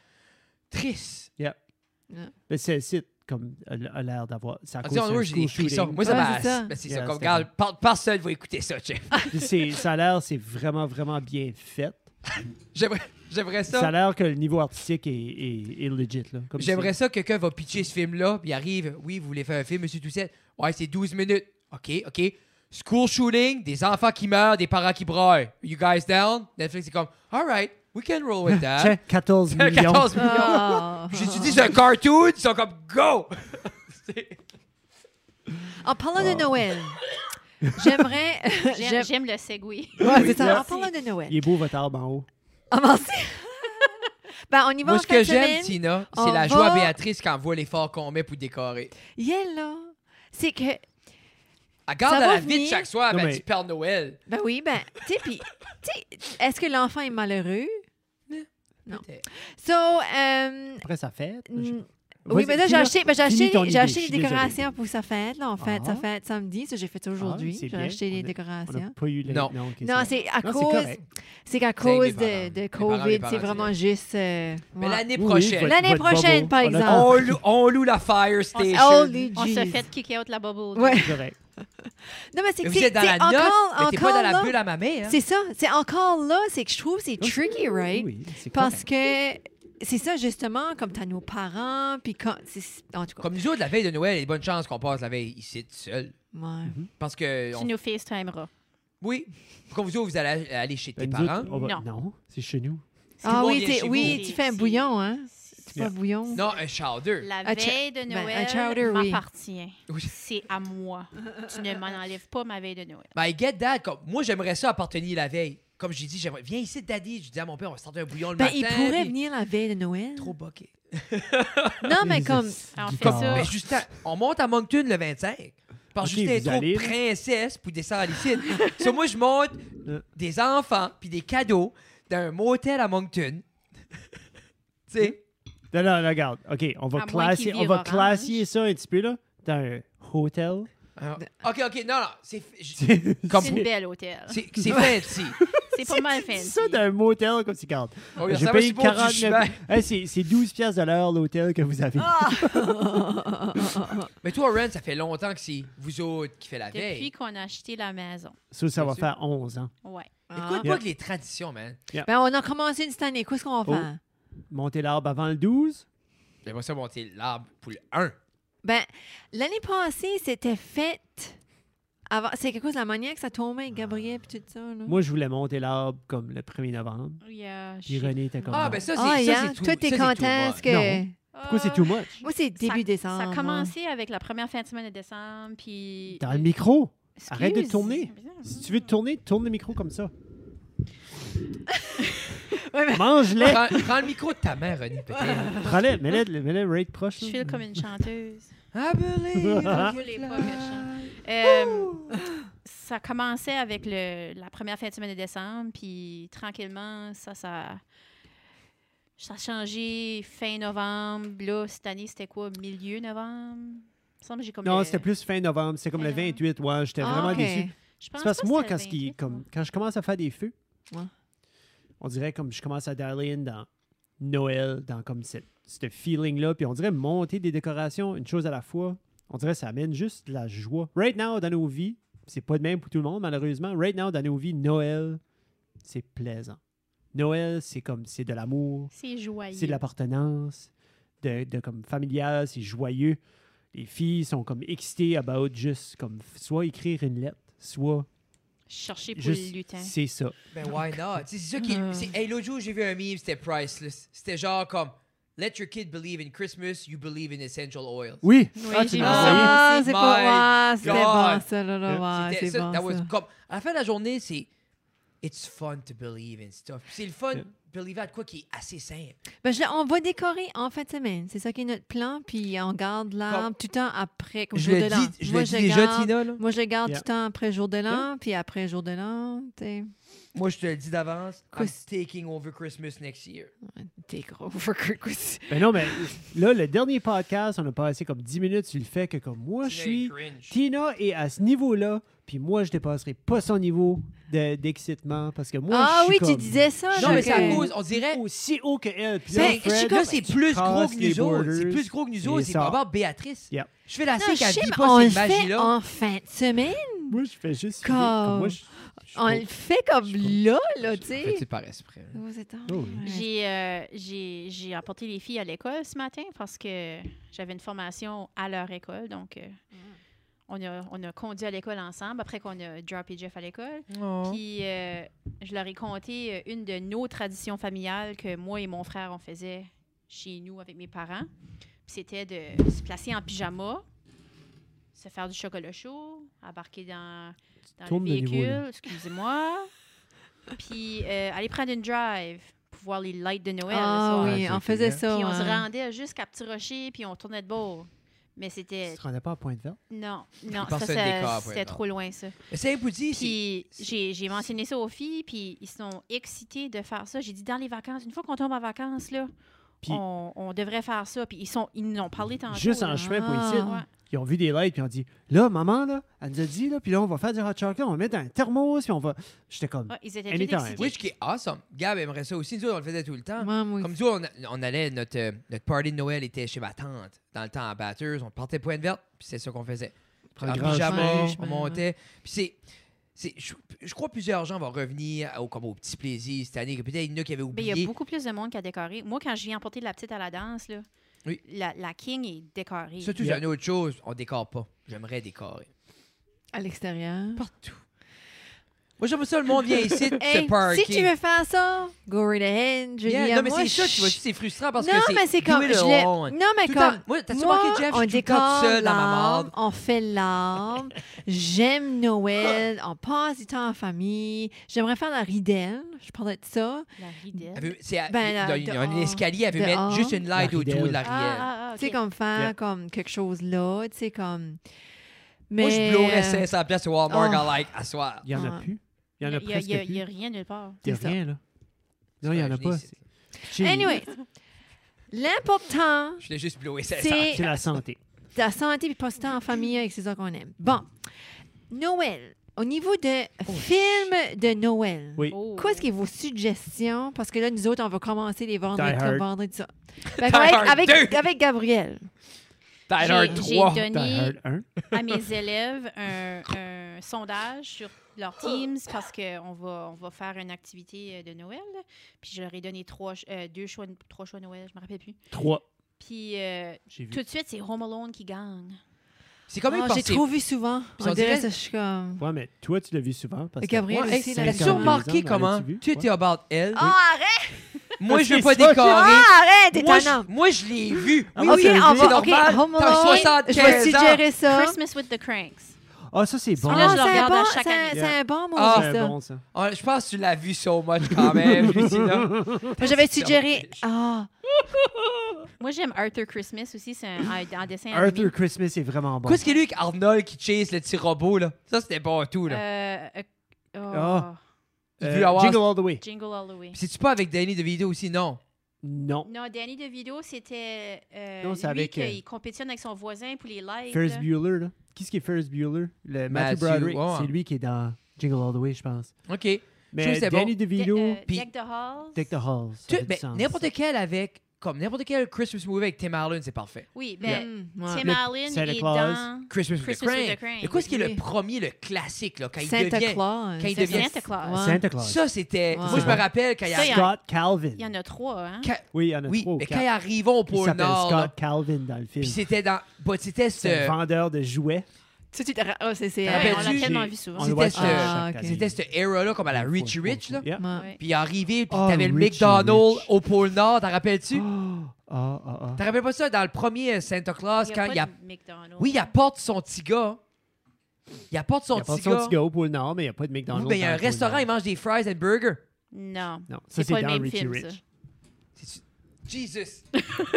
[SPEAKER 1] triste.
[SPEAKER 2] Mais c'est c'est comme. Elle a l'air d'avoir. Ça
[SPEAKER 1] On
[SPEAKER 2] cause
[SPEAKER 1] dit
[SPEAKER 2] un
[SPEAKER 1] Onward, Ah, j'ai des
[SPEAKER 2] school
[SPEAKER 1] frissons.
[SPEAKER 2] shooting.
[SPEAKER 1] Moi, ça
[SPEAKER 3] Ouais,
[SPEAKER 1] m'a.
[SPEAKER 3] c'est ça.
[SPEAKER 1] Ben, c'est
[SPEAKER 2] Yeah,
[SPEAKER 1] ça. Comme,
[SPEAKER 2] c'était
[SPEAKER 1] regarde, par- personne va écouter ça, Jeff.
[SPEAKER 2] Puis c'est- Ça a l'air, c'est vraiment, vraiment bien fait.
[SPEAKER 1] J'aimerais j'aimerais
[SPEAKER 2] Ça, a
[SPEAKER 1] ça.
[SPEAKER 2] l'air que le niveau artistique est, est, est legit. là, comme
[SPEAKER 1] J'aimerais
[SPEAKER 2] ça.
[SPEAKER 1] ça que quelqu'un va pitcher ce film-là, puis il arrive. Oui, vous voulez faire un film, monsieur Doucette? Ouais, c'est 12 minutes. OK, OK. School shooting, des enfants qui meurent, des parents qui braillent. You guys down? Netflix, c'est comme, all right, we can roll with that.
[SPEAKER 2] Tiens, 14 millions.
[SPEAKER 1] 14 millions.
[SPEAKER 3] Ah.
[SPEAKER 1] J'ai dit, c'est un cartoon, ils sont comme, go! C'est-
[SPEAKER 3] En parlant
[SPEAKER 1] Ah.
[SPEAKER 3] de Noël, j'aimerais.
[SPEAKER 4] J'aime- J'aime le segway.
[SPEAKER 3] Ouais, c'est
[SPEAKER 2] Oui,
[SPEAKER 3] ça.
[SPEAKER 2] merci.
[SPEAKER 3] En parlant de
[SPEAKER 2] Il
[SPEAKER 3] Noël.
[SPEAKER 2] est beau votre arbre en haut.
[SPEAKER 3] Ah, merci. ben, on y va
[SPEAKER 1] Moi,
[SPEAKER 3] en
[SPEAKER 1] ce
[SPEAKER 3] fin
[SPEAKER 1] que
[SPEAKER 3] de
[SPEAKER 1] j'aime,
[SPEAKER 3] semaine.
[SPEAKER 1] Tina,
[SPEAKER 3] on
[SPEAKER 1] c'est la joie
[SPEAKER 3] va-
[SPEAKER 1] Béatrice quand elle voit l'effort qu'on met pour décorer.
[SPEAKER 3] Yeah, là. C'est que,
[SPEAKER 1] Elle garde
[SPEAKER 3] Ça
[SPEAKER 1] à
[SPEAKER 3] va
[SPEAKER 1] la vie de
[SPEAKER 3] venir.
[SPEAKER 1] chaque soir,
[SPEAKER 2] Non,
[SPEAKER 1] ben,
[SPEAKER 2] mais-
[SPEAKER 1] tu perds Noël.
[SPEAKER 3] ben oui, ben, tu sais, puis, tu sais, est-ce que l'enfant est malheureux? Non.
[SPEAKER 1] Peut-être.
[SPEAKER 3] So, euh,
[SPEAKER 2] Après sa fête. je-
[SPEAKER 3] mm,
[SPEAKER 2] Vas-y,
[SPEAKER 3] oui, mais là, j'ai
[SPEAKER 2] Tina.
[SPEAKER 3] acheté, ben, j'ai
[SPEAKER 2] Finis
[SPEAKER 3] acheté,
[SPEAKER 2] ton
[SPEAKER 3] j'ai
[SPEAKER 2] idée,
[SPEAKER 3] acheté
[SPEAKER 2] je suis
[SPEAKER 3] les
[SPEAKER 2] désolé.
[SPEAKER 3] décorations pour sa fête, là, en fait.
[SPEAKER 2] Ah.
[SPEAKER 3] Sa fête samedi, ça, j'ai fait ça aujourd'hui.
[SPEAKER 2] c'est
[SPEAKER 3] j'ai
[SPEAKER 2] bien.
[SPEAKER 3] acheté les
[SPEAKER 2] On a- On
[SPEAKER 3] décorations.
[SPEAKER 2] n'a pas eu les...
[SPEAKER 1] Non.
[SPEAKER 2] ok, c'est
[SPEAKER 3] Non,
[SPEAKER 2] bon.
[SPEAKER 3] c'est
[SPEAKER 2] Non,
[SPEAKER 3] à
[SPEAKER 2] c'est
[SPEAKER 3] cause.
[SPEAKER 2] correct.
[SPEAKER 3] C'est qu'à
[SPEAKER 1] C'est avec les
[SPEAKER 3] cause de, de
[SPEAKER 1] parents. Les parents, les
[SPEAKER 3] COVID. C'est
[SPEAKER 1] parents,
[SPEAKER 3] vraiment
[SPEAKER 1] c'est-
[SPEAKER 3] juste. euh,
[SPEAKER 1] Mais
[SPEAKER 3] ouais.
[SPEAKER 1] l'année
[SPEAKER 2] Oui,
[SPEAKER 1] prochaine,
[SPEAKER 2] votre-
[SPEAKER 3] L'année
[SPEAKER 2] votre
[SPEAKER 3] prochaine,
[SPEAKER 2] bobo,
[SPEAKER 3] par
[SPEAKER 2] on a-
[SPEAKER 3] exemple.
[SPEAKER 1] on,
[SPEAKER 4] Oh,
[SPEAKER 1] loue, on loue la Fire Station.
[SPEAKER 3] Holy
[SPEAKER 4] On se
[SPEAKER 3] jeez.
[SPEAKER 4] fait kick out la bubble.
[SPEAKER 3] Ouais.
[SPEAKER 2] C'est correct.
[SPEAKER 3] Non, mais c'est
[SPEAKER 1] Mais
[SPEAKER 3] que
[SPEAKER 1] Vous
[SPEAKER 3] c'est
[SPEAKER 1] êtes dans
[SPEAKER 3] c'est
[SPEAKER 1] la
[SPEAKER 3] encore,
[SPEAKER 1] note, mais t'es
[SPEAKER 3] encore
[SPEAKER 1] pas dans la
[SPEAKER 3] là.
[SPEAKER 1] bulle à ma mère.
[SPEAKER 3] C'est ça. C'est encore là. C'est que je trouve que c'est tricky, right?
[SPEAKER 2] Oui, c'est
[SPEAKER 3] Parce
[SPEAKER 2] correct.
[SPEAKER 3] que c'est ça, justement, comme t'as nos parents, puis quand. c'est- En tout cas.
[SPEAKER 1] Comme nous autres, la veille de Noël, il y a de bonnes chances qu'on passe la veille ici tout seul.
[SPEAKER 3] Ouais.
[SPEAKER 2] Mhm.
[SPEAKER 1] Parce que.
[SPEAKER 4] Tu
[SPEAKER 1] on-
[SPEAKER 4] nous FaceTimeras.
[SPEAKER 1] Oui. Comme vous autres, vous allez aller chez tes
[SPEAKER 2] Ben, nous
[SPEAKER 1] parents.
[SPEAKER 2] autres, on va-
[SPEAKER 4] Non.
[SPEAKER 2] Non, c'est chez nous.
[SPEAKER 3] Ah
[SPEAKER 1] monde
[SPEAKER 3] oui,
[SPEAKER 1] vient
[SPEAKER 3] t'es-
[SPEAKER 1] chez
[SPEAKER 3] oui
[SPEAKER 4] vous.
[SPEAKER 3] tu fais un
[SPEAKER 4] Si-
[SPEAKER 3] bouillon, hein? Tu
[SPEAKER 2] Yeah.
[SPEAKER 3] fais un bouillon.
[SPEAKER 1] Non, un chowder.
[SPEAKER 4] La
[SPEAKER 3] Un cha-
[SPEAKER 4] veille de
[SPEAKER 3] ben, un
[SPEAKER 4] Noël
[SPEAKER 3] chowder, oui.
[SPEAKER 4] m'appartient.
[SPEAKER 1] Oui.
[SPEAKER 4] C'est à moi. tu ne m'en enlèves pas ma veille de Noël.
[SPEAKER 1] Ben, I get that. Comme, moi, j'aimerais ça appartenir la veille. Comme j'ai dit, j'aimerais. Viens ici, daddy. Je dis à mon père, on va se tenter un bouillon le
[SPEAKER 3] Ben,
[SPEAKER 1] matin.
[SPEAKER 3] il pourrait
[SPEAKER 1] puis-
[SPEAKER 3] venir la veille de Noël.
[SPEAKER 1] Trop boqué.
[SPEAKER 3] Non, mais
[SPEAKER 2] Les
[SPEAKER 3] comme.
[SPEAKER 4] Ah, on fait
[SPEAKER 2] guitares.
[SPEAKER 4] ça.
[SPEAKER 1] Ben, Justin, on monte à Moncton le 25. Parce que
[SPEAKER 2] Ok,
[SPEAKER 1] Justin est
[SPEAKER 2] vous
[SPEAKER 1] trop
[SPEAKER 2] allez, là.
[SPEAKER 1] princesse pour descendre ici. so, moi, je monte
[SPEAKER 2] Euh.
[SPEAKER 1] des enfants puis des cadeaux d'un motel à Moncton. tu sais?
[SPEAKER 2] Non, non, non, regarde. OK, on va,
[SPEAKER 4] À moins qu'il
[SPEAKER 2] classer, on
[SPEAKER 4] vire
[SPEAKER 2] va
[SPEAKER 4] orange.
[SPEAKER 2] classer ça un petit peu, là, dans un hôtel. Ah.
[SPEAKER 1] Alors, OK, OK, non, non. C'est je-
[SPEAKER 4] C'est une belle hôtel.
[SPEAKER 1] c'est- c'est fancy.
[SPEAKER 4] C'est pas mal
[SPEAKER 2] C'est
[SPEAKER 4] fancy.
[SPEAKER 2] ça d'un motel comme c'est garde.
[SPEAKER 1] Oh,
[SPEAKER 2] J'ai
[SPEAKER 1] ça va
[SPEAKER 2] payé
[SPEAKER 1] sur le bord du chemin.
[SPEAKER 2] 49... Hey, c'est c'est 12 piastres de l'heure l'hôtel que vous avez.
[SPEAKER 4] Ah!
[SPEAKER 1] Mais toi, Ren, ça fait longtemps que c'est vous autres qui fait la
[SPEAKER 4] Depuis
[SPEAKER 1] veille.
[SPEAKER 4] qu'on a acheté la maison.
[SPEAKER 2] Ça, ça
[SPEAKER 1] Bien
[SPEAKER 2] va
[SPEAKER 1] sûr.
[SPEAKER 2] faire 11 ans.
[SPEAKER 4] Ouais.
[SPEAKER 1] Écoute
[SPEAKER 3] Ah.
[SPEAKER 1] pas que les traditions, man.
[SPEAKER 3] Ben, on a commencé une cette année. Qu'est-ce qu'on va
[SPEAKER 2] Oh.
[SPEAKER 3] faire?
[SPEAKER 2] Monter l'arbre avant le 12.
[SPEAKER 1] J'aimerais ça monter l'arbre pour le 1.
[SPEAKER 3] Ben, l'année passée, c'était fête. Avant... C'est quelque chose de la manière que ça tombait
[SPEAKER 1] Ah.
[SPEAKER 3] avec Gabriel et tout ça. Là.
[SPEAKER 2] Moi, je voulais monter l'arbre comme le 1er novembre.
[SPEAKER 4] Il y a-
[SPEAKER 2] Puis René était comme...
[SPEAKER 1] Ah,
[SPEAKER 2] non.
[SPEAKER 1] ben ça, c'est
[SPEAKER 3] Ah,
[SPEAKER 1] ça,
[SPEAKER 3] yeah.
[SPEAKER 1] c'est tout.
[SPEAKER 3] Toi, t'es
[SPEAKER 1] ça, c'est tout
[SPEAKER 3] content.
[SPEAKER 1] moi.
[SPEAKER 3] Est-ce que...
[SPEAKER 2] Pourquoi c'est too much?
[SPEAKER 3] Moi, c'est début décembre.
[SPEAKER 4] Ah, Ça a
[SPEAKER 3] moi.
[SPEAKER 4] commencé avec la première fin de semaine de décembre, puis...
[SPEAKER 2] Dans le micro.
[SPEAKER 4] Excuse.
[SPEAKER 2] Arrête de tourner. Si tu veux te tourner, tourne le micro comme ça. Mange-les!
[SPEAKER 1] Prends, prends le micro de ta mère, René,
[SPEAKER 3] Ah.
[SPEAKER 1] peut-être.
[SPEAKER 2] Prends-les, mets-les, mets-les right proche.
[SPEAKER 4] Je file comme une chanteuse.
[SPEAKER 1] I believe I
[SPEAKER 4] Je l'ai
[SPEAKER 1] can
[SPEAKER 4] pas,
[SPEAKER 1] fly.
[SPEAKER 4] méchant. Euh, ça commençait avec le, la première fin de semaine de décembre, puis tranquillement, ça, ça, ça a changé fin novembre. Là, cette année, c'était quoi, milieu novembre? Il me semble que j'ai comme
[SPEAKER 2] Non,
[SPEAKER 4] le-
[SPEAKER 2] c'était plus fin novembre, c'est comme le
[SPEAKER 4] Fin novembre.
[SPEAKER 2] 28. Ouais, j'étais
[SPEAKER 3] Ah,
[SPEAKER 2] vraiment
[SPEAKER 3] ok.
[SPEAKER 2] déçu.
[SPEAKER 4] Je pense
[SPEAKER 2] C'est parce que moi,
[SPEAKER 4] c'était
[SPEAKER 2] quand,
[SPEAKER 4] le
[SPEAKER 2] ce qui,
[SPEAKER 4] 28,
[SPEAKER 2] comme,
[SPEAKER 4] moi.
[SPEAKER 2] quand je commence à faire des feux,
[SPEAKER 3] Ouais.
[SPEAKER 2] on dirait comme je commence à dialer in dans Noël, dans comme cette, ce feeling-là. Puis on dirait monter des décorations, une chose à la fois. On dirait que ça amène juste de la joie. Right now, dans nos vies, c'est pas de même pour tout le monde, malheureusement. Right now, dans nos vies, Noël, c'est plaisant. Noël, c'est comme, c'est de l'amour.
[SPEAKER 4] C'est joyeux.
[SPEAKER 2] C'est de l'appartenance, de, de comme familial, c'est joyeux. Les filles sont comme excitées about juste comme f- soit écrire une lettre, soit
[SPEAKER 4] Chercher pour
[SPEAKER 2] juste
[SPEAKER 4] le lutin.
[SPEAKER 2] c'est ça.
[SPEAKER 1] Ben, why not? Tu sais, C'est ça qui.
[SPEAKER 3] Euh.
[SPEAKER 1] c'est- Hey, l'autre jour, j'ai vu un meme, c'était priceless. C'était genre comme Let your kid believe in Christmas, you believe in essential oils.
[SPEAKER 2] Oui.
[SPEAKER 4] Oui,
[SPEAKER 2] Ah, tu
[SPEAKER 1] vu
[SPEAKER 2] m'as
[SPEAKER 4] j'ai
[SPEAKER 2] envoyé.
[SPEAKER 1] ça.
[SPEAKER 3] Ah,
[SPEAKER 1] Oh My
[SPEAKER 3] c'est pas ouais, c'était
[SPEAKER 1] God.
[SPEAKER 3] bon ça là, là ouais,
[SPEAKER 1] C'était
[SPEAKER 3] c'est
[SPEAKER 1] ça,
[SPEAKER 3] bon
[SPEAKER 1] that was
[SPEAKER 3] ça.
[SPEAKER 1] comme- à la fin de la journée, c'est It's fun to believe in stuff. Puis C'est le fun
[SPEAKER 2] Yeah.
[SPEAKER 1] de believe à de quoi qui est assez simple.
[SPEAKER 3] Ben, je- on va décorer en fin de semaine, c'est ça qui est notre plan puis on garde l'arbre tout le temps après comme jour de l'an. Moi, garde-
[SPEAKER 1] Tina.
[SPEAKER 3] Moi je le garde
[SPEAKER 2] Yeah.
[SPEAKER 3] tout le temps après jour de l'an puis après jour de l'an, t'es
[SPEAKER 1] Moi, je te le dis d'avance. I'm
[SPEAKER 3] Qu'est-ce-
[SPEAKER 1] taking over Christmas next year.
[SPEAKER 3] t'es gros fucker quoi. c'est-
[SPEAKER 2] Ben non, mais là, le dernier podcast, on a passé comme 10 minutes sur le fait que comme moi, je
[SPEAKER 1] Tina est
[SPEAKER 2] suis...
[SPEAKER 1] cringe.
[SPEAKER 2] Tina est à ce niveau-là, puis moi, je dépasserai pas son niveau de- d'excitement parce que moi,
[SPEAKER 3] ah
[SPEAKER 2] je
[SPEAKER 3] oui,
[SPEAKER 2] suis
[SPEAKER 3] tu
[SPEAKER 2] comme
[SPEAKER 3] disais ça.
[SPEAKER 1] Non,
[SPEAKER 3] là,
[SPEAKER 1] mais c'est à
[SPEAKER 3] que-
[SPEAKER 1] cause, on dirait.
[SPEAKER 2] aussi haut que elle. Puis là,
[SPEAKER 1] Ben, je suis
[SPEAKER 2] Fred,
[SPEAKER 1] comme, c'est plus gros
[SPEAKER 2] casses
[SPEAKER 1] que
[SPEAKER 2] les
[SPEAKER 1] nous autres.
[SPEAKER 2] borders.
[SPEAKER 1] C'est plus gros que nous
[SPEAKER 2] Et
[SPEAKER 1] autres. C'est
[SPEAKER 2] ça.
[SPEAKER 1] probablement Béatrice.
[SPEAKER 2] Yeah.
[SPEAKER 1] Je fais la
[SPEAKER 3] Non,
[SPEAKER 1] sienne ah, qu'elle
[SPEAKER 3] Chim,
[SPEAKER 1] vit
[SPEAKER 3] on
[SPEAKER 1] pas
[SPEAKER 3] le
[SPEAKER 1] cette
[SPEAKER 3] fait
[SPEAKER 1] magie-là.
[SPEAKER 3] en fin de semaine.
[SPEAKER 2] Moi, je fais juste...
[SPEAKER 3] Comme-
[SPEAKER 2] Comme moi, je- je suis
[SPEAKER 3] On
[SPEAKER 1] Oh.
[SPEAKER 2] pas-
[SPEAKER 3] le fait comme là, là, tu sais.
[SPEAKER 1] par esprit.
[SPEAKER 3] Vous êtes en-
[SPEAKER 2] Oh.
[SPEAKER 3] Ouais.
[SPEAKER 4] J'ai, euh, j'ai, j'ai apporté les filles à l'école ce matin parce que j'avais une formation à leur école. Donc, euh, on, a, on a conduit à l'école ensemble après qu'on a droppé Jeff à l'école. Puis, euh, je leur ai conté euh, une de nos traditions familiales que moi et mon frère, on faisait chez nous avec mes parents. Puis c'était de se placer en pyjama, se faire du chocolat chaud, embarquer dans, dans
[SPEAKER 2] tournes de
[SPEAKER 4] le
[SPEAKER 2] niveau, là.
[SPEAKER 4] véhicule, excusez-moi. Puis euh, aller prendre une drive pour voir les lights de Noël. le
[SPEAKER 3] Ah
[SPEAKER 4] soir.
[SPEAKER 1] Ouais,
[SPEAKER 3] oui,
[SPEAKER 1] ça,
[SPEAKER 3] on
[SPEAKER 1] c'est
[SPEAKER 3] faisait
[SPEAKER 1] bien.
[SPEAKER 3] ça.
[SPEAKER 4] Puis on se
[SPEAKER 3] hein.
[SPEAKER 4] rendait jusqu'à Petit Rocher, puis on tournait de bord. Mais c'était...
[SPEAKER 2] Tu te rendais pas à Pointe-Verte?
[SPEAKER 4] Non, non, ça,
[SPEAKER 1] passe un décor
[SPEAKER 4] ça,
[SPEAKER 1] après,
[SPEAKER 4] c'était
[SPEAKER 1] non.
[SPEAKER 4] trop loin, ça.
[SPEAKER 1] C'est vous dire, c'est-
[SPEAKER 4] Puis j'ai j'ai mentionné ça aux filles, puis ils sont excités de faire ça. J'ai dit dans les vacances, une fois qu'on tombe en vacances, là,
[SPEAKER 2] Puis-
[SPEAKER 4] on, on devrait faire ça. Puis ils sont ils nous ont parlé tantôt.
[SPEAKER 2] Juste en
[SPEAKER 4] là.
[SPEAKER 2] chemin pour
[SPEAKER 3] Ah.
[SPEAKER 2] ici.
[SPEAKER 4] Ouais.
[SPEAKER 2] Ils ont vu des lights, puis ils ont dit Là, maman, là, elle nous a dit, là, puis là, on va faire du hot chocolate, on va mettre dans un thermos, puis on va. J'étais comme.
[SPEAKER 4] Ouais, Ah, ils étaient tous
[SPEAKER 2] Anytime.
[SPEAKER 4] excités.
[SPEAKER 1] Which qui est awesome. Gab aimerait ça aussi. Nous autres, on le faisait tout le temps.
[SPEAKER 3] Ouais, moi
[SPEAKER 1] Comme
[SPEAKER 3] aussi.
[SPEAKER 1] nous autres, on, on allait, notre, euh, notre party de Noël était chez ma tante, dans le temps à Batteuse. On partait Pointe Verte, puis c'est ça qu'on faisait.
[SPEAKER 2] Prends
[SPEAKER 1] En
[SPEAKER 2] le grand
[SPEAKER 1] pyjama,
[SPEAKER 3] chemin,
[SPEAKER 1] on
[SPEAKER 3] chemin,
[SPEAKER 1] montait. Puis c'est. c'est- Je, je crois que plusieurs gens vont revenir au, comme au petit plaisir cette année. que Peut-être il y en a qui avaient
[SPEAKER 4] Ben,
[SPEAKER 1] oublié.
[SPEAKER 4] il y a beaucoup plus de monde qui a décoré. Moi, quand je viens emporter de la petite à la danse, là,
[SPEAKER 1] Oui.
[SPEAKER 4] la, la King est décorée.
[SPEAKER 1] Surtout,
[SPEAKER 2] Yeah.
[SPEAKER 1] c'est une autre chose. On décore pas. J'aimerais décorer.
[SPEAKER 3] À l'extérieur.
[SPEAKER 1] Partout. Moi, j'aimerais ça. Le monde vient ici,
[SPEAKER 3] Hey,
[SPEAKER 1] se parker.
[SPEAKER 3] si tu veux faire ça, go right ahead. Je
[SPEAKER 1] Yeah,
[SPEAKER 3] dis à
[SPEAKER 1] Non, mais
[SPEAKER 3] moi,
[SPEAKER 1] c'est ça,
[SPEAKER 3] je-
[SPEAKER 1] tu vois. C'est frustrant parce
[SPEAKER 3] non,
[SPEAKER 1] que c'est.
[SPEAKER 3] mais c'est comme.
[SPEAKER 1] do it
[SPEAKER 3] je l'ai-
[SPEAKER 1] alone.
[SPEAKER 3] Non, mais
[SPEAKER 1] Tout le
[SPEAKER 3] comme.
[SPEAKER 1] temps- Moi, t'as-tu
[SPEAKER 3] Moi,
[SPEAKER 1] remarqué, Jeff?
[SPEAKER 3] on
[SPEAKER 1] je suis tout le temps
[SPEAKER 3] décore
[SPEAKER 1] tout seul dans ma marde.
[SPEAKER 3] l'arbre, on fait l'arbre, j'aime Noël, on passe du temps en famille, j'aimerais faire la ridelle, je parlais de ça.
[SPEAKER 4] La ridelle.
[SPEAKER 1] Elle veut- C'est à-
[SPEAKER 3] Ben,
[SPEAKER 1] dans
[SPEAKER 3] là,
[SPEAKER 1] une- un
[SPEAKER 3] dehors.
[SPEAKER 1] escalier, elle veut mettre
[SPEAKER 3] Dehors.
[SPEAKER 1] juste une light
[SPEAKER 2] La
[SPEAKER 1] autour de
[SPEAKER 2] ridelle.
[SPEAKER 1] la
[SPEAKER 4] Ah,
[SPEAKER 1] rivière.
[SPEAKER 4] ah, ah,
[SPEAKER 3] Tu sais,
[SPEAKER 4] ok.
[SPEAKER 3] comme faire
[SPEAKER 2] Yeah.
[SPEAKER 3] comme quelque chose là, tu sais, comme. Mais,
[SPEAKER 1] Moi, je blowerais
[SPEAKER 3] euh,
[SPEAKER 1] 500 pièces au Walmart
[SPEAKER 3] oh.
[SPEAKER 1] à like à soir.
[SPEAKER 2] Il y en a
[SPEAKER 3] Ah.
[SPEAKER 2] plus. Il y en a
[SPEAKER 4] Il y a-
[SPEAKER 2] presque
[SPEAKER 4] il y a-
[SPEAKER 2] plus.
[SPEAKER 4] il y a rien nulle part.
[SPEAKER 2] Il y a
[SPEAKER 3] C'est ça.
[SPEAKER 2] rien, là. Non, il y en a
[SPEAKER 1] Je l'ai
[SPEAKER 2] pas.
[SPEAKER 1] ici.
[SPEAKER 2] Chez-
[SPEAKER 3] Anyway, l'important,
[SPEAKER 1] Je l'ai juste blowé 500.
[SPEAKER 3] c'est
[SPEAKER 2] C'est la santé.
[SPEAKER 3] la santé puis passer du temps en famille avec ces gens qu'on aime. Bon, Noël. Au niveau de
[SPEAKER 1] Oh,
[SPEAKER 3] films de Noël,
[SPEAKER 2] Oui.
[SPEAKER 4] Oh.
[SPEAKER 3] qu'est-ce qui est vos suggestions? Parce que là, nous autres, on va commencer les vendre,
[SPEAKER 2] Die Hard.
[SPEAKER 3] vendredi, ça. Fait
[SPEAKER 1] Die
[SPEAKER 3] qu'avec-
[SPEAKER 1] Hard
[SPEAKER 3] avec, avec,
[SPEAKER 1] 2.
[SPEAKER 3] Gabriel.
[SPEAKER 1] Die
[SPEAKER 4] J'ai-
[SPEAKER 1] Hard
[SPEAKER 4] j'ai
[SPEAKER 1] 3.
[SPEAKER 4] donné-
[SPEAKER 2] Die Hard 1.
[SPEAKER 4] à mes élèves un, un sondage sur leur Teams parce qu'on va, on va faire une activité euh, de Noël. Puis je leur ai donné trois, ch- euh, deux choix, trois choix Noël, je me rappelle plus.
[SPEAKER 2] 3.
[SPEAKER 4] Puis euh,
[SPEAKER 2] J'ai vu.
[SPEAKER 4] tout de suite, c'est Home Alone qui gagne.
[SPEAKER 1] C'est quand même
[SPEAKER 3] Ah,
[SPEAKER 1] parce
[SPEAKER 3] J'ai
[SPEAKER 1] que-
[SPEAKER 3] trop vu souvent.
[SPEAKER 1] Puis
[SPEAKER 3] On
[SPEAKER 1] on
[SPEAKER 3] dirait
[SPEAKER 1] dirait-
[SPEAKER 3] ça, je suis comme.
[SPEAKER 2] Ouais, mais toi, tu l'as vu souvent. Parce que
[SPEAKER 3] Gabriel
[SPEAKER 1] Ouais, hey,
[SPEAKER 3] aussi,
[SPEAKER 1] t'as
[SPEAKER 3] la
[SPEAKER 1] sûrement
[SPEAKER 3] gamme.
[SPEAKER 1] remarqué comment
[SPEAKER 2] L'avais-tu vu?
[SPEAKER 1] tu étais about elle.
[SPEAKER 3] Ah, arrête!
[SPEAKER 1] Moi, je veux pas
[SPEAKER 2] C'est ça,
[SPEAKER 1] décorer.
[SPEAKER 3] Ah, arrête!
[SPEAKER 1] Moi,
[SPEAKER 3] Étonnant!
[SPEAKER 1] je- Moi, je l'ai vu.
[SPEAKER 2] Ah,
[SPEAKER 1] Oui,
[SPEAKER 2] moi,
[SPEAKER 3] ok, oh,
[SPEAKER 2] c'est
[SPEAKER 1] oui,
[SPEAKER 2] le
[SPEAKER 3] on
[SPEAKER 1] c'est
[SPEAKER 3] va. Ok,
[SPEAKER 1] normal.
[SPEAKER 3] Home
[SPEAKER 1] T'as
[SPEAKER 3] Alone. Je vais
[SPEAKER 1] 75 ans.
[SPEAKER 3] suggérer ça.
[SPEAKER 4] Christmas with the Cranks.
[SPEAKER 2] Ah, ça, c'est bon.
[SPEAKER 4] Là, je le
[SPEAKER 3] c'est un
[SPEAKER 4] regarde à
[SPEAKER 3] bon,
[SPEAKER 4] chaque
[SPEAKER 3] c'est un-
[SPEAKER 4] année.
[SPEAKER 3] c'est un bon mot,
[SPEAKER 1] Ah,
[SPEAKER 2] C'est
[SPEAKER 3] ça.
[SPEAKER 2] bon, ça.
[SPEAKER 1] Ah, Je pense que tu l'as vu so much quand même, Lucina.
[SPEAKER 3] Moi, j'avais
[SPEAKER 1] C'est
[SPEAKER 3] suggéré.
[SPEAKER 1] bon.
[SPEAKER 3] Ah,
[SPEAKER 4] Moi, j'aime Arthur Christmas aussi. C'est un, un- en dessin
[SPEAKER 2] Arthur Christmas est vraiment bon.
[SPEAKER 1] Qu'est-ce qu'il y a lui avec Arnold qui chase le petit robot, là? Ça, c'était bon et tout,
[SPEAKER 4] animé.
[SPEAKER 1] là.
[SPEAKER 4] Euh, euh, oh,
[SPEAKER 2] Ah.
[SPEAKER 1] J'ai
[SPEAKER 2] Euh,
[SPEAKER 1] dû avoir-
[SPEAKER 2] Jingle All the Way.
[SPEAKER 4] Jingle All the Way.
[SPEAKER 3] Euh.
[SPEAKER 1] Puis C'est-tu pas avec Danny DeVito aussi? Non.
[SPEAKER 2] Non.
[SPEAKER 4] Non, Danny DeVito, c'était euh,
[SPEAKER 2] Non, c'est
[SPEAKER 4] lui
[SPEAKER 2] avec, euh,
[SPEAKER 4] qui compétitionne avec son voisin pour les likes.
[SPEAKER 2] Ferris
[SPEAKER 4] là.
[SPEAKER 2] Bueller, là. Qu'est-ce qui est Ferris Bueller? Le Matthew,
[SPEAKER 1] Matthew,
[SPEAKER 2] Broderick.
[SPEAKER 1] ouais.
[SPEAKER 2] C'est lui qui est dans Jingle All the Way, je pense.
[SPEAKER 1] OK. Tu- trouve que
[SPEAKER 2] Mais
[SPEAKER 1] c'est
[SPEAKER 2] Danny DeVito,
[SPEAKER 4] De- euh,
[SPEAKER 2] puis
[SPEAKER 4] Deck the Halls.
[SPEAKER 2] Dick the Halls. ça fait du
[SPEAKER 1] ben,
[SPEAKER 2] sens.
[SPEAKER 1] n'importe quel avec... Comme n'importe quel Christmas movie avec Tim Allen, c'est parfait.
[SPEAKER 4] Oui, ben,
[SPEAKER 3] ben.
[SPEAKER 4] Tim
[SPEAKER 2] Le
[SPEAKER 4] Allen
[SPEAKER 2] Santa
[SPEAKER 4] est
[SPEAKER 2] Claus.
[SPEAKER 4] dans
[SPEAKER 1] Christmas, with the
[SPEAKER 4] Christmas with
[SPEAKER 1] Crane.
[SPEAKER 4] the Crane.
[SPEAKER 1] Et quoi, ce qui est le
[SPEAKER 3] Oui.
[SPEAKER 1] premier, le classique, là, quand il
[SPEAKER 3] Santa
[SPEAKER 1] devient...
[SPEAKER 3] Claus.
[SPEAKER 1] quand il
[SPEAKER 3] C'est
[SPEAKER 1] devient-
[SPEAKER 3] Santa Claus. Ouais.
[SPEAKER 2] Santa Claus.
[SPEAKER 1] Ça, c'était...
[SPEAKER 3] Ouais.
[SPEAKER 1] Moi, je me rappelle quand il y
[SPEAKER 4] Ça,
[SPEAKER 1] a...
[SPEAKER 4] il y
[SPEAKER 2] Scott Calvin.
[SPEAKER 4] Il y en a trois, hein?
[SPEAKER 1] quand-
[SPEAKER 2] Oui, il y en a
[SPEAKER 1] Oui,
[SPEAKER 2] trois. ou
[SPEAKER 1] mais quand
[SPEAKER 2] quatre.
[SPEAKER 1] ils arrivent au
[SPEAKER 2] Il
[SPEAKER 1] pôle
[SPEAKER 2] s'appelle
[SPEAKER 1] Nord, là,
[SPEAKER 2] Scott Calvin dans le
[SPEAKER 1] puis
[SPEAKER 2] film.
[SPEAKER 1] c'était dans... bah, C'était
[SPEAKER 2] C'est
[SPEAKER 1] ce...
[SPEAKER 2] un vendeur de jouets.
[SPEAKER 3] Tu sais, tu te ra- Ah, c'est.
[SPEAKER 1] Te
[SPEAKER 3] c'est-
[SPEAKER 4] Ouais,
[SPEAKER 1] rappelles-tu?
[SPEAKER 4] on l'a tellement vu souvent.
[SPEAKER 2] On
[SPEAKER 1] C'était
[SPEAKER 2] le voit
[SPEAKER 1] ce-
[SPEAKER 2] chaque
[SPEAKER 3] Ah,
[SPEAKER 2] année.
[SPEAKER 3] ok.
[SPEAKER 1] C'était cette era-là, comme à la
[SPEAKER 2] Ouais,
[SPEAKER 1] Rich
[SPEAKER 2] ouais,
[SPEAKER 1] Rich, là.
[SPEAKER 2] ouais. Yeah.
[SPEAKER 3] Ouais.
[SPEAKER 4] Ouais.
[SPEAKER 1] Puis arrivé, puis
[SPEAKER 2] Oh,
[SPEAKER 1] t'avais le
[SPEAKER 2] Richie
[SPEAKER 1] McDonald's
[SPEAKER 2] Rich.
[SPEAKER 1] au pôle Nord, t'en rappelles-tu?
[SPEAKER 2] Ah, ah, ah.
[SPEAKER 1] T'en rappelles pas ça dans le premier Santa Claus quand il
[SPEAKER 4] y a
[SPEAKER 1] a...
[SPEAKER 4] pas de McDonald's.
[SPEAKER 1] Oui, il apporte son petit gars. Il apporte
[SPEAKER 2] Il
[SPEAKER 1] son
[SPEAKER 2] n'y a pas de
[SPEAKER 1] petit gars.
[SPEAKER 2] son petit gars au pôle Nord, mais il n'y a pas de
[SPEAKER 1] Oui,
[SPEAKER 2] McDonald's.
[SPEAKER 1] ben, il y a
[SPEAKER 2] dans
[SPEAKER 1] un
[SPEAKER 2] le pôle
[SPEAKER 1] restaurant, il
[SPEAKER 2] Nord.
[SPEAKER 1] mange des fries and burgers.
[SPEAKER 4] Non.
[SPEAKER 2] Non, ça,
[SPEAKER 4] C'est
[SPEAKER 2] c'est
[SPEAKER 4] pas le
[SPEAKER 2] dans
[SPEAKER 4] même
[SPEAKER 2] Richie
[SPEAKER 4] film,
[SPEAKER 2] Rich.
[SPEAKER 1] C'est-tu- Jesus!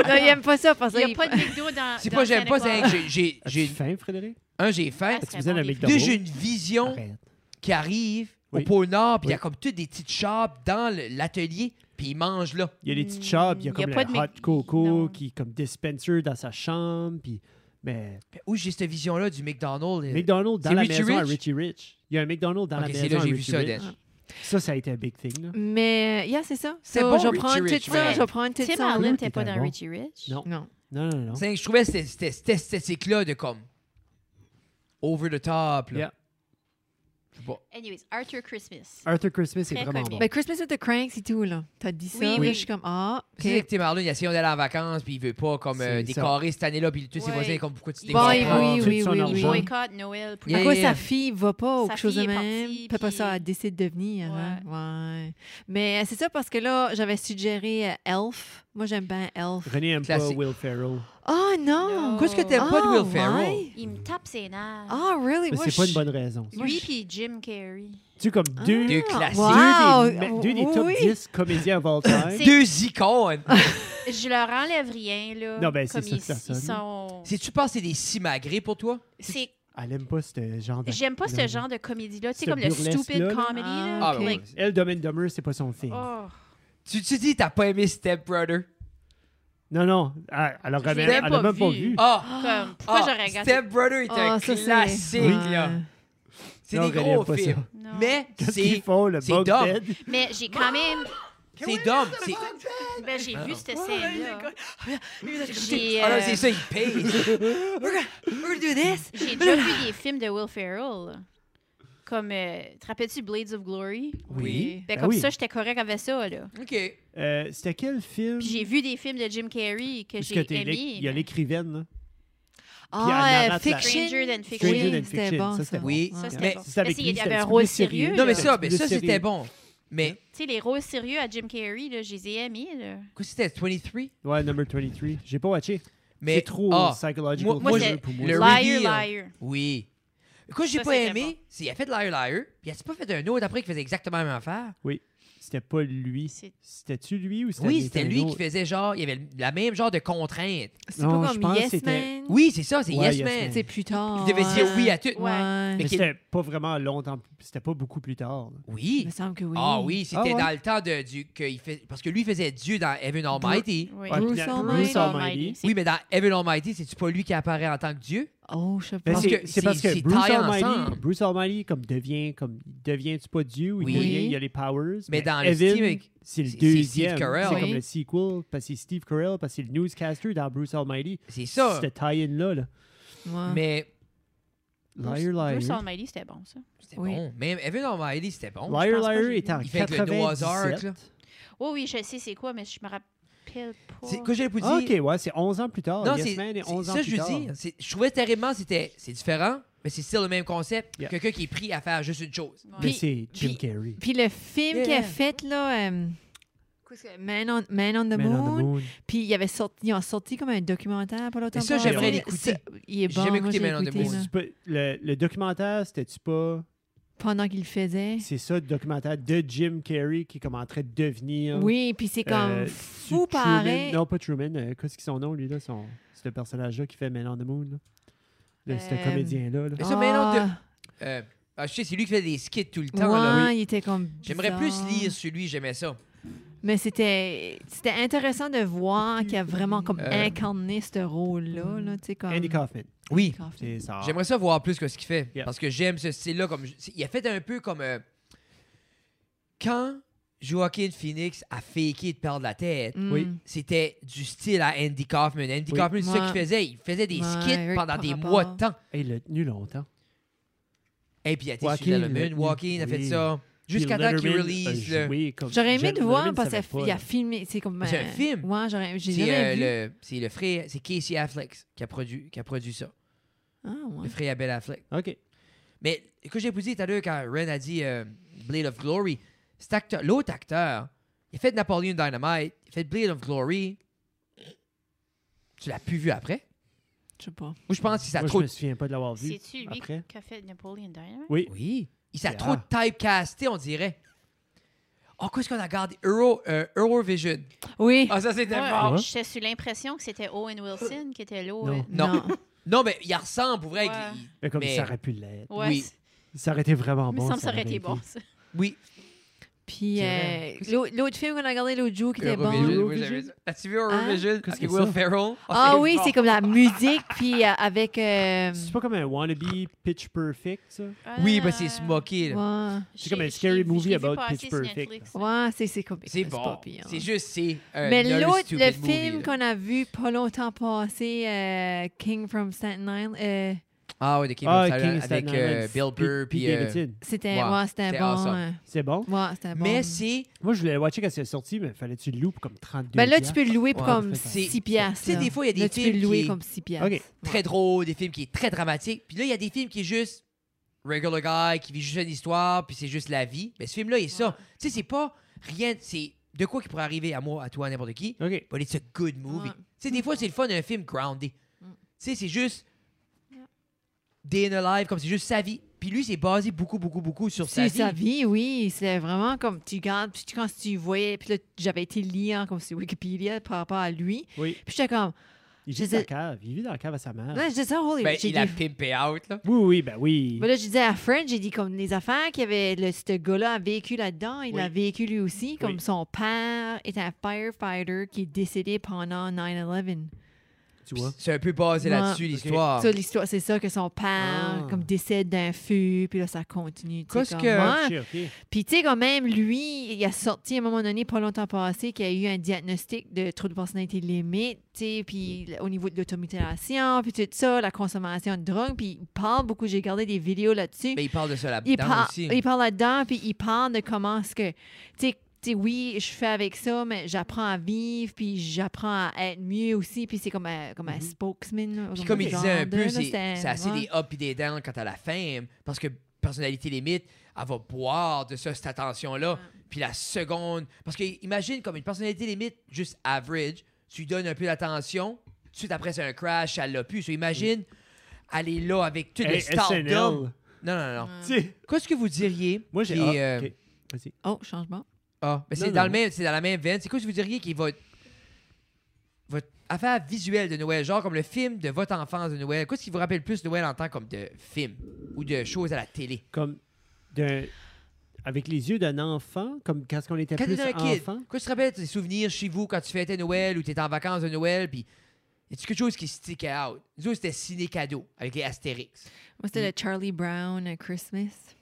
[SPEAKER 3] Ah, Il aime pas ça parce
[SPEAKER 4] ça.
[SPEAKER 3] que.
[SPEAKER 4] Il n'y a pas de McDo dans.
[SPEAKER 1] C'est
[SPEAKER 4] dans
[SPEAKER 1] pas j'aime
[SPEAKER 4] Santa
[SPEAKER 1] pas, c'est que
[SPEAKER 4] Claus.
[SPEAKER 1] j'ai- j'ai...
[SPEAKER 2] As-tu
[SPEAKER 1] j'ai-
[SPEAKER 2] faim, Frédéric?
[SPEAKER 1] Un, j'ai faim.
[SPEAKER 4] Ah, c'est
[SPEAKER 2] Est-ce que vous êtes
[SPEAKER 4] bon,
[SPEAKER 2] un
[SPEAKER 4] les
[SPEAKER 1] Deux,
[SPEAKER 2] McDonald's?
[SPEAKER 1] j'ai une vision
[SPEAKER 2] Arrête.
[SPEAKER 1] qui arrive au
[SPEAKER 2] Oui.
[SPEAKER 1] pôle Nord, puis il y a
[SPEAKER 2] Oui.
[SPEAKER 1] comme toutes des petites shops dans le- l'atelier, puis ils mangent là.
[SPEAKER 2] Il y a les petites shops, il y a
[SPEAKER 4] Hmm, Il y a
[SPEAKER 2] comme
[SPEAKER 4] pas
[SPEAKER 2] le
[SPEAKER 4] de Mc-
[SPEAKER 2] hot coco
[SPEAKER 4] non.
[SPEAKER 2] qui est comme dispenser dans sa chambre. Puis, mais
[SPEAKER 1] Mais Où j'ai cette vision-là du McDonald's? euh,
[SPEAKER 2] McDonald's dans
[SPEAKER 1] c'est
[SPEAKER 2] la
[SPEAKER 1] Richie
[SPEAKER 2] maison à
[SPEAKER 1] Rich?
[SPEAKER 2] Richie Rich. Il y a un McDonald's dans
[SPEAKER 1] Ok,
[SPEAKER 2] la
[SPEAKER 1] c'est
[SPEAKER 2] maison
[SPEAKER 1] là,
[SPEAKER 2] à
[SPEAKER 1] j'ai vu
[SPEAKER 2] Richie
[SPEAKER 1] ça,
[SPEAKER 2] Rich.
[SPEAKER 1] Dan.
[SPEAKER 2] Ça, ça a été un big thing. Là.
[SPEAKER 3] Mais, euh, yeah, c'est ça.
[SPEAKER 1] C'est
[SPEAKER 3] So,
[SPEAKER 1] bon,
[SPEAKER 3] Je vais prendre
[SPEAKER 1] Richie
[SPEAKER 3] une
[SPEAKER 1] Rich,
[SPEAKER 3] petite
[SPEAKER 1] ouais.
[SPEAKER 3] ça. Je vais prendre une petite
[SPEAKER 4] Tim
[SPEAKER 3] ça.
[SPEAKER 4] Allen
[SPEAKER 2] Cool,
[SPEAKER 4] n'était pas
[SPEAKER 2] t'es
[SPEAKER 4] dans
[SPEAKER 2] bon.
[SPEAKER 4] Richie Rich.
[SPEAKER 2] Non.
[SPEAKER 3] Non.
[SPEAKER 2] Non, non, non.
[SPEAKER 1] C'est- Je trouvais c'était- c'était- cette esthétique-là de comme over the top. Là.
[SPEAKER 2] Yeah.
[SPEAKER 1] Je sais pas.
[SPEAKER 4] Anyways, Arthur Christmas.
[SPEAKER 2] Arthur Christmas est
[SPEAKER 4] Très
[SPEAKER 2] vraiment
[SPEAKER 4] connu.
[SPEAKER 2] bon.
[SPEAKER 3] Ben, Christmas with the Cranks et tout, là. T'as dit ça,
[SPEAKER 4] Oui,
[SPEAKER 3] mais
[SPEAKER 4] oui.
[SPEAKER 3] je suis comme, ah, OK.
[SPEAKER 1] C'est que Tim Marlon, il a essayé d'aller en vacances, puis il veut pas comme euh,
[SPEAKER 2] C'est
[SPEAKER 1] décorer cette année-là, puis tous ses
[SPEAKER 4] Ouais.
[SPEAKER 1] voisins, comme pourquoi tu
[SPEAKER 4] Bon,
[SPEAKER 1] décores
[SPEAKER 4] et
[SPEAKER 1] pas?
[SPEAKER 3] oui,
[SPEAKER 2] Tout
[SPEAKER 3] oui,
[SPEAKER 2] son
[SPEAKER 3] oui,
[SPEAKER 4] Il
[SPEAKER 3] oui.
[SPEAKER 2] argent.
[SPEAKER 4] boycotte Noël. pour-
[SPEAKER 1] Yeah,
[SPEAKER 3] à quoi
[SPEAKER 1] yeah.
[SPEAKER 3] sa fille va pas ou
[SPEAKER 4] Sa
[SPEAKER 3] quelque chose de
[SPEAKER 4] fille est
[SPEAKER 3] même?
[SPEAKER 4] partie,
[SPEAKER 3] Peut pas ça,
[SPEAKER 4] puis-
[SPEAKER 3] elle décide de venir. hein? Ouais. Mais euh, c'est ça parce que là, j'avais suggéré euh, Elf. Moi, j'aime bien Elf.
[SPEAKER 2] René aime pas
[SPEAKER 1] Classique.
[SPEAKER 2] Will Ferrell.
[SPEAKER 3] Oh non!
[SPEAKER 4] Non.
[SPEAKER 1] Qu'est-ce que t'aimes pas de
[SPEAKER 3] Ah,
[SPEAKER 1] Will Ferrell?
[SPEAKER 3] ouais?
[SPEAKER 4] Il me tape ses nerfs.
[SPEAKER 3] Ah, really?
[SPEAKER 2] Mais
[SPEAKER 3] Moi,
[SPEAKER 2] c'est pas
[SPEAKER 3] je-
[SPEAKER 2] une bonne raison. ça.
[SPEAKER 3] Moi,
[SPEAKER 4] Lui
[SPEAKER 3] je-
[SPEAKER 4] puis Jim Carrey.
[SPEAKER 2] Tu es comme
[SPEAKER 3] Ah,
[SPEAKER 2] deux,
[SPEAKER 1] Deux classiques.
[SPEAKER 2] deux des,
[SPEAKER 3] Wow!
[SPEAKER 2] deux des top
[SPEAKER 3] Oui.
[SPEAKER 2] 10 comédiens of all time.
[SPEAKER 4] Ah! C'est-
[SPEAKER 1] Deux icônes!
[SPEAKER 4] Je leur enlève rien, là.
[SPEAKER 2] Non, ben, c'est
[SPEAKER 4] comme
[SPEAKER 2] ça,
[SPEAKER 4] ils,
[SPEAKER 2] c'est ça,
[SPEAKER 4] ils
[SPEAKER 2] là.
[SPEAKER 4] sont.
[SPEAKER 1] si tu penses que c'est des simagrées pour toi?
[SPEAKER 4] C'est.
[SPEAKER 2] Elle aime pas ce genre de.
[SPEAKER 4] J'aime pas
[SPEAKER 2] Non.
[SPEAKER 4] ce genre de comédie-là. Tu sais,
[SPEAKER 2] Ce
[SPEAKER 4] comme le
[SPEAKER 2] burlesque-là,
[SPEAKER 4] stupid
[SPEAKER 2] là.
[SPEAKER 4] comedy, là.
[SPEAKER 1] Ah, ben
[SPEAKER 3] ok.
[SPEAKER 1] oui.
[SPEAKER 4] Like,
[SPEAKER 2] Elle, Dumb and Dumber, c'est pas son film.
[SPEAKER 4] oh.
[SPEAKER 1] Tu, tu dis que t'as pas aimé Step Brother?
[SPEAKER 2] Non, non. Elle, elle, aurait
[SPEAKER 4] Je
[SPEAKER 2] même,
[SPEAKER 4] l'ai même
[SPEAKER 2] elle a
[SPEAKER 4] pas
[SPEAKER 2] même pas
[SPEAKER 4] vu.
[SPEAKER 2] vu.
[SPEAKER 1] Ah!
[SPEAKER 4] Comme, pourquoi
[SPEAKER 1] ah,
[SPEAKER 4] j'aurais regardé?
[SPEAKER 1] Step Brother est un
[SPEAKER 3] Ah, ça, c'est-
[SPEAKER 1] classique,
[SPEAKER 3] Ouais.
[SPEAKER 1] là. C'est
[SPEAKER 2] Non,
[SPEAKER 1] des
[SPEAKER 2] Aurélie aime
[SPEAKER 1] gros
[SPEAKER 2] pas ça.
[SPEAKER 1] films.
[SPEAKER 4] Non.
[SPEAKER 1] Mais
[SPEAKER 2] Qu'est-ce
[SPEAKER 1] c'est
[SPEAKER 2] qu'ils font, le
[SPEAKER 1] c'est
[SPEAKER 2] bug
[SPEAKER 1] dumb.
[SPEAKER 2] bed?
[SPEAKER 4] Mais j'ai quand même.
[SPEAKER 1] c'est Ah, dumb. C'est
[SPEAKER 4] Ben,
[SPEAKER 2] Ah.
[SPEAKER 4] j'ai vu cette scène-là. J'ai
[SPEAKER 1] ah,
[SPEAKER 4] euh,
[SPEAKER 1] non, c'est ça, il paye.
[SPEAKER 3] We're gonna do this!
[SPEAKER 4] j'ai déjà vu des films de Will Ferrell. là. Comme. euh, te rappelles-tu Blades of Glory?
[SPEAKER 2] Oui.
[SPEAKER 4] Ben,
[SPEAKER 2] Ben
[SPEAKER 4] comme
[SPEAKER 2] oui.
[SPEAKER 4] ça, j'étais correct avec ça, là.
[SPEAKER 1] OK.
[SPEAKER 2] Euh, C'était quel film?
[SPEAKER 4] Puis j'ai vu des films de Jim Carrey que
[SPEAKER 2] Parce
[SPEAKER 4] j'ai
[SPEAKER 2] t'es l'éc-
[SPEAKER 4] aimé.
[SPEAKER 2] Il y a
[SPEAKER 4] là.
[SPEAKER 2] l'écrivaine, là. elle
[SPEAKER 3] Ah, euh,
[SPEAKER 2] arrête la-
[SPEAKER 3] Fiction.
[SPEAKER 4] Stranger than
[SPEAKER 3] Oui,
[SPEAKER 4] Fiction.
[SPEAKER 2] Stranger than
[SPEAKER 3] c'était
[SPEAKER 2] Fiction,
[SPEAKER 3] bon,
[SPEAKER 2] ça, c'était bon.
[SPEAKER 1] Oui.
[SPEAKER 4] Ça, c'était
[SPEAKER 1] Mais-
[SPEAKER 4] bon.
[SPEAKER 2] C'était avec
[SPEAKER 4] Parce qu'il
[SPEAKER 2] lui,
[SPEAKER 4] y
[SPEAKER 2] c'était
[SPEAKER 4] avait un
[SPEAKER 2] petit peu
[SPEAKER 4] rôle
[SPEAKER 2] plus
[SPEAKER 4] sérieux.
[SPEAKER 1] Non, mais
[SPEAKER 4] là.
[SPEAKER 1] ça, mais
[SPEAKER 2] Plus
[SPEAKER 1] ça c'était
[SPEAKER 2] sérieux.
[SPEAKER 1] bon. Mais
[SPEAKER 2] Hein?
[SPEAKER 4] Tu sais, les rôles sérieux à Jim Carrey, là, je les ai aimés, là.
[SPEAKER 1] quoi, c'était 23?
[SPEAKER 2] Ouais, number 23. J'ai pas watché.
[SPEAKER 1] Mais
[SPEAKER 2] C'est trop
[SPEAKER 1] ah,
[SPEAKER 2] psychological
[SPEAKER 1] moi- moi,
[SPEAKER 2] thriller
[SPEAKER 4] c'est-
[SPEAKER 2] pour moi.
[SPEAKER 1] le-
[SPEAKER 4] Liar,
[SPEAKER 1] reveal.
[SPEAKER 4] liar.
[SPEAKER 1] Oui. Quoi, j'ai
[SPEAKER 4] Ça,
[SPEAKER 1] pas
[SPEAKER 4] c'était
[SPEAKER 1] aimé, c'est qu'il a fait de Liar Liar, puis il a pas fait un autre après qui faisait exactement la même affaire.
[SPEAKER 2] C'était pas lui.
[SPEAKER 4] C'est-
[SPEAKER 2] C'était-tu lui ou c'était
[SPEAKER 1] Oui,
[SPEAKER 2] quelqu'un
[SPEAKER 1] c'était lui qui
[SPEAKER 2] d'autre?
[SPEAKER 1] faisait genre, il y avait le- la même genre de contrainte.
[SPEAKER 4] Mm.
[SPEAKER 3] C'est
[SPEAKER 2] Non,
[SPEAKER 3] pas
[SPEAKER 2] je
[SPEAKER 3] comme
[SPEAKER 2] pense que
[SPEAKER 3] Yes
[SPEAKER 2] c'était-
[SPEAKER 3] Man.
[SPEAKER 1] Oui, c'est ça, c'est
[SPEAKER 2] Ouais,
[SPEAKER 1] Yes,
[SPEAKER 2] Yes
[SPEAKER 1] Man.
[SPEAKER 2] Man.
[SPEAKER 3] C'est plus tard.
[SPEAKER 1] Il devait dire
[SPEAKER 4] Ah.
[SPEAKER 3] ouais.
[SPEAKER 1] oui à tout.
[SPEAKER 3] Ouais.
[SPEAKER 1] Mais
[SPEAKER 2] Mais
[SPEAKER 1] qui-
[SPEAKER 2] c'était pas vraiment longtemps. plus- C'était pas beaucoup plus tard. là.
[SPEAKER 1] Oui.
[SPEAKER 3] Il me semble que oui.
[SPEAKER 1] Ah oui, c'était
[SPEAKER 2] Ah ouais.
[SPEAKER 1] dans le temps de, du. que il fait, parce que lui faisait Dieu dans Evan Almighty.
[SPEAKER 4] Oui.
[SPEAKER 2] Ouais,
[SPEAKER 3] Bruce
[SPEAKER 2] puis la-
[SPEAKER 3] Almighty.
[SPEAKER 2] Bruce Almighty.
[SPEAKER 4] C'est-
[SPEAKER 1] Oui, mais dans Evan Almighty, c'est-tu pas lui qui apparaît en tant que Dieu?
[SPEAKER 3] Oh, je sais pas.
[SPEAKER 2] Ben,
[SPEAKER 1] Parce
[SPEAKER 2] c'est-
[SPEAKER 1] que
[SPEAKER 2] c'est parce
[SPEAKER 1] c'est-
[SPEAKER 2] que
[SPEAKER 1] c'est
[SPEAKER 2] Bruce
[SPEAKER 1] taillé
[SPEAKER 2] Almighty,
[SPEAKER 1] ensemble.
[SPEAKER 2] Bruce Almighty, comme devient, comme deviens-tu pas Dieu ou
[SPEAKER 1] Oui.
[SPEAKER 2] il devient, il a les powers. Ben,
[SPEAKER 1] Mais dans le
[SPEAKER 2] Evan,
[SPEAKER 1] Steam, avec-
[SPEAKER 2] c'est le
[SPEAKER 1] c'est- c'est Steve
[SPEAKER 2] deuxième.
[SPEAKER 1] Carell.
[SPEAKER 2] C'est
[SPEAKER 3] Oui.
[SPEAKER 2] comme le sequel parce que c'est Steve Carell parce que c'est le newscaster dans Bruce Almighty.
[SPEAKER 1] C'est ça.
[SPEAKER 2] C'était tie-in là, là.
[SPEAKER 3] Ouais.
[SPEAKER 1] Mais.
[SPEAKER 4] Bruce-
[SPEAKER 2] Liar Liar.
[SPEAKER 4] Bruce Almighty, c'était bon, ça.
[SPEAKER 1] C'était
[SPEAKER 3] Oui.
[SPEAKER 1] bon. Même Evan Almighty, c'était bon.
[SPEAKER 4] je
[SPEAKER 2] Liar
[SPEAKER 4] pense
[SPEAKER 2] Liar
[SPEAKER 4] pas que j'ai
[SPEAKER 2] est
[SPEAKER 4] vu.
[SPEAKER 2] en
[SPEAKER 1] Il fait avec le Noah's Ark,
[SPEAKER 2] 97.
[SPEAKER 1] là.
[SPEAKER 4] Oui, oui, je sais c'est quoi, mais je me rappelle pas.
[SPEAKER 1] C'est- Quoi, j'allais vous dire?
[SPEAKER 2] Ah, Ok, ouais, c'est 11 ans plus tard.
[SPEAKER 1] Non,
[SPEAKER 2] yes
[SPEAKER 1] c'est-
[SPEAKER 2] Man est
[SPEAKER 1] c'est
[SPEAKER 2] 11 ans
[SPEAKER 1] ça
[SPEAKER 2] plus
[SPEAKER 1] je veux
[SPEAKER 2] tard.
[SPEAKER 1] dire. C'est- Je trouvais terriblement c'était c'est différent, mais c'est still le même concept.
[SPEAKER 2] Yeah.
[SPEAKER 1] Quelqu'un qui est pris à faire juste une chose.
[SPEAKER 4] Ouais.
[SPEAKER 2] Mais
[SPEAKER 3] Puis-
[SPEAKER 2] c'est Jim
[SPEAKER 3] puis-
[SPEAKER 2] Carrey.
[SPEAKER 3] Puis le film
[SPEAKER 1] Yeah.
[SPEAKER 3] qu'il a fait, là, euh, Qu'est-ce que- Man on, Man on the
[SPEAKER 2] Man
[SPEAKER 3] Moon.
[SPEAKER 2] on the Moon.
[SPEAKER 3] Puis il avait sorti, ils ont sorti comme un documentaire pour l'automne.
[SPEAKER 1] Et ça,
[SPEAKER 3] passé.
[SPEAKER 1] j'aimerais
[SPEAKER 2] Mais
[SPEAKER 1] l'écouter.
[SPEAKER 3] Ça, Il est
[SPEAKER 1] J'ai
[SPEAKER 3] bon.
[SPEAKER 1] jamais
[SPEAKER 3] moi,
[SPEAKER 1] écouté
[SPEAKER 3] j'ai
[SPEAKER 1] Man on the
[SPEAKER 3] écouté,
[SPEAKER 1] Moon.
[SPEAKER 3] là.
[SPEAKER 2] C'est pas- le, le documentaire, c'était-tu pas.
[SPEAKER 3] Pendant qu'il le faisait.
[SPEAKER 2] C'est ça, le documentaire de Jim Carrey qui est comme en train de devenir.
[SPEAKER 3] Oui, puis c'est comme
[SPEAKER 2] euh,
[SPEAKER 3] fou
[SPEAKER 2] Truman-
[SPEAKER 3] pareil.
[SPEAKER 2] Non, pas Truman. euh, Qu'est-ce qu'ils sont nom, lui, là son... C'est le personnage-là qui fait Man on the Moon. Là. Le-
[SPEAKER 3] Euh,
[SPEAKER 2] ce comédien-là. là.
[SPEAKER 1] Mais ça, Man on the-
[SPEAKER 3] Ah,
[SPEAKER 1] Euh, ah, je sais, c'est lui qui fait des skits tout le temps. là.
[SPEAKER 3] ouais, il était comme.
[SPEAKER 1] J'aimerais plus
[SPEAKER 3] bizarre.
[SPEAKER 1] lire sur lui, j'aimais ça.
[SPEAKER 3] Mais c'était c'était intéressant de voir qu'il a vraiment comme
[SPEAKER 1] Euh.
[SPEAKER 3] incarné ce rôle-là. Là, tu sais, comme...
[SPEAKER 2] Andy Kaufman.
[SPEAKER 1] Oui.
[SPEAKER 3] Kaufman.
[SPEAKER 2] C'est ça.
[SPEAKER 1] J'aimerais ça voir plus que ce qu'il fait.
[SPEAKER 2] Ah. Yeah.
[SPEAKER 1] Parce que j'aime ce style-là. Comme, il a fait un peu comme. euh, quand Joaquin Phoenix a faké de perdre la tête,
[SPEAKER 3] Mm.
[SPEAKER 2] Oui.
[SPEAKER 1] c'était du style à Andy Kaufman. Andy
[SPEAKER 2] Oui.
[SPEAKER 1] Kaufman, c'est ça
[SPEAKER 3] Ouais.
[SPEAKER 1] qu'il faisait. Il faisait des
[SPEAKER 3] Ouais,
[SPEAKER 1] skits
[SPEAKER 3] Eric
[SPEAKER 1] pendant
[SPEAKER 3] par
[SPEAKER 1] des
[SPEAKER 3] rapport.
[SPEAKER 1] mois de temps.
[SPEAKER 2] Hey, il l'a tenu longtemps.
[SPEAKER 1] Et puis, il a été
[SPEAKER 2] Joaquin,
[SPEAKER 1] sur la
[SPEAKER 2] le-
[SPEAKER 1] Moon. Joaquin a fait
[SPEAKER 2] oui.
[SPEAKER 1] ça. Jusqu'à
[SPEAKER 2] Puis
[SPEAKER 1] temps qu'il
[SPEAKER 2] Letterman
[SPEAKER 1] release
[SPEAKER 2] a
[SPEAKER 1] le.
[SPEAKER 2] joué comme-
[SPEAKER 3] J'aurais aimé
[SPEAKER 2] Letterman
[SPEAKER 3] de voir parce
[SPEAKER 2] savait pas,
[SPEAKER 3] qu'il a
[SPEAKER 2] là.
[SPEAKER 3] filmé. C'est comme.
[SPEAKER 1] C'est un
[SPEAKER 3] euh,
[SPEAKER 1] film.
[SPEAKER 3] Ouais, j'aurais. J'ai
[SPEAKER 1] C'est euh,
[SPEAKER 3] jamais vu.
[SPEAKER 1] le, c'est le frère, c'est Casey Affleck qui a produit, qui a produit ça.
[SPEAKER 3] Ah, ouais.
[SPEAKER 1] Le frère à Ben Affleck.
[SPEAKER 2] OK.
[SPEAKER 1] Mais que j'ai posé tout à l'heure quand Ren a dit euh, Blade of Glory, cet acteur, l'autre acteur, il a fait Napoleon Dynamite, il a fait Blade of Glory. Tu l'as plus vu après?
[SPEAKER 3] Je sais pas.
[SPEAKER 1] Moi, je pense qu'il s'est
[SPEAKER 2] Moi,
[SPEAKER 1] trop...
[SPEAKER 2] je me souviens pas de l'avoir vu.
[SPEAKER 4] C'est-tu lui
[SPEAKER 2] Après?
[SPEAKER 4] qui a fait Napoleon Dynamite?
[SPEAKER 2] Oui.
[SPEAKER 1] Oui. Il s'est
[SPEAKER 2] Ah.
[SPEAKER 1] trop typecasté, on dirait. Oh, qu'est-ce qu'on a regardé? Euro, euh, Eurovision.
[SPEAKER 3] Oui.
[SPEAKER 1] Ah, ça, c'était
[SPEAKER 4] Moi,
[SPEAKER 1] fort.
[SPEAKER 2] Ouais.
[SPEAKER 4] J'étais sous l'impression que c'était Owen Wilson qui était là.
[SPEAKER 2] Non.
[SPEAKER 1] Non. Non, mais il ressemble, pour vrai.
[SPEAKER 4] Ouais.
[SPEAKER 1] il-
[SPEAKER 2] Mais comme
[SPEAKER 1] Mais-
[SPEAKER 2] ça aurait pu l'être.
[SPEAKER 4] Ouais,
[SPEAKER 1] Oui.
[SPEAKER 4] c'est-
[SPEAKER 2] Ça aurait été vraiment
[SPEAKER 4] il me
[SPEAKER 2] Ah bon.
[SPEAKER 4] semble que ça aurait été
[SPEAKER 2] été.
[SPEAKER 4] bon. ça.
[SPEAKER 1] Oui.
[SPEAKER 3] Puis
[SPEAKER 1] C'est
[SPEAKER 3] euh, l'au- l'autre film qu'on a regardé l'autre jour qui était
[SPEAKER 1] Eurovision.
[SPEAKER 3] bon.
[SPEAKER 1] oui, j'avais ça. As-tu vu Eurovision?
[SPEAKER 2] Qu'est-ce
[SPEAKER 1] Avec
[SPEAKER 2] que c'est
[SPEAKER 1] Will
[SPEAKER 2] ça?
[SPEAKER 1] Ferrell? Oh,
[SPEAKER 3] Ah oui,
[SPEAKER 1] fort.
[SPEAKER 3] c'est comme la musique, puis euh, avec. euh,
[SPEAKER 2] C'est pas comme un wannabe pitch perfect, ça?
[SPEAKER 1] Oui,
[SPEAKER 4] Ah,
[SPEAKER 1] mais c'est se moquer, là.
[SPEAKER 3] Ouais,
[SPEAKER 2] C'est comme
[SPEAKER 4] j'ai-
[SPEAKER 2] un
[SPEAKER 4] je
[SPEAKER 2] scary
[SPEAKER 4] l'ai vu- je
[SPEAKER 2] movie
[SPEAKER 4] l'ai vu
[SPEAKER 2] about
[SPEAKER 4] passer
[SPEAKER 2] Pitch
[SPEAKER 4] sur
[SPEAKER 2] Perfect.
[SPEAKER 4] Netflix.
[SPEAKER 3] ouais c'est c'est comme.
[SPEAKER 1] C'est
[SPEAKER 3] pas
[SPEAKER 1] bon.
[SPEAKER 3] pire. hein.
[SPEAKER 1] C'est juste, c'est. euh,
[SPEAKER 3] Mais
[SPEAKER 1] another
[SPEAKER 3] l'autre,
[SPEAKER 1] stupid
[SPEAKER 3] le
[SPEAKER 1] movie,
[SPEAKER 3] film
[SPEAKER 1] là.
[SPEAKER 3] qu'on a vu pas longtemps passé, euh, King from Staten Island, euh,
[SPEAKER 1] Ah oui, de King
[SPEAKER 2] Ah,
[SPEAKER 1] of Staten
[SPEAKER 2] King
[SPEAKER 1] avec
[SPEAKER 2] Staten
[SPEAKER 1] euh,
[SPEAKER 2] Island,
[SPEAKER 1] Bill
[SPEAKER 2] Pete-
[SPEAKER 1] Burr.
[SPEAKER 2] Pete
[SPEAKER 1] Puis, euh,
[SPEAKER 2] Davidson.
[SPEAKER 3] c'était
[SPEAKER 1] Ouais,
[SPEAKER 3] ouais, c'était
[SPEAKER 1] c'était
[SPEAKER 3] bon.
[SPEAKER 1] awesome.
[SPEAKER 3] euh,
[SPEAKER 2] C'est bon?
[SPEAKER 3] ouais, c'était bon.
[SPEAKER 1] mais c'est.
[SPEAKER 2] Moi, je voulais le watcher quand c'est sorti, mais fallait-tu le louer pour comme 32
[SPEAKER 3] Ben là, tu peux le louer pour
[SPEAKER 2] Ouais,
[SPEAKER 3] comme
[SPEAKER 1] c'est-
[SPEAKER 3] 6 piastres.
[SPEAKER 1] Tu sais,
[SPEAKER 3] là.
[SPEAKER 1] des fois, il y a des
[SPEAKER 3] Là, Tu peux
[SPEAKER 1] films
[SPEAKER 3] le louer
[SPEAKER 1] qui-
[SPEAKER 3] comme 6 piastres.
[SPEAKER 2] Ok.
[SPEAKER 1] très drôle, des films qui est très dramatique. Puis là, il y a des films qui est juste regular guy, qui vit juste une histoire, puis c'est juste la vie. Mais ce film-là est ça. Tu sais, c'est pas rien, c'est de quoi qui pourrait arriver à moi, à toi, à n'importe qui.
[SPEAKER 2] OK.
[SPEAKER 1] But it's a good movie.
[SPEAKER 3] Ouais.
[SPEAKER 1] Tu sais, des fois, c'est le fun d'un film grounded.
[SPEAKER 3] Mm.
[SPEAKER 1] Tu sais, c'est juste
[SPEAKER 3] Yeah.
[SPEAKER 1] Day in a Life, comme c'est juste sa vie. Puis lui, c'est basé beaucoup, beaucoup, beaucoup sur sa
[SPEAKER 3] C'est
[SPEAKER 1] vie.
[SPEAKER 3] sa vie, oui. C'est vraiment comme tu gardes. Puis tu- quand tu voyais, puis là, j'avais été liant comme sur Wikipédia par rapport à lui.
[SPEAKER 2] Oui.
[SPEAKER 3] Puis j'étais comme,
[SPEAKER 2] Il
[SPEAKER 3] Je
[SPEAKER 2] vit dans
[SPEAKER 3] sais-
[SPEAKER 2] la cave. Il vit dans la cave à sa mère.
[SPEAKER 3] là, je disais, holy
[SPEAKER 1] Ben,
[SPEAKER 3] j'ai
[SPEAKER 1] il a
[SPEAKER 3] des-
[SPEAKER 1] pimpé out, là.
[SPEAKER 2] Oui, oui, ben oui.
[SPEAKER 3] Mais là, je disais à Fred, j'ai dit comme les affaires qu'il y avait, le, ce gars-là a vécu là-dedans, il
[SPEAKER 2] Oui.
[SPEAKER 3] a vécu lui aussi, comme
[SPEAKER 2] Oui.
[SPEAKER 3] son père est un firefighter qui est décédé pendant 9-11.
[SPEAKER 2] Tu vois?
[SPEAKER 1] C'est un peu basé
[SPEAKER 3] Ouais.
[SPEAKER 1] là-dessus,
[SPEAKER 2] Ok.
[SPEAKER 1] l'histoire.
[SPEAKER 3] Ça, l'histoire, c'est ça, que son père,
[SPEAKER 2] Ah.
[SPEAKER 3] comme, décède d'un feu, puis là, ça continue. tu sais,
[SPEAKER 1] Qu'est-ce
[SPEAKER 3] comme,
[SPEAKER 1] que-
[SPEAKER 3] ouais.
[SPEAKER 2] Ok, ok.
[SPEAKER 3] Puis, tu sais, quand même, lui, il a sorti à un moment donné, pas longtemps passé, qu'il y a eu un diagnostic de trouble de personnalité limite, tu sais, puis l- au niveau de l'automutilation, puis tout ça, la consommation de drogue, puis il parle beaucoup, j'ai regardé des vidéos là-dessus.
[SPEAKER 1] Mais il parle de ça là-dedans
[SPEAKER 3] il, par-
[SPEAKER 1] aussi.
[SPEAKER 3] il parle là-dedans, puis il parle de comment est-ce que, tu sais, tu sais, oui, je fais avec ça, mais j'apprends à vivre, puis j'apprends à être mieux aussi, puis c'est comme un, comme un
[SPEAKER 2] Mhm.
[SPEAKER 3] spokesman. là,
[SPEAKER 1] Puis comme il
[SPEAKER 3] ce
[SPEAKER 1] disait
[SPEAKER 3] genre
[SPEAKER 1] un
[SPEAKER 3] de,
[SPEAKER 1] peu,
[SPEAKER 3] là,
[SPEAKER 1] c'est
[SPEAKER 3] c'était-
[SPEAKER 1] c'est assez
[SPEAKER 3] ouais.
[SPEAKER 1] des ups et des downs quant à la femme, parce que personnalité limite, elle va boire de ça, cette attention-là. Puis la seconde, parce que imagine comme une personnalité limite juste average, tu lui donnes un peu d'attention, tout de suite après c'est un crash, elle l'a plus. So, imagine, elle est là avec tout le
[SPEAKER 2] Mm. Hey,
[SPEAKER 1] stardom.
[SPEAKER 2] SNL.
[SPEAKER 1] Non, non, non.
[SPEAKER 2] Tu sais,
[SPEAKER 1] Qu'est-ce que vous diriez
[SPEAKER 2] Moi, j'ai.
[SPEAKER 1] qui est,
[SPEAKER 2] ah,
[SPEAKER 1] euh,
[SPEAKER 2] ok. Vas-y.
[SPEAKER 3] Oh, changement.
[SPEAKER 1] ah, ben, c'est
[SPEAKER 2] Non,
[SPEAKER 1] dans
[SPEAKER 2] non.
[SPEAKER 1] le même, c'est dans la même veine. C'est quoi que vous diriez qui est votre votre affaire visuelle de Noël, genre comme le film de votre enfance de Noël. Qu'est-ce qui vous rappelle plus Noël en tant comme de film ou de choses à la télé
[SPEAKER 2] Comme d'un. Avec les yeux d'un enfant, comme quand on était
[SPEAKER 1] Quand
[SPEAKER 2] plus
[SPEAKER 1] t'étais un kid,
[SPEAKER 2] enfant.
[SPEAKER 1] qu'est-ce qui te rappelle tes souvenirs chez vous quand tu fêtais Noël ou t'étais en vacances de Noël puis y a-tu quelque chose qui stick out Nous autres, c'était ciné cadeau avec les Astérix.
[SPEAKER 3] Moi, c'était le
[SPEAKER 1] Mm.
[SPEAKER 3] Charlie Brown euh, Christmas.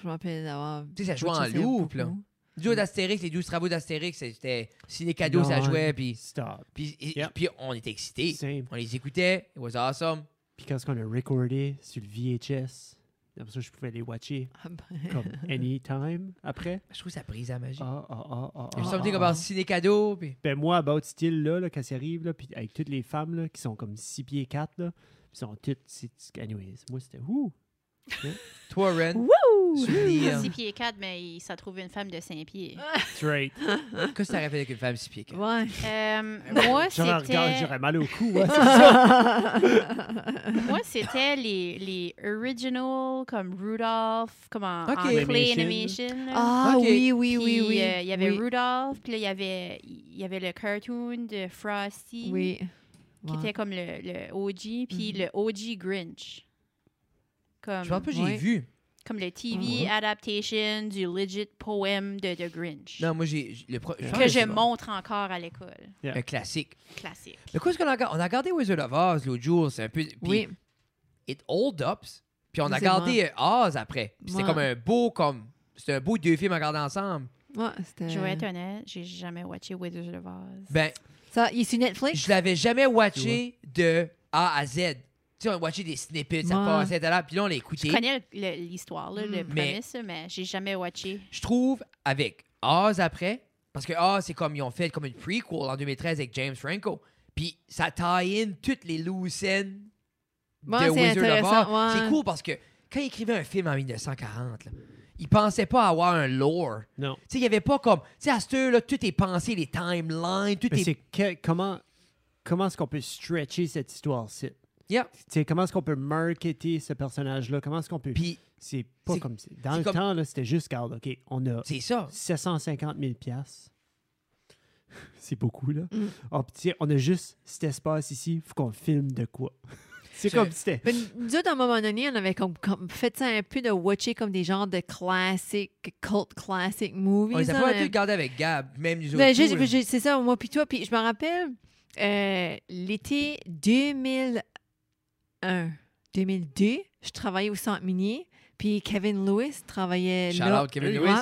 [SPEAKER 3] Je me rappelle d'avoir.
[SPEAKER 1] Tu sais, ça jouait en
[SPEAKER 3] watché ça
[SPEAKER 1] loop, là.
[SPEAKER 3] beaucoup.
[SPEAKER 1] Nous autres, Astérix, les 12 travaux d'Astérix, c'était ciné cadeau,
[SPEAKER 2] Non,
[SPEAKER 1] ça
[SPEAKER 2] ouais.
[SPEAKER 1] jouait puis
[SPEAKER 2] Stop.
[SPEAKER 1] puis et-
[SPEAKER 2] Yeah.
[SPEAKER 1] puis on était excités.
[SPEAKER 2] Same.
[SPEAKER 1] On les écoutait, it was awesome.
[SPEAKER 2] Puis quand on a recordé sur le VHS, après ça, je pouvais les watcher
[SPEAKER 3] Ah ben.
[SPEAKER 2] comme anytime après.
[SPEAKER 1] Ben, Je trouve que ça brise la magie.
[SPEAKER 2] Ah, ah, ah, ah.
[SPEAKER 1] Je me
[SPEAKER 2] ah,
[SPEAKER 1] semblait
[SPEAKER 2] ah,
[SPEAKER 1] comme un
[SPEAKER 2] ah.
[SPEAKER 1] ciné cadeau, puis
[SPEAKER 2] Ben moi, about style, là, là, quand ça arrive, là, puis avec toutes les femmes, là, qui sont comme 6 pieds 4, là, puis sont toutes... c'est- Anyways, moi, c'était... Ouh!
[SPEAKER 1] Toi, Ren.
[SPEAKER 3] Wouh!
[SPEAKER 1] Souvenir.
[SPEAKER 4] 6 pieds 4, mais il s'est trouvé une femme de 5 pieds.
[SPEAKER 2] Straight.
[SPEAKER 1] Qu'est-ce que t'aurais fait avec une femme si pied?
[SPEAKER 3] Ouais.
[SPEAKER 4] Euh, moi,
[SPEAKER 2] J'aurais regardé,
[SPEAKER 4] c'était...
[SPEAKER 2] j'aurais mal au cou. ouais.
[SPEAKER 4] Moi, c'était les, les original, comme Rudolph, comme en, en
[SPEAKER 1] Ok.
[SPEAKER 4] clay
[SPEAKER 2] Animation.
[SPEAKER 4] animation. là.
[SPEAKER 3] Ah
[SPEAKER 1] Ok.
[SPEAKER 3] oui, oui, oui,
[SPEAKER 4] Puis,
[SPEAKER 3] oui.
[SPEAKER 4] euh, Il y avait
[SPEAKER 3] oui.
[SPEAKER 4] Rudolph, puis là, il y avait, il y avait le cartoon de Frosty,
[SPEAKER 3] Oui.
[SPEAKER 4] qui
[SPEAKER 3] Ouais.
[SPEAKER 4] était comme le, le OG, puis
[SPEAKER 3] Mhm.
[SPEAKER 4] le OG Grinch. Comme,
[SPEAKER 1] Je pense pas que j'ai
[SPEAKER 3] Ouais.
[SPEAKER 1] vu.
[SPEAKER 4] comme le TV
[SPEAKER 1] Ouais.
[SPEAKER 4] adaptation du legit poème de The Grinch.
[SPEAKER 1] Non, moi, j'ai. j'ai- Le pro... je pense
[SPEAKER 4] Que je
[SPEAKER 1] c'est bon.
[SPEAKER 4] montre encore à l'école.
[SPEAKER 1] Un classique.
[SPEAKER 4] Classique.
[SPEAKER 1] Mais quoi, ce qu'on a regardé? On a regardé Wizard of Oz l'autre jour. C'est un peu. puis
[SPEAKER 3] Oui.
[SPEAKER 1] It Old Ups. Puis on a
[SPEAKER 3] Exactement.
[SPEAKER 1] regardé euh, Oz après. Puis C'était
[SPEAKER 3] Ouais.
[SPEAKER 1] comme un beau, comme. C'était un beau deux films à regarder ensemble.
[SPEAKER 3] Ouais, c'était.
[SPEAKER 1] Euh.
[SPEAKER 4] Je vais être honnête, j'ai jamais watché Wizard of Oz.
[SPEAKER 1] Ben,
[SPEAKER 3] Ça, il est sur Netflix?
[SPEAKER 1] je l'avais jamais watché de A à Z. Tu sais, on watchait des snippets, ça
[SPEAKER 3] Ouais.
[SPEAKER 1] passait, là, puis là, on l'a écouté.
[SPEAKER 4] Je connais le- le- l'histoire, là, le
[SPEAKER 3] Mm.
[SPEAKER 1] Mais-
[SPEAKER 4] premise, là, mais j'ai jamais watché.
[SPEAKER 1] Je trouve, avec Oz après, parce que Oz, c'est comme ils ont fait comme une prequel en 2013 avec James Franco. Puis ça tie-in toutes les loose ends
[SPEAKER 3] Ouais,
[SPEAKER 1] de
[SPEAKER 3] c'est
[SPEAKER 1] Wizard of Oz.
[SPEAKER 3] intéressant, ouais.
[SPEAKER 1] C'est cool parce que quand il écrivait un film en 1940, là, il pensait pas avoir un lore.
[SPEAKER 2] Non.
[SPEAKER 1] Tu sais, il n'y avait pas comme. Tu sais, à cette heure-là, tout est pensé, les timelines, tout
[SPEAKER 2] Mais
[SPEAKER 1] est.
[SPEAKER 2] c'est que- comment, comment est-ce qu'on peut stretcher cette histoire-ci?
[SPEAKER 1] Yeah.
[SPEAKER 2] Tu sais, comment est-ce qu'on peut marketer ce personnage-là? Comment est-ce qu'on peut...
[SPEAKER 1] Puis
[SPEAKER 2] c'est pas
[SPEAKER 1] c'est-
[SPEAKER 2] comme... ça. Dans
[SPEAKER 1] c'est
[SPEAKER 2] le
[SPEAKER 1] comme-
[SPEAKER 2] temps, là, c'était juste, regarde, OK, on a
[SPEAKER 1] c'est ça.
[SPEAKER 2] 750 000 piastres. C'est beaucoup, là.
[SPEAKER 3] Mm.
[SPEAKER 2] Ah, puis tu sais, on a juste cet espace ici, faut qu'on filme de quoi. c'est
[SPEAKER 1] Je-
[SPEAKER 2] comme si c'était...
[SPEAKER 3] Mais nous autres, à un moment donné, on avait comme, comme fait ça un peu de watcher comme des genres de classiques, cult classic movies.
[SPEAKER 1] On les a
[SPEAKER 3] là,
[SPEAKER 1] pas
[SPEAKER 3] mais-
[SPEAKER 1] tout regardé avec Gab, même nous autres.
[SPEAKER 3] Ben,
[SPEAKER 1] tout,
[SPEAKER 3] j'ai-
[SPEAKER 1] là.
[SPEAKER 3] j'ai- c'est ça, moi puis toi. Puis je me rappelle, euh, l'été 2001, 2002, je travaillais au centre minier. Puis Kevin Lewis travaillait
[SPEAKER 1] Shout
[SPEAKER 3] là.
[SPEAKER 1] out Kevin
[SPEAKER 3] Ouais.
[SPEAKER 1] Lewis.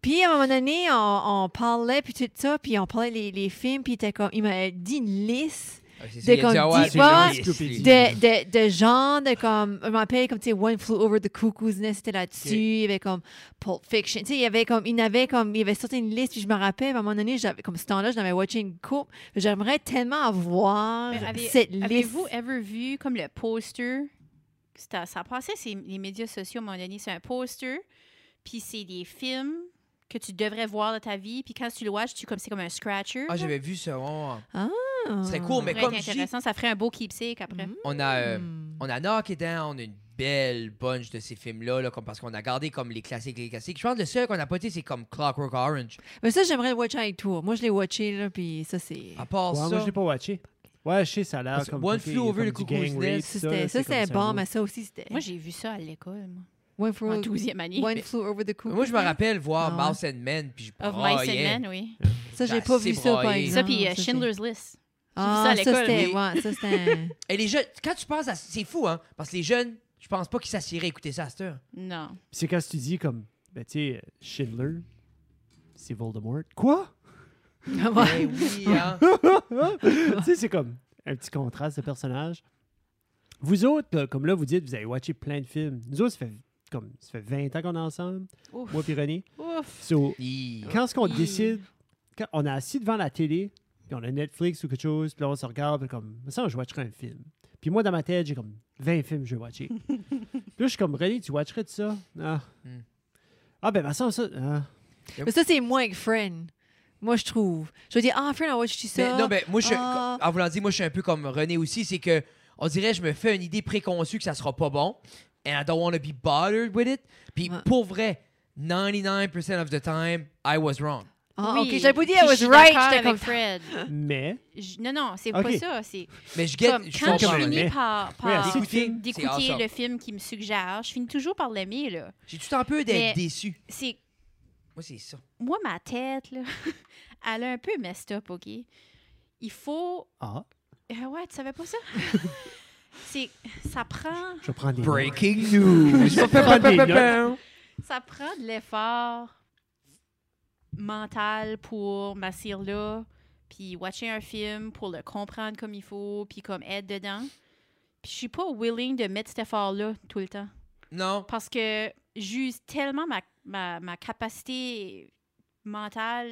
[SPEAKER 3] Puis à un moment donné, on, on parlait, puis tout ça, puis on parlait les, les films, puis il était comme, il m'a dit une liste
[SPEAKER 1] Ah, c'est ça,
[SPEAKER 3] Dès
[SPEAKER 1] il a
[SPEAKER 3] qu'on
[SPEAKER 1] dit, ah ouais,
[SPEAKER 3] dit
[SPEAKER 1] c'est
[SPEAKER 3] pas-
[SPEAKER 1] Lewis, c'est-
[SPEAKER 2] De-
[SPEAKER 3] de, de, de genres, de comme, je me rappelle, comme, tu sais, One Flew Over the Cuckoo's Nest, c'était là-dessus,
[SPEAKER 1] Ok.
[SPEAKER 3] il y avait comme Pulp Fiction, tu sais, il y avait comme, il y avait comme, il y avait sorti une liste, puis je me rappelle, à un moment donné, j'avais, comme ce temps-là, j'en avais watché une coupe, j'aimerais tellement avoir
[SPEAKER 4] Mais avez-
[SPEAKER 3] cette liste.
[SPEAKER 4] Avez-vous ever vu comme le poster? C'était- Ça passait c'est les médias sociaux à un moment donné. C'est un poster, puis c'est des films que tu devrais voir de ta vie. Puis quand tu le watches, tu comme c'est comme un scratcher.
[SPEAKER 1] Ah, j'avais vu ça. ouais.
[SPEAKER 3] Ah.
[SPEAKER 1] serait cool, mais
[SPEAKER 4] Ça pourrait
[SPEAKER 1] comme
[SPEAKER 4] être
[SPEAKER 1] je dis-
[SPEAKER 4] intéressant, ça ferait un beau keepsake après.
[SPEAKER 3] Mhm.
[SPEAKER 1] On a, euh,
[SPEAKER 3] Hmm.
[SPEAKER 1] on a Knock It Down, on a une belle bunch de ces films-là, là, comme, parce qu'on a gardé comme les classiques, les classiques. Je pense que le seul qu'on a pas été, c'est comme Clockwork Orange.
[SPEAKER 3] Mais ça, j'aimerais le watcher avec toi. Moi, je l'ai watché, là, puis ça, c'est...
[SPEAKER 1] À part
[SPEAKER 2] Ouais,
[SPEAKER 1] ça,
[SPEAKER 2] moi, je l'ai pas watché. Ouais, je sais, ça a l'air
[SPEAKER 1] Parce que
[SPEAKER 2] comme...
[SPEAKER 1] One
[SPEAKER 2] ok,
[SPEAKER 1] Flew Over
[SPEAKER 2] comme
[SPEAKER 1] the
[SPEAKER 2] du
[SPEAKER 1] Cuckoo's
[SPEAKER 2] gang
[SPEAKER 1] Nest,
[SPEAKER 2] rape,
[SPEAKER 3] Ça,
[SPEAKER 2] là,
[SPEAKER 3] c'était- ça,
[SPEAKER 2] comme
[SPEAKER 3] c'était bon,
[SPEAKER 2] là.
[SPEAKER 3] mais ça aussi, c'était...
[SPEAKER 4] Moi, j'ai vu ça à l'école, moi,
[SPEAKER 3] One, flew,
[SPEAKER 4] en 12e année.
[SPEAKER 3] One
[SPEAKER 1] Mais-
[SPEAKER 3] Flew Over the Cuckoo's
[SPEAKER 1] moi, je me
[SPEAKER 3] Nest.
[SPEAKER 1] rappelle voir
[SPEAKER 3] Ah ouais.
[SPEAKER 1] Mouse and Men, puis je
[SPEAKER 4] Of Mice and
[SPEAKER 1] braillais.
[SPEAKER 4] Men, oui.
[SPEAKER 3] Ça, j'ai
[SPEAKER 1] J'ai
[SPEAKER 3] pas vu
[SPEAKER 1] assez
[SPEAKER 3] ça, par
[SPEAKER 1] braillé.
[SPEAKER 3] exemple.
[SPEAKER 4] Ça, puis euh,
[SPEAKER 3] c'est-
[SPEAKER 4] Schindler's List.
[SPEAKER 3] Ah,
[SPEAKER 4] ça à l'école,
[SPEAKER 3] ça, c'était...
[SPEAKER 4] mais-
[SPEAKER 3] ouais, ça, c'était... un-
[SPEAKER 1] Et les jeunes, quand tu penses à... C'est fou, hein? Parce que les jeunes, je pense pas qu'ils s'assieraient à écouter ça à cette heure.
[SPEAKER 4] Non.
[SPEAKER 2] Puis c'est quand tu dis comme, ben tu sais, Schindler, c'est Voldemort. Quoi?
[SPEAKER 1] Eh oui, hein?
[SPEAKER 2] tu sais, c'est comme un petit contraste de personnage. Vous autres, là, comme là, vous dites, vous avez watché plein de films. Nous autres, ça fait comme ça fait 20 ans qu'on est ensemble,
[SPEAKER 4] Ouf.
[SPEAKER 2] moi et René.
[SPEAKER 4] Ouf.
[SPEAKER 2] So,
[SPEAKER 1] Hi.
[SPEAKER 2] quand ce qu'on
[SPEAKER 4] Hi.
[SPEAKER 2] décide, quand on est assis devant la télé, puis on a Netflix ou quelque chose, puis là, on se regarde, puis comme, ça, je watcherai un film. Puis moi, dans ma tête, j'ai comme 20 films que je vais watcher. puis là, je suis comme, René, tu watcherais de ça? Ah,
[SPEAKER 1] Hmm.
[SPEAKER 2] ah ben, Vincent, ça, ah.
[SPEAKER 3] Mais ça, c'est moins que Friend. Moi, je trouve. Je veux dire, ah, Friend, on va acheter
[SPEAKER 1] Mais
[SPEAKER 3] ça.
[SPEAKER 1] non, mais moi, je,
[SPEAKER 3] Ah.
[SPEAKER 1] en voulant dire, moi, je suis un peu comme René aussi, c'est que on dirait, je me fais une idée préconçue que ça sera pas bon. And I don't want to be bothered with it. Puis
[SPEAKER 3] Ouais.
[SPEAKER 1] pour vrai, 99% of the time, I was wrong.
[SPEAKER 3] Ah,
[SPEAKER 4] Oui.
[SPEAKER 3] OK, j'avais pas dit I
[SPEAKER 4] Puis
[SPEAKER 3] was
[SPEAKER 4] je suis
[SPEAKER 3] right.
[SPEAKER 4] d'accord
[SPEAKER 3] J'étais
[SPEAKER 4] avec
[SPEAKER 3] comme...
[SPEAKER 4] Fred.
[SPEAKER 2] mais.
[SPEAKER 4] Je- Non, non, c'est
[SPEAKER 2] Ok.
[SPEAKER 4] pas ça. C'est
[SPEAKER 1] Mais je get,
[SPEAKER 4] Comme
[SPEAKER 1] je
[SPEAKER 4] quand je
[SPEAKER 1] comprends.
[SPEAKER 2] finis-
[SPEAKER 4] finis
[SPEAKER 2] Mais-
[SPEAKER 4] par,
[SPEAKER 2] Ouais,
[SPEAKER 4] par
[SPEAKER 2] c'est
[SPEAKER 1] D'écouter,
[SPEAKER 2] film.
[SPEAKER 1] c'est
[SPEAKER 4] d'écouter
[SPEAKER 1] awesome.
[SPEAKER 4] le film qui me suggère, je finis toujours par l'aimer. là.
[SPEAKER 1] J'ai tout un peu d'être
[SPEAKER 4] Mais-
[SPEAKER 1] déçu.
[SPEAKER 4] C'est
[SPEAKER 1] Moi, c'est ça.
[SPEAKER 4] moi ma tête là, elle a un peu messed up, ok. Il faut,
[SPEAKER 2] Ah,
[SPEAKER 4] Ah ouais, tu savais pas ça C'est ça prend,
[SPEAKER 2] je prends des notes.
[SPEAKER 1] Breaking news.
[SPEAKER 2] des notes.
[SPEAKER 4] ça prend de l'effort mental pour m'asseoir là, puis watcher un film pour le comprendre comme il faut, puis comme être dedans. Puis je suis pas willing de mettre cet effort là tout le temps.
[SPEAKER 1] non.
[SPEAKER 4] parce que j'use tellement ma, ma, ma capacité mentale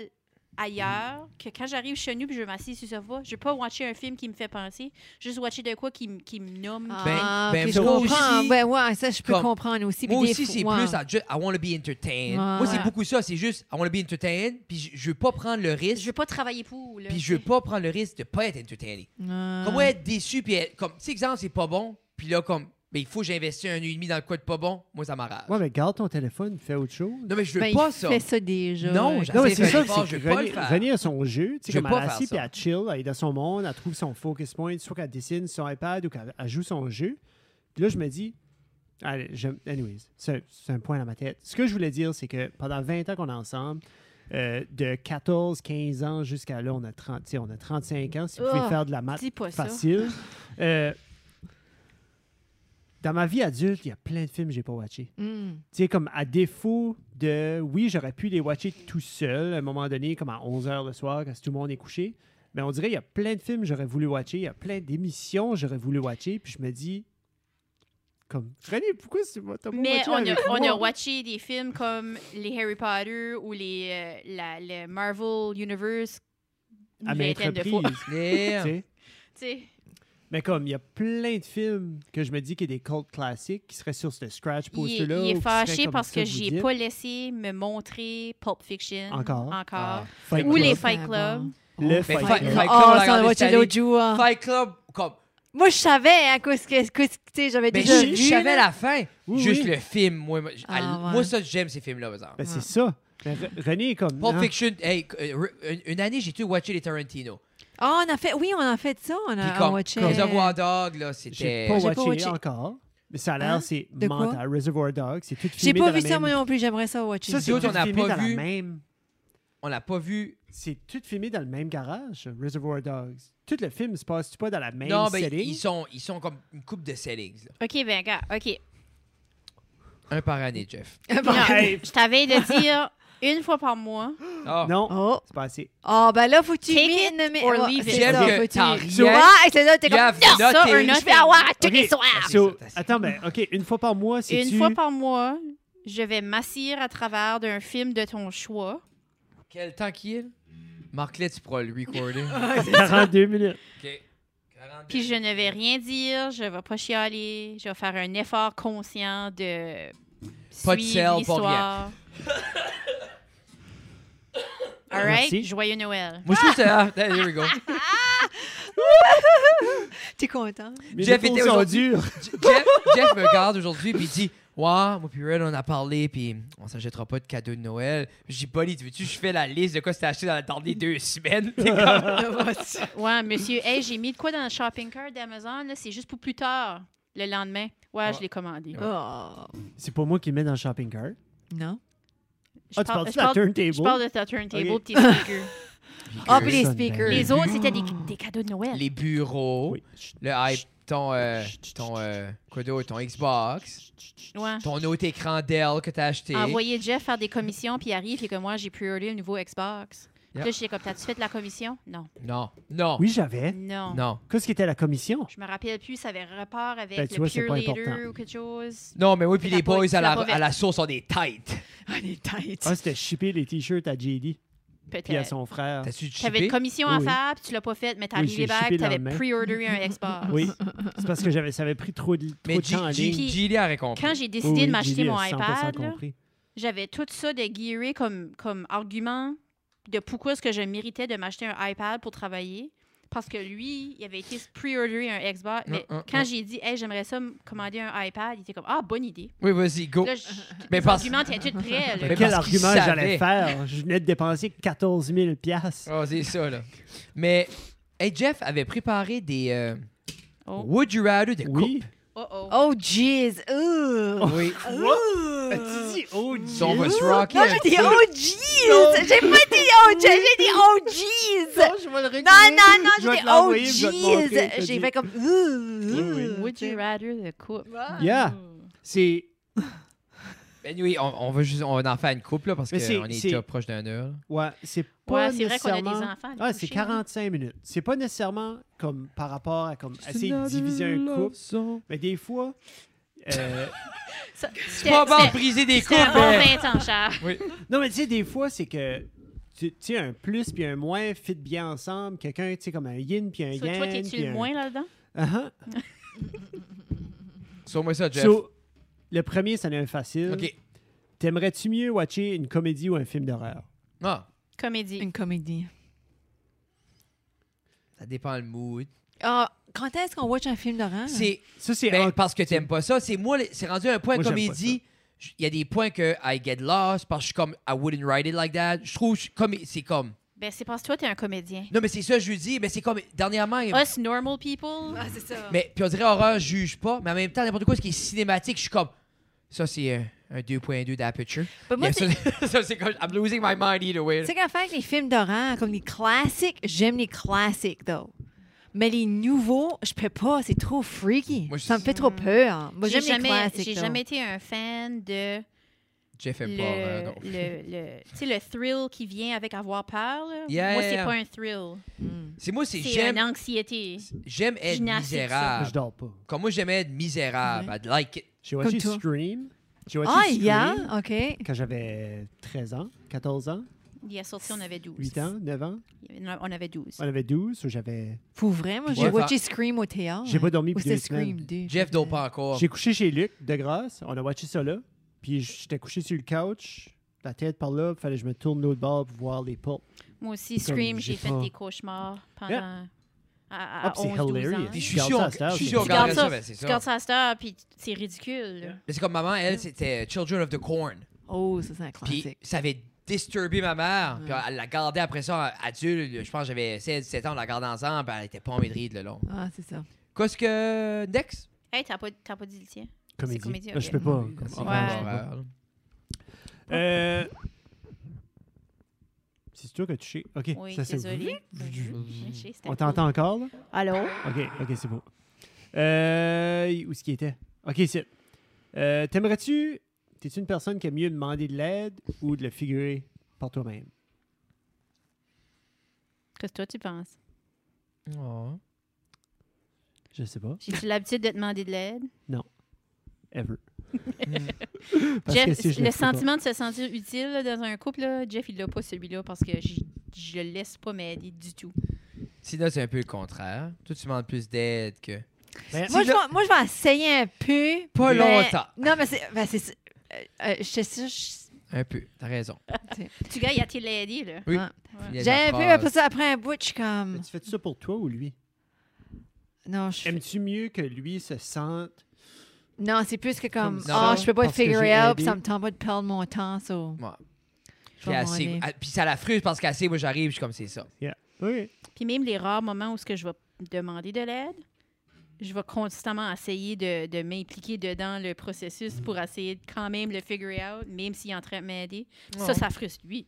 [SPEAKER 2] Mm.
[SPEAKER 4] ailleurs que quand j'arrive chez nous puis je m'assieds sur le sofa, je vais pas watcher un film qui me fait penser, juste watcher de quoi qui, m- qui me nomme.
[SPEAKER 1] Ben,
[SPEAKER 3] Ah,
[SPEAKER 1] ben,
[SPEAKER 3] ok, je
[SPEAKER 1] moi
[SPEAKER 3] comprends.
[SPEAKER 1] aussi,
[SPEAKER 3] ouais, ouais, ça, je peux
[SPEAKER 1] comme-
[SPEAKER 3] comprendre aussi.
[SPEAKER 1] Moi
[SPEAKER 3] puis des
[SPEAKER 1] aussi,
[SPEAKER 3] fois-
[SPEAKER 1] c'est
[SPEAKER 3] ouais.
[SPEAKER 1] plus I, ju- I want to be entertained.
[SPEAKER 3] Ouais.
[SPEAKER 1] Moi, c'est
[SPEAKER 4] Ouais.
[SPEAKER 1] beaucoup ça. C'est juste I want to be entertained, puis je, je veux pas prendre le
[SPEAKER 4] Je
[SPEAKER 1] risque,
[SPEAKER 4] veux pas travailler pour. Là,
[SPEAKER 1] puis je veux pas prendre le risque de pas être entertainé.
[SPEAKER 3] Ah.
[SPEAKER 1] Comme ouais, être déçu, puis être comme, tu sais, exemple, c'est pas bon, puis là, comme, ben, il faut que j'investisse un et demi dans le quoi de pas bon, moi, ça m'arrache.
[SPEAKER 2] Ouais, mais garde ton téléphone, fais autre chose.
[SPEAKER 1] Non, mais je veux
[SPEAKER 3] Ben,
[SPEAKER 1] pas
[SPEAKER 3] il
[SPEAKER 1] ça.
[SPEAKER 3] fait ça déjà.
[SPEAKER 1] Non,
[SPEAKER 2] Non, mais
[SPEAKER 1] J'essaie
[SPEAKER 2] c'est
[SPEAKER 1] de faire
[SPEAKER 2] ça,
[SPEAKER 1] l'effort,
[SPEAKER 2] c'est
[SPEAKER 1] je vais pas le
[SPEAKER 2] Renée-
[SPEAKER 1] faire.
[SPEAKER 2] Renée à son jeu, tu sais,
[SPEAKER 1] Je vais
[SPEAKER 2] comme
[SPEAKER 1] pas
[SPEAKER 2] elle est
[SPEAKER 1] faire
[SPEAKER 2] assise
[SPEAKER 1] ça.
[SPEAKER 2] puis elle chill, elle est dans son monde, elle trouve son focus point, soit qu'elle dessine sur son iPad ou qu'elle elle joue son jeu. Puis là, je me dis, allez, j'aime- anyways, c'est c'est un point dans ma tête. Ce que je voulais dire, c'est que pendant 20 ans qu'on est ensemble, euh, de 14, 15 ans jusqu'à là, on a, 30, tu sais, on a 35 ans, si vous pouvez
[SPEAKER 4] Oh,
[SPEAKER 2] faire de la maths
[SPEAKER 4] Dis pas ça.
[SPEAKER 2] facile. Euh, dans ma vie adulte, il y a plein de films que j'ai pas watchés
[SPEAKER 3] Mm.
[SPEAKER 2] tu sais, comme à défaut de. Oui, j'aurais pu les watcher tout seul à un moment donné, comme à 11h le soir, quand tout le monde est couché. Mais on dirait qu'il y a plein de films que j'aurais voulu watcher, il y a plein d'émissions que j'aurais voulu watcher, puis je me dis. Comme, René, pourquoi tu m'as t'as pas
[SPEAKER 4] Mais
[SPEAKER 2] watché
[SPEAKER 4] on a,
[SPEAKER 2] avec
[SPEAKER 4] on
[SPEAKER 2] moi?
[SPEAKER 4] a watché des films comme les Harry Potter ou les, euh, la, le Marvel Universe une
[SPEAKER 2] à maintes
[SPEAKER 4] vingtaine de fois.
[SPEAKER 2] reprises. tu
[SPEAKER 1] Yeah.
[SPEAKER 2] sais.
[SPEAKER 4] Tu sais,
[SPEAKER 2] Mais comme, il y a plein de films que je me dis qu'il y a des cult classiques qui seraient sur ce scratch
[SPEAKER 4] il, est-
[SPEAKER 2] poster-là.
[SPEAKER 4] il
[SPEAKER 2] ou
[SPEAKER 4] est
[SPEAKER 2] qui seraient
[SPEAKER 4] fâché
[SPEAKER 2] comme
[SPEAKER 4] parce
[SPEAKER 2] ça
[SPEAKER 4] que
[SPEAKER 2] vous
[SPEAKER 4] j'ai
[SPEAKER 2] dites.
[SPEAKER 4] pas laissé me montrer Pulp Fiction.
[SPEAKER 2] Encore?
[SPEAKER 1] Ah.
[SPEAKER 2] Fight
[SPEAKER 4] Ou les
[SPEAKER 2] Club.
[SPEAKER 4] Fight
[SPEAKER 3] Ah,
[SPEAKER 4] Club.
[SPEAKER 2] Le
[SPEAKER 3] Oh,
[SPEAKER 2] Fight
[SPEAKER 1] Fight
[SPEAKER 2] Club.
[SPEAKER 1] Club,
[SPEAKER 3] Oh,
[SPEAKER 1] la
[SPEAKER 3] ça, on
[SPEAKER 1] grande
[SPEAKER 3] l'a watché
[SPEAKER 1] Stanley.
[SPEAKER 3] l'autre jour. hein.
[SPEAKER 1] Fight Club, comme,
[SPEAKER 3] Moi, je savais, hein, qu'est-ce que, qu'est-ce que- tu sais, j'avais
[SPEAKER 1] ben,
[SPEAKER 3] déjà
[SPEAKER 1] je
[SPEAKER 3] vu.
[SPEAKER 1] je savais
[SPEAKER 3] là.
[SPEAKER 1] la fin.
[SPEAKER 2] Oui,
[SPEAKER 1] Juste
[SPEAKER 2] oui.
[SPEAKER 1] le film. Moi, moi, j-
[SPEAKER 3] Ah,
[SPEAKER 1] à-
[SPEAKER 3] ouais.
[SPEAKER 1] moi, ça, j'aime ces films-là, par exemple.
[SPEAKER 2] Ben, c'est ça. Mais Re- René est comme.
[SPEAKER 1] Pulp
[SPEAKER 2] hein,
[SPEAKER 1] Fiction, hey, euh, re- une, une année, j'ai tout watché les Tarantino.
[SPEAKER 3] Ah, on a fait, oui, on a fait ça. On
[SPEAKER 1] Puis
[SPEAKER 3] a on
[SPEAKER 1] comme,
[SPEAKER 3] watchait-
[SPEAKER 1] comme Reservoir Dog, là, c'était...
[SPEAKER 2] J'ai pas
[SPEAKER 3] J'ai pas
[SPEAKER 2] watché,
[SPEAKER 3] watché.
[SPEAKER 2] encore. Mais ça a l'air,
[SPEAKER 3] Hein?
[SPEAKER 2] c'est
[SPEAKER 3] De quoi?
[SPEAKER 2] mental. Reservoir Dogs, c'est tout filmé
[SPEAKER 3] J'ai pas
[SPEAKER 2] dans la
[SPEAKER 3] vu ça,
[SPEAKER 2] même-
[SPEAKER 3] moi non plus. J'aimerais ça watcher.
[SPEAKER 2] Ça, c'est
[SPEAKER 1] Nous autres,
[SPEAKER 2] tout
[SPEAKER 1] on n'a
[SPEAKER 2] filmé
[SPEAKER 1] pas
[SPEAKER 2] dans la
[SPEAKER 1] vu.
[SPEAKER 2] même...
[SPEAKER 1] On l'a pas vu.
[SPEAKER 2] C'est tout filmé dans le même garage, Reservoir Dogs. Tout le film se passe-tu pas dans la même
[SPEAKER 1] non, ben,
[SPEAKER 2] setting?
[SPEAKER 1] ils sont, ils sont comme une coupe de settings. là.
[SPEAKER 4] OK, ben, gars, OK.
[SPEAKER 1] Un par année, Jeff.
[SPEAKER 4] Non,
[SPEAKER 2] Hey.
[SPEAKER 4] je t'avais de dire une fois par mois.
[SPEAKER 1] Ah.
[SPEAKER 2] Non,
[SPEAKER 3] Oh.
[SPEAKER 2] c'est pas assez.
[SPEAKER 3] Ah, ben là, faut que tu
[SPEAKER 4] Take
[SPEAKER 3] mets-
[SPEAKER 4] it
[SPEAKER 3] ne mets-
[SPEAKER 4] or
[SPEAKER 3] ouais,
[SPEAKER 4] leave it.
[SPEAKER 3] c'est
[SPEAKER 1] J'aime
[SPEAKER 3] ça,
[SPEAKER 1] que
[SPEAKER 3] faut
[SPEAKER 1] t'as
[SPEAKER 3] tu-
[SPEAKER 1] rien.
[SPEAKER 3] Tu vois, et c'est là, t'es
[SPEAKER 1] You
[SPEAKER 3] comme,
[SPEAKER 1] have
[SPEAKER 3] non,
[SPEAKER 4] Ça,
[SPEAKER 1] nothing.
[SPEAKER 4] un autre. Je vais avoir à tous les
[SPEAKER 2] Ok.
[SPEAKER 4] soirs.
[SPEAKER 2] So,
[SPEAKER 1] c'est ça.
[SPEAKER 2] attends, ben, OK, une fois par mois, c'est
[SPEAKER 4] Une fois par mois, je vais m'assir à travers d'un film de ton choix.
[SPEAKER 1] Quel temps qu'il est? là? Marc, là, tu pourras le recorder.
[SPEAKER 2] 42 minutes.
[SPEAKER 1] OK. 42.
[SPEAKER 4] Puis je ne vais rien dire, je vais pas chialer, je vais faire un effort conscient de
[SPEAKER 1] Pas de sel,
[SPEAKER 4] suivre
[SPEAKER 1] pas
[SPEAKER 4] l'histoire. All right,
[SPEAKER 2] Merci.
[SPEAKER 4] joyeux Noël.
[SPEAKER 1] Moi, je trouve que c'est... Ah, there we go.
[SPEAKER 3] T'es content.
[SPEAKER 2] Mais
[SPEAKER 1] Jeff
[SPEAKER 2] les
[SPEAKER 1] était
[SPEAKER 2] sont
[SPEAKER 1] aujourd'hui-
[SPEAKER 2] durs.
[SPEAKER 1] J- Jeff, Jeff me regarde aujourd'hui puis il dit Waouh, moi puis Red, on a parlé puis on s'achètera pas de cadeau de Noël. Je dis Polly, tu veux-tu que je fais la liste de quoi c'était acheté dans la dernière deux semaines
[SPEAKER 2] Ah,
[SPEAKER 1] T'es comme-
[SPEAKER 4] Ouais, monsieur, hey, j'ai mis de quoi dans le shopping cart d'Amazon, là, c'est juste pour plus tard, le lendemain. Ouais,
[SPEAKER 2] Ah.
[SPEAKER 1] Ouais.
[SPEAKER 4] je l'ai commandé.
[SPEAKER 3] Oh.
[SPEAKER 2] C'est pas moi qui le mets dans le shopping cart.
[SPEAKER 3] Non.
[SPEAKER 4] Je
[SPEAKER 2] Ah, tu
[SPEAKER 4] parle-
[SPEAKER 2] parles-tu
[SPEAKER 4] je
[SPEAKER 2] de la
[SPEAKER 4] parle-
[SPEAKER 2] turntable?
[SPEAKER 4] je parle de ta turntable,
[SPEAKER 2] Ok.
[SPEAKER 4] tes speakers.
[SPEAKER 3] Ah, puis les
[SPEAKER 2] Personne
[SPEAKER 3] speakers.
[SPEAKER 4] Les autres, c'était des, des cadeaux de Noël.
[SPEAKER 1] Les bureaux,
[SPEAKER 2] Oui.
[SPEAKER 1] le hype, ton. euh, ton. euh, quoi d'autre Ton Xbox,
[SPEAKER 4] Ouais.
[SPEAKER 1] ton autre écran Dell que t'as acheté.
[SPEAKER 4] Envoyer Jeff faire des commissions, puis il arrive, et que moi, j'ai priorité le nouveau Xbox. Puis
[SPEAKER 1] Yeah.
[SPEAKER 4] Là, j'étais comme, t'as-tu fait de la commission? Non.
[SPEAKER 1] Non, non,
[SPEAKER 3] Oh.
[SPEAKER 2] Oui, j'avais.
[SPEAKER 4] Non.
[SPEAKER 1] non.
[SPEAKER 2] Qu'est-ce qui était la commission?
[SPEAKER 4] Je me rappelle plus, ça avait rapport avec
[SPEAKER 2] Ben,
[SPEAKER 4] le
[SPEAKER 2] tu vois, c'est
[SPEAKER 4] peer
[SPEAKER 2] pas important.
[SPEAKER 4] leader ou quelque chose.
[SPEAKER 1] Non, mais oui, puis
[SPEAKER 4] Tu l'as
[SPEAKER 1] les
[SPEAKER 4] pas-
[SPEAKER 1] boys
[SPEAKER 4] tu
[SPEAKER 1] à
[SPEAKER 4] l'as
[SPEAKER 1] la,
[SPEAKER 4] pas fait.
[SPEAKER 1] à la source ont des têtes.
[SPEAKER 3] Ah, les têtes.
[SPEAKER 2] Ah, c'était shipper les t-shirts à JD puis à
[SPEAKER 4] Peut-être.
[SPEAKER 2] son frère.
[SPEAKER 1] T'as-tu
[SPEAKER 4] T'avais
[SPEAKER 1] chippé
[SPEAKER 4] une commission à
[SPEAKER 2] Oui.
[SPEAKER 4] faire, puis tu l'as pas faite, mais t'es
[SPEAKER 2] Oui,
[SPEAKER 4] arrivé
[SPEAKER 2] j'ai
[SPEAKER 4] back,
[SPEAKER 2] shippé le
[SPEAKER 4] t'avais
[SPEAKER 2] lendemain.
[SPEAKER 4] pre-orderé un Xbox.
[SPEAKER 2] Oui, c'est parce que j'avais, ça avait pris trop, de- trop
[SPEAKER 1] Mais
[SPEAKER 2] de temps en ligne.
[SPEAKER 1] Gilly Gilly a récompris.
[SPEAKER 4] Quand j'ai décidé
[SPEAKER 2] Oui,
[SPEAKER 4] de m'acheter
[SPEAKER 2] Gilly a
[SPEAKER 4] mon
[SPEAKER 2] 100%
[SPEAKER 4] iPad, là,
[SPEAKER 2] compris.
[SPEAKER 4] j'avais tout ça de gearé comme, comme argument de pourquoi est-ce que je méritais de m'acheter un iPad pour travailler. Parce que lui, il avait été pre-orderé un Xbox. Mais
[SPEAKER 1] Un, un,
[SPEAKER 4] quand
[SPEAKER 1] un.
[SPEAKER 4] j'ai dit, hey, j'aimerais ça me commander un iPad, il était comme, ah, bonne idée.
[SPEAKER 1] Oui, vas-y, go.
[SPEAKER 4] Là, je-
[SPEAKER 1] Mais
[SPEAKER 4] les
[SPEAKER 1] parce-
[SPEAKER 4] arguments étaient tout prêts. là.
[SPEAKER 1] Mais parce
[SPEAKER 2] Quel
[SPEAKER 1] qu'il
[SPEAKER 2] argument
[SPEAKER 1] savait.
[SPEAKER 2] j'allais faire? Je venais de dépenser 14 000 piastres.
[SPEAKER 1] Ah, c'est ça, là. Mais, hey, Jeff avait préparé des euh,
[SPEAKER 4] Oh.
[SPEAKER 1] Would You Rather de
[SPEAKER 2] Oui.
[SPEAKER 4] Oh, oh.
[SPEAKER 3] Oh, jeez.
[SPEAKER 1] coupe.
[SPEAKER 3] Ouh.
[SPEAKER 1] Oui.
[SPEAKER 2] Oh, As-tu dit OG?
[SPEAKER 1] So on va se rocker
[SPEAKER 3] Non,
[SPEAKER 1] un
[SPEAKER 3] j'ai dit
[SPEAKER 1] peu.
[SPEAKER 3] oh, jeez. J'ai pas dit oh, jeez. J'ai dit oh, jeez.
[SPEAKER 2] je vais le
[SPEAKER 3] Non, non, non,
[SPEAKER 2] Je vais
[SPEAKER 3] j'ai
[SPEAKER 2] te l'envoyer,
[SPEAKER 3] dit
[SPEAKER 2] je vais te
[SPEAKER 3] oh,
[SPEAKER 2] montrer, je
[SPEAKER 3] jeez.
[SPEAKER 2] te
[SPEAKER 3] J'ai
[SPEAKER 2] dis.
[SPEAKER 3] fait comme
[SPEAKER 2] oui.
[SPEAKER 3] ouh.
[SPEAKER 4] Oh, Would you rather the Mm. couple?
[SPEAKER 2] Yeah. C'est.
[SPEAKER 1] Anyway, on, Ben, on va juste, on va en faire une coupe, là, parce qu'on
[SPEAKER 2] Mais c'est-
[SPEAKER 1] est,
[SPEAKER 2] c'est-
[SPEAKER 1] déjà proche d'un heure. là.
[SPEAKER 2] Ouais, c'est pas
[SPEAKER 4] Ouais, c'est vrai qu'on a des
[SPEAKER 2] nécessairement-
[SPEAKER 4] enfants.
[SPEAKER 2] Ah, c'est 45 minutes. C'est pas nécessairement comme par rapport à comme essayer de diviser un couple, mais des fois. euh,
[SPEAKER 4] C'est
[SPEAKER 1] Pas bon de briser des
[SPEAKER 4] C'était
[SPEAKER 1] couples.
[SPEAKER 4] avant
[SPEAKER 1] hein.
[SPEAKER 4] 20 ans, Charles.
[SPEAKER 2] non, mais tu sais, des fois, c'est que tu tu sais, un plus puis un moins fit bien ensemble. Quelqu'un, tu sais, comme un yin puis un
[SPEAKER 4] So,
[SPEAKER 2] yang.
[SPEAKER 4] toi, t'es-tu
[SPEAKER 2] puis
[SPEAKER 4] le
[SPEAKER 2] un-
[SPEAKER 4] moins là-dedans?
[SPEAKER 2] Uh-huh.
[SPEAKER 1] Sauve-moi ça, Jeff.
[SPEAKER 2] So, le premier, ça n'est facile.
[SPEAKER 1] OK.
[SPEAKER 2] T'aimerais-tu mieux watcher une comédie ou un film d'horreur?
[SPEAKER 1] Ah,
[SPEAKER 4] Comédie.
[SPEAKER 3] Une comédie.
[SPEAKER 1] ça dépend le mood.
[SPEAKER 3] Ah, quand est-ce qu'on watch un film d'horreur?
[SPEAKER 1] C'est
[SPEAKER 2] Ça, c'est
[SPEAKER 1] ben,
[SPEAKER 2] un-
[SPEAKER 1] parce que t'aimes pas ça. C'est moi, les- c'est rendu un point
[SPEAKER 2] Moi, j'aime pas
[SPEAKER 1] comédie. j- Il y a des points que I get lost parce que je suis comme I wouldn't write it like that. Je trouve je- comme c'est comme.
[SPEAKER 4] Ben, c'est parce que toi, t'es un comédien.
[SPEAKER 1] Non, mais c'est ça, je lui dis. Mais c'est comme dernièrement.
[SPEAKER 2] Eh
[SPEAKER 4] Us normal people.
[SPEAKER 3] c'est ça.
[SPEAKER 1] Mais puis on dirait horreur, je juge pas. Mais en même temps, n'importe quoi ce qui est cinématique, je suis comme ça, c'est euh, un 2.2 d'aperture.
[SPEAKER 3] Mais moi,
[SPEAKER 1] Yeah,
[SPEAKER 3] c'est-
[SPEAKER 1] ça, ça, c'est comme I'm losing my mind either way.
[SPEAKER 3] Tu sais qu'à faire avec les films d'horreur, comme les classiques, j'aime les classiques, though. Mais les nouveaux, je peux pas, c'est trop freaky.
[SPEAKER 1] Moi, je-
[SPEAKER 3] ça me fait trop peur. Moi,
[SPEAKER 4] J'ai
[SPEAKER 3] j'aime les
[SPEAKER 4] jamais,
[SPEAKER 3] classiques.
[SPEAKER 4] j'ai
[SPEAKER 3] though.
[SPEAKER 4] jamais été un fan de
[SPEAKER 1] Jeff aime
[SPEAKER 4] le,
[SPEAKER 1] pas.
[SPEAKER 2] hein,
[SPEAKER 1] euh, non.
[SPEAKER 4] le, le- tu sais, le thrill qui vient avec avoir peur. là.
[SPEAKER 1] Yeah,
[SPEAKER 4] Moi,
[SPEAKER 1] yeah,
[SPEAKER 4] c'est
[SPEAKER 1] yeah.
[SPEAKER 4] pas un thrill.
[SPEAKER 3] Mm.
[SPEAKER 1] C'est moi, c'est
[SPEAKER 4] C'est une
[SPEAKER 1] j'aime,
[SPEAKER 4] anxiété.
[SPEAKER 1] j'aime être
[SPEAKER 4] gymnastique, ça.
[SPEAKER 2] Je
[SPEAKER 1] misérable.
[SPEAKER 2] dors pas.
[SPEAKER 1] Comme moi, j'aimais être misérable.
[SPEAKER 3] Ouais.
[SPEAKER 1] I'd like it.
[SPEAKER 2] J'ai watché
[SPEAKER 3] toi.
[SPEAKER 2] Scream. J'ai watché
[SPEAKER 3] Ah,
[SPEAKER 2] Scream
[SPEAKER 3] yeah, OK.
[SPEAKER 2] quand j'avais 13 ans, 14 ans,
[SPEAKER 4] Il est sorti, on avait 12.
[SPEAKER 2] 8 ans, 9 ans.
[SPEAKER 4] Non, On avait 12.
[SPEAKER 2] On avait 12, ou j'avais...
[SPEAKER 3] Pour vrai, moi, j'ai
[SPEAKER 1] Ouais,
[SPEAKER 3] watché Scream au théâtre.
[SPEAKER 2] J'ai pas dormi
[SPEAKER 3] Ah, Ou
[SPEAKER 2] pour deux
[SPEAKER 3] c'était
[SPEAKER 2] semaines.
[SPEAKER 3] Scream 2.
[SPEAKER 1] Jeff dort pas encore.
[SPEAKER 2] J'ai couché chez Luc, de grâce. On a watché ça là. Puis j'étais couché sur le couch, la tête par là. Fallait que je me tourne l'autre bord pour voir les portes.
[SPEAKER 4] Moi aussi,
[SPEAKER 2] Comme
[SPEAKER 4] Scream,
[SPEAKER 2] j'ai
[SPEAKER 4] j'ai fait
[SPEAKER 2] pas-
[SPEAKER 4] des cauchemars pendant. À, à
[SPEAKER 2] Ah, puis c'est
[SPEAKER 4] 11, 12 ans.
[SPEAKER 2] hilarious.
[SPEAKER 1] Puis je
[SPEAKER 4] Tu
[SPEAKER 1] suis
[SPEAKER 2] Regarde
[SPEAKER 1] sûr,
[SPEAKER 2] ça à cette heure,
[SPEAKER 1] je suis
[SPEAKER 2] c'est-
[SPEAKER 1] sûr, on
[SPEAKER 2] Tu
[SPEAKER 1] regarderait
[SPEAKER 4] gardes
[SPEAKER 1] ça,
[SPEAKER 4] ça,
[SPEAKER 1] ben, c'est
[SPEAKER 4] tu
[SPEAKER 1] ça.
[SPEAKER 4] gardes ça à cette heure, puis c'est ridicule. là.
[SPEAKER 1] Mais c'est comme maman, elle, c'était Children of the Corn.
[SPEAKER 3] Oh, ça, c'est un
[SPEAKER 1] Puis
[SPEAKER 3] classique.
[SPEAKER 1] ça avait disturbé ma mère. Puis
[SPEAKER 3] Ouais.
[SPEAKER 1] elle l'a gardée après ça adulte. Je pense que j'avais 16, 17 ans, on l'a gardée ensemble. puis Elle était pas en maîtrise le long.
[SPEAKER 3] Ah, c'est ça.
[SPEAKER 1] Qu'est-ce que. Dex
[SPEAKER 4] Hey, t'as pas, t'as pas dit le tien?
[SPEAKER 2] Comédie.
[SPEAKER 4] comédie,
[SPEAKER 2] Là, Je
[SPEAKER 4] ok.
[SPEAKER 2] peux pas. comme-
[SPEAKER 1] C'est
[SPEAKER 2] oh,
[SPEAKER 4] Ouais.
[SPEAKER 2] je peux pas.
[SPEAKER 1] horreur.
[SPEAKER 2] Euh... C'est toi qui as touché. OK,
[SPEAKER 4] Oui,
[SPEAKER 2] ça c'est...
[SPEAKER 4] désolé. Oui, c'était
[SPEAKER 2] On t'entend encore, là?
[SPEAKER 4] Allô?
[SPEAKER 2] OK, OK, c'est bon. Euh, où est-ce qu'il était? OK, c'est... Euh, T'aimerais-tu... T'es-tu une personne qui aime mieux demander de l'aide ou de le figurer par toi-même?
[SPEAKER 4] Qu'est-ce que toi tu penses?
[SPEAKER 1] Oh.
[SPEAKER 2] Je sais pas.
[SPEAKER 4] J'ai-tu l'habitude de demander de l'aide?
[SPEAKER 2] Ever. Parce que
[SPEAKER 4] Jeff,
[SPEAKER 2] si je
[SPEAKER 4] le
[SPEAKER 2] le fais pas-
[SPEAKER 4] sentiment de se sentir utile là, dans un couple, là, Jeff, il l'a pas celui-là parce que j- je le laisse pas m'aider du tout.
[SPEAKER 1] Sinon, c'est un peu le contraire. Toi, tu demandes plus d'aide que.
[SPEAKER 2] Ben,
[SPEAKER 3] Moi,
[SPEAKER 1] Si
[SPEAKER 3] je Ben, vais, moi, je vais essayer un peu.
[SPEAKER 1] Pas
[SPEAKER 3] mais-
[SPEAKER 1] longtemps.
[SPEAKER 3] Non, mais c'est... ben, c'est- euh, euh, je sais ça, je-
[SPEAKER 1] Un peu, t'as raison.
[SPEAKER 4] Tu gars, il a-t-il aidé, là?
[SPEAKER 1] Oui.
[SPEAKER 3] Ouais.
[SPEAKER 4] Ouais.
[SPEAKER 1] Il y a de
[SPEAKER 3] Ah.
[SPEAKER 1] la
[SPEAKER 3] J'ai un peu,
[SPEAKER 1] phrase.
[SPEAKER 3] après ça, après un bout, je suis comme...
[SPEAKER 2] tu fais ça pour toi ou lui?
[SPEAKER 3] Non, je...
[SPEAKER 2] Aimes-tu mieux que lui se sente...
[SPEAKER 3] non c'est plus que
[SPEAKER 2] Comme
[SPEAKER 3] comme...
[SPEAKER 2] ça,
[SPEAKER 3] Ah, je peux pas te
[SPEAKER 2] parce que
[SPEAKER 3] figure
[SPEAKER 2] j'ai
[SPEAKER 3] out,
[SPEAKER 2] aidé.
[SPEAKER 3] puis ça me tente pas de perdre mon temps, so...
[SPEAKER 1] Ouais.
[SPEAKER 3] je
[SPEAKER 1] Puis,
[SPEAKER 3] vais
[SPEAKER 1] elle
[SPEAKER 3] m'en
[SPEAKER 1] sait-
[SPEAKER 3] aller.
[SPEAKER 1] elle- puis ça la frustre parce qu'elle sait, moi j'arrive, je suis comme c'est ça.
[SPEAKER 2] Oui.
[SPEAKER 4] Puis même les rares moments où ce que je vais demander de l'aide, je vais constamment essayer de, de m'impliquer dedans le processus pour essayer de quand même le figure out, même s'il est en train de m'aider.
[SPEAKER 1] Ouais.
[SPEAKER 4] Ça, ça frustre lui.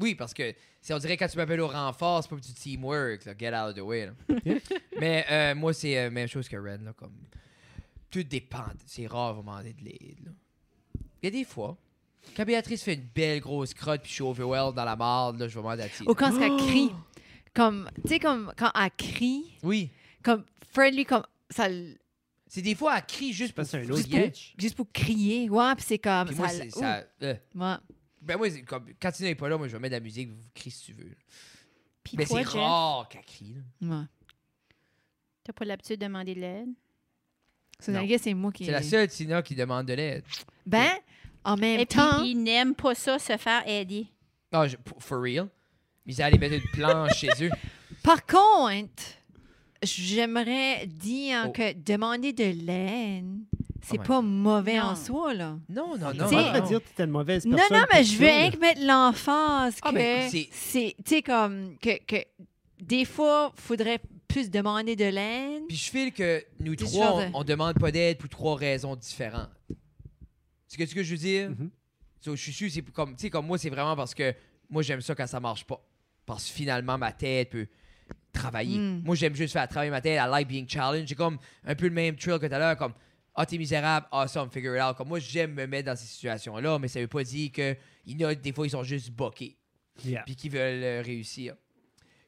[SPEAKER 1] Oui, parce que c'est- on dirait quand tu m'appelles au renfort, c'est pas du teamwork, là, get out of the way. là. mais euh, moi, c'est la même chose que Ren. Là, comme... Tout dépend. C'est rare de demander de l'aide. là. Il y a des fois, quand Béatrice fait une belle grosse crotte puis je suis overwhelmed dans la marde, là, je vais demander à Tia.
[SPEAKER 3] Ou quand
[SPEAKER 1] Oh!
[SPEAKER 3] elle crie. Comme, tu sais, comme quand elle crie,
[SPEAKER 1] Oui.
[SPEAKER 3] comme Fred, lui, comme, ça, l-
[SPEAKER 1] C'est des fois, elle crie juste
[SPEAKER 2] Parce
[SPEAKER 1] pour
[SPEAKER 2] que c'est un
[SPEAKER 1] foutre
[SPEAKER 2] autre
[SPEAKER 1] rien.
[SPEAKER 2] pitch.
[SPEAKER 3] juste pour crier. Ouais, puis c'est comme,
[SPEAKER 1] Puis moi,
[SPEAKER 3] ça,
[SPEAKER 1] c'est-
[SPEAKER 3] l-
[SPEAKER 1] ça- euh,
[SPEAKER 3] ouh, ouais.
[SPEAKER 1] ben moi, c'est comme, quand Tina n'est pas là, moi, je vais mettre de la musique, vous criez si tu veux.
[SPEAKER 4] Puis
[SPEAKER 1] Mais
[SPEAKER 4] toi,
[SPEAKER 1] c'est
[SPEAKER 4] Jeff,
[SPEAKER 1] rare qu'elle crie. là.
[SPEAKER 3] Ouais.
[SPEAKER 4] t'as pas l'habitude de demander de l'aide?
[SPEAKER 3] So,
[SPEAKER 1] Non.
[SPEAKER 3] I guess c'est moi qui.
[SPEAKER 1] C'est la seule Tina qui demande de l'aide.
[SPEAKER 3] Ben, en même
[SPEAKER 4] Et puis,
[SPEAKER 3] temps.
[SPEAKER 4] il n'aime pas ça, se faire aider.
[SPEAKER 1] Ah, je- pour- for real. Ils allaient mettre une planche chez eux.
[SPEAKER 3] Par contre, j'aimerais dire
[SPEAKER 1] Oh.
[SPEAKER 3] que demander de l'aide, c'est
[SPEAKER 1] my
[SPEAKER 3] pas mauvais en
[SPEAKER 4] Non.
[SPEAKER 3] soi, là.
[SPEAKER 1] Non, non,
[SPEAKER 2] Non,
[SPEAKER 1] non.
[SPEAKER 2] on
[SPEAKER 3] Tu sais-
[SPEAKER 2] va pas
[SPEAKER 1] non, non.
[SPEAKER 2] dire que t'es une mauvaise
[SPEAKER 3] Non,
[SPEAKER 2] personne.
[SPEAKER 3] non, mais
[SPEAKER 2] pour
[SPEAKER 3] je
[SPEAKER 2] ça,
[SPEAKER 3] veux
[SPEAKER 2] là.
[SPEAKER 3] rien que mettre l'emphase
[SPEAKER 1] Ah, ben,
[SPEAKER 3] que
[SPEAKER 1] c'est-
[SPEAKER 3] c'est, tu sais, comme, que, que des fois, faudrait plus demander de l'aide.
[SPEAKER 1] Puis je file que nous
[SPEAKER 3] C'est
[SPEAKER 1] trois,
[SPEAKER 3] sûr de-
[SPEAKER 1] on, on demande pas d'aide pour trois raisons différentes. C'est que ce que je veux dire?
[SPEAKER 2] Mhm.
[SPEAKER 1] So, je suis sûr, c'est comme, tu sais, comme moi, c'est vraiment parce que moi, j'aime ça quand ça marche pas. Parce que finalement, ma tête peut travailler.
[SPEAKER 3] Mm.
[SPEAKER 1] Moi, j'aime juste faire travailler ma tête. I like being challenged. J'ai comme un peu le même thrill que tout à l'heure, comme Ah, t'es misérable, awesome, figure it out. Comme moi, j'aime me mettre dans ces situations-là, mais ça veut pas dire que il y en a, des fois, ils sont juste boqués.
[SPEAKER 2] Yeah.
[SPEAKER 1] puis qui veulent euh, réussir.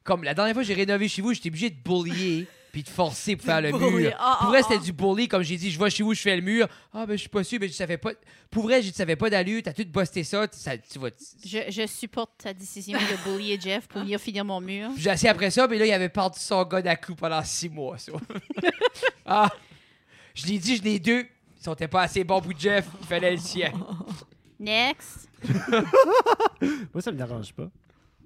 [SPEAKER 1] Comme la dernière fois que j'ai rénové chez vous, j'étais obligé de bullier puis te forcer pour faire le
[SPEAKER 3] Bully.
[SPEAKER 1] mur.
[SPEAKER 3] Ah,
[SPEAKER 1] Pour
[SPEAKER 3] ah,
[SPEAKER 1] vrai,
[SPEAKER 3] ah.
[SPEAKER 1] c'était du bully. Comme j'ai dit, je vais chez vous, je fais le mur. Ah, ben, je suis pas sûr. Ben, je savais pas. Pour vrai, je ne savais pas d'allure. T'as tout busté ça. Tu, ça- tu vas.
[SPEAKER 4] Je, je supporte ta décision de bullier Jeff pour venir finir mon mur.
[SPEAKER 1] Puis J'ai assis après ça, puis là, il avait perdu son gars d'un coup pendant six mois, ça. ah! Je l'ai dit, je l'ai deux. Ils sont pas assez bons pour Jeff. Il fallait le sien.
[SPEAKER 4] Next.
[SPEAKER 2] Moi, ça me dérange pas.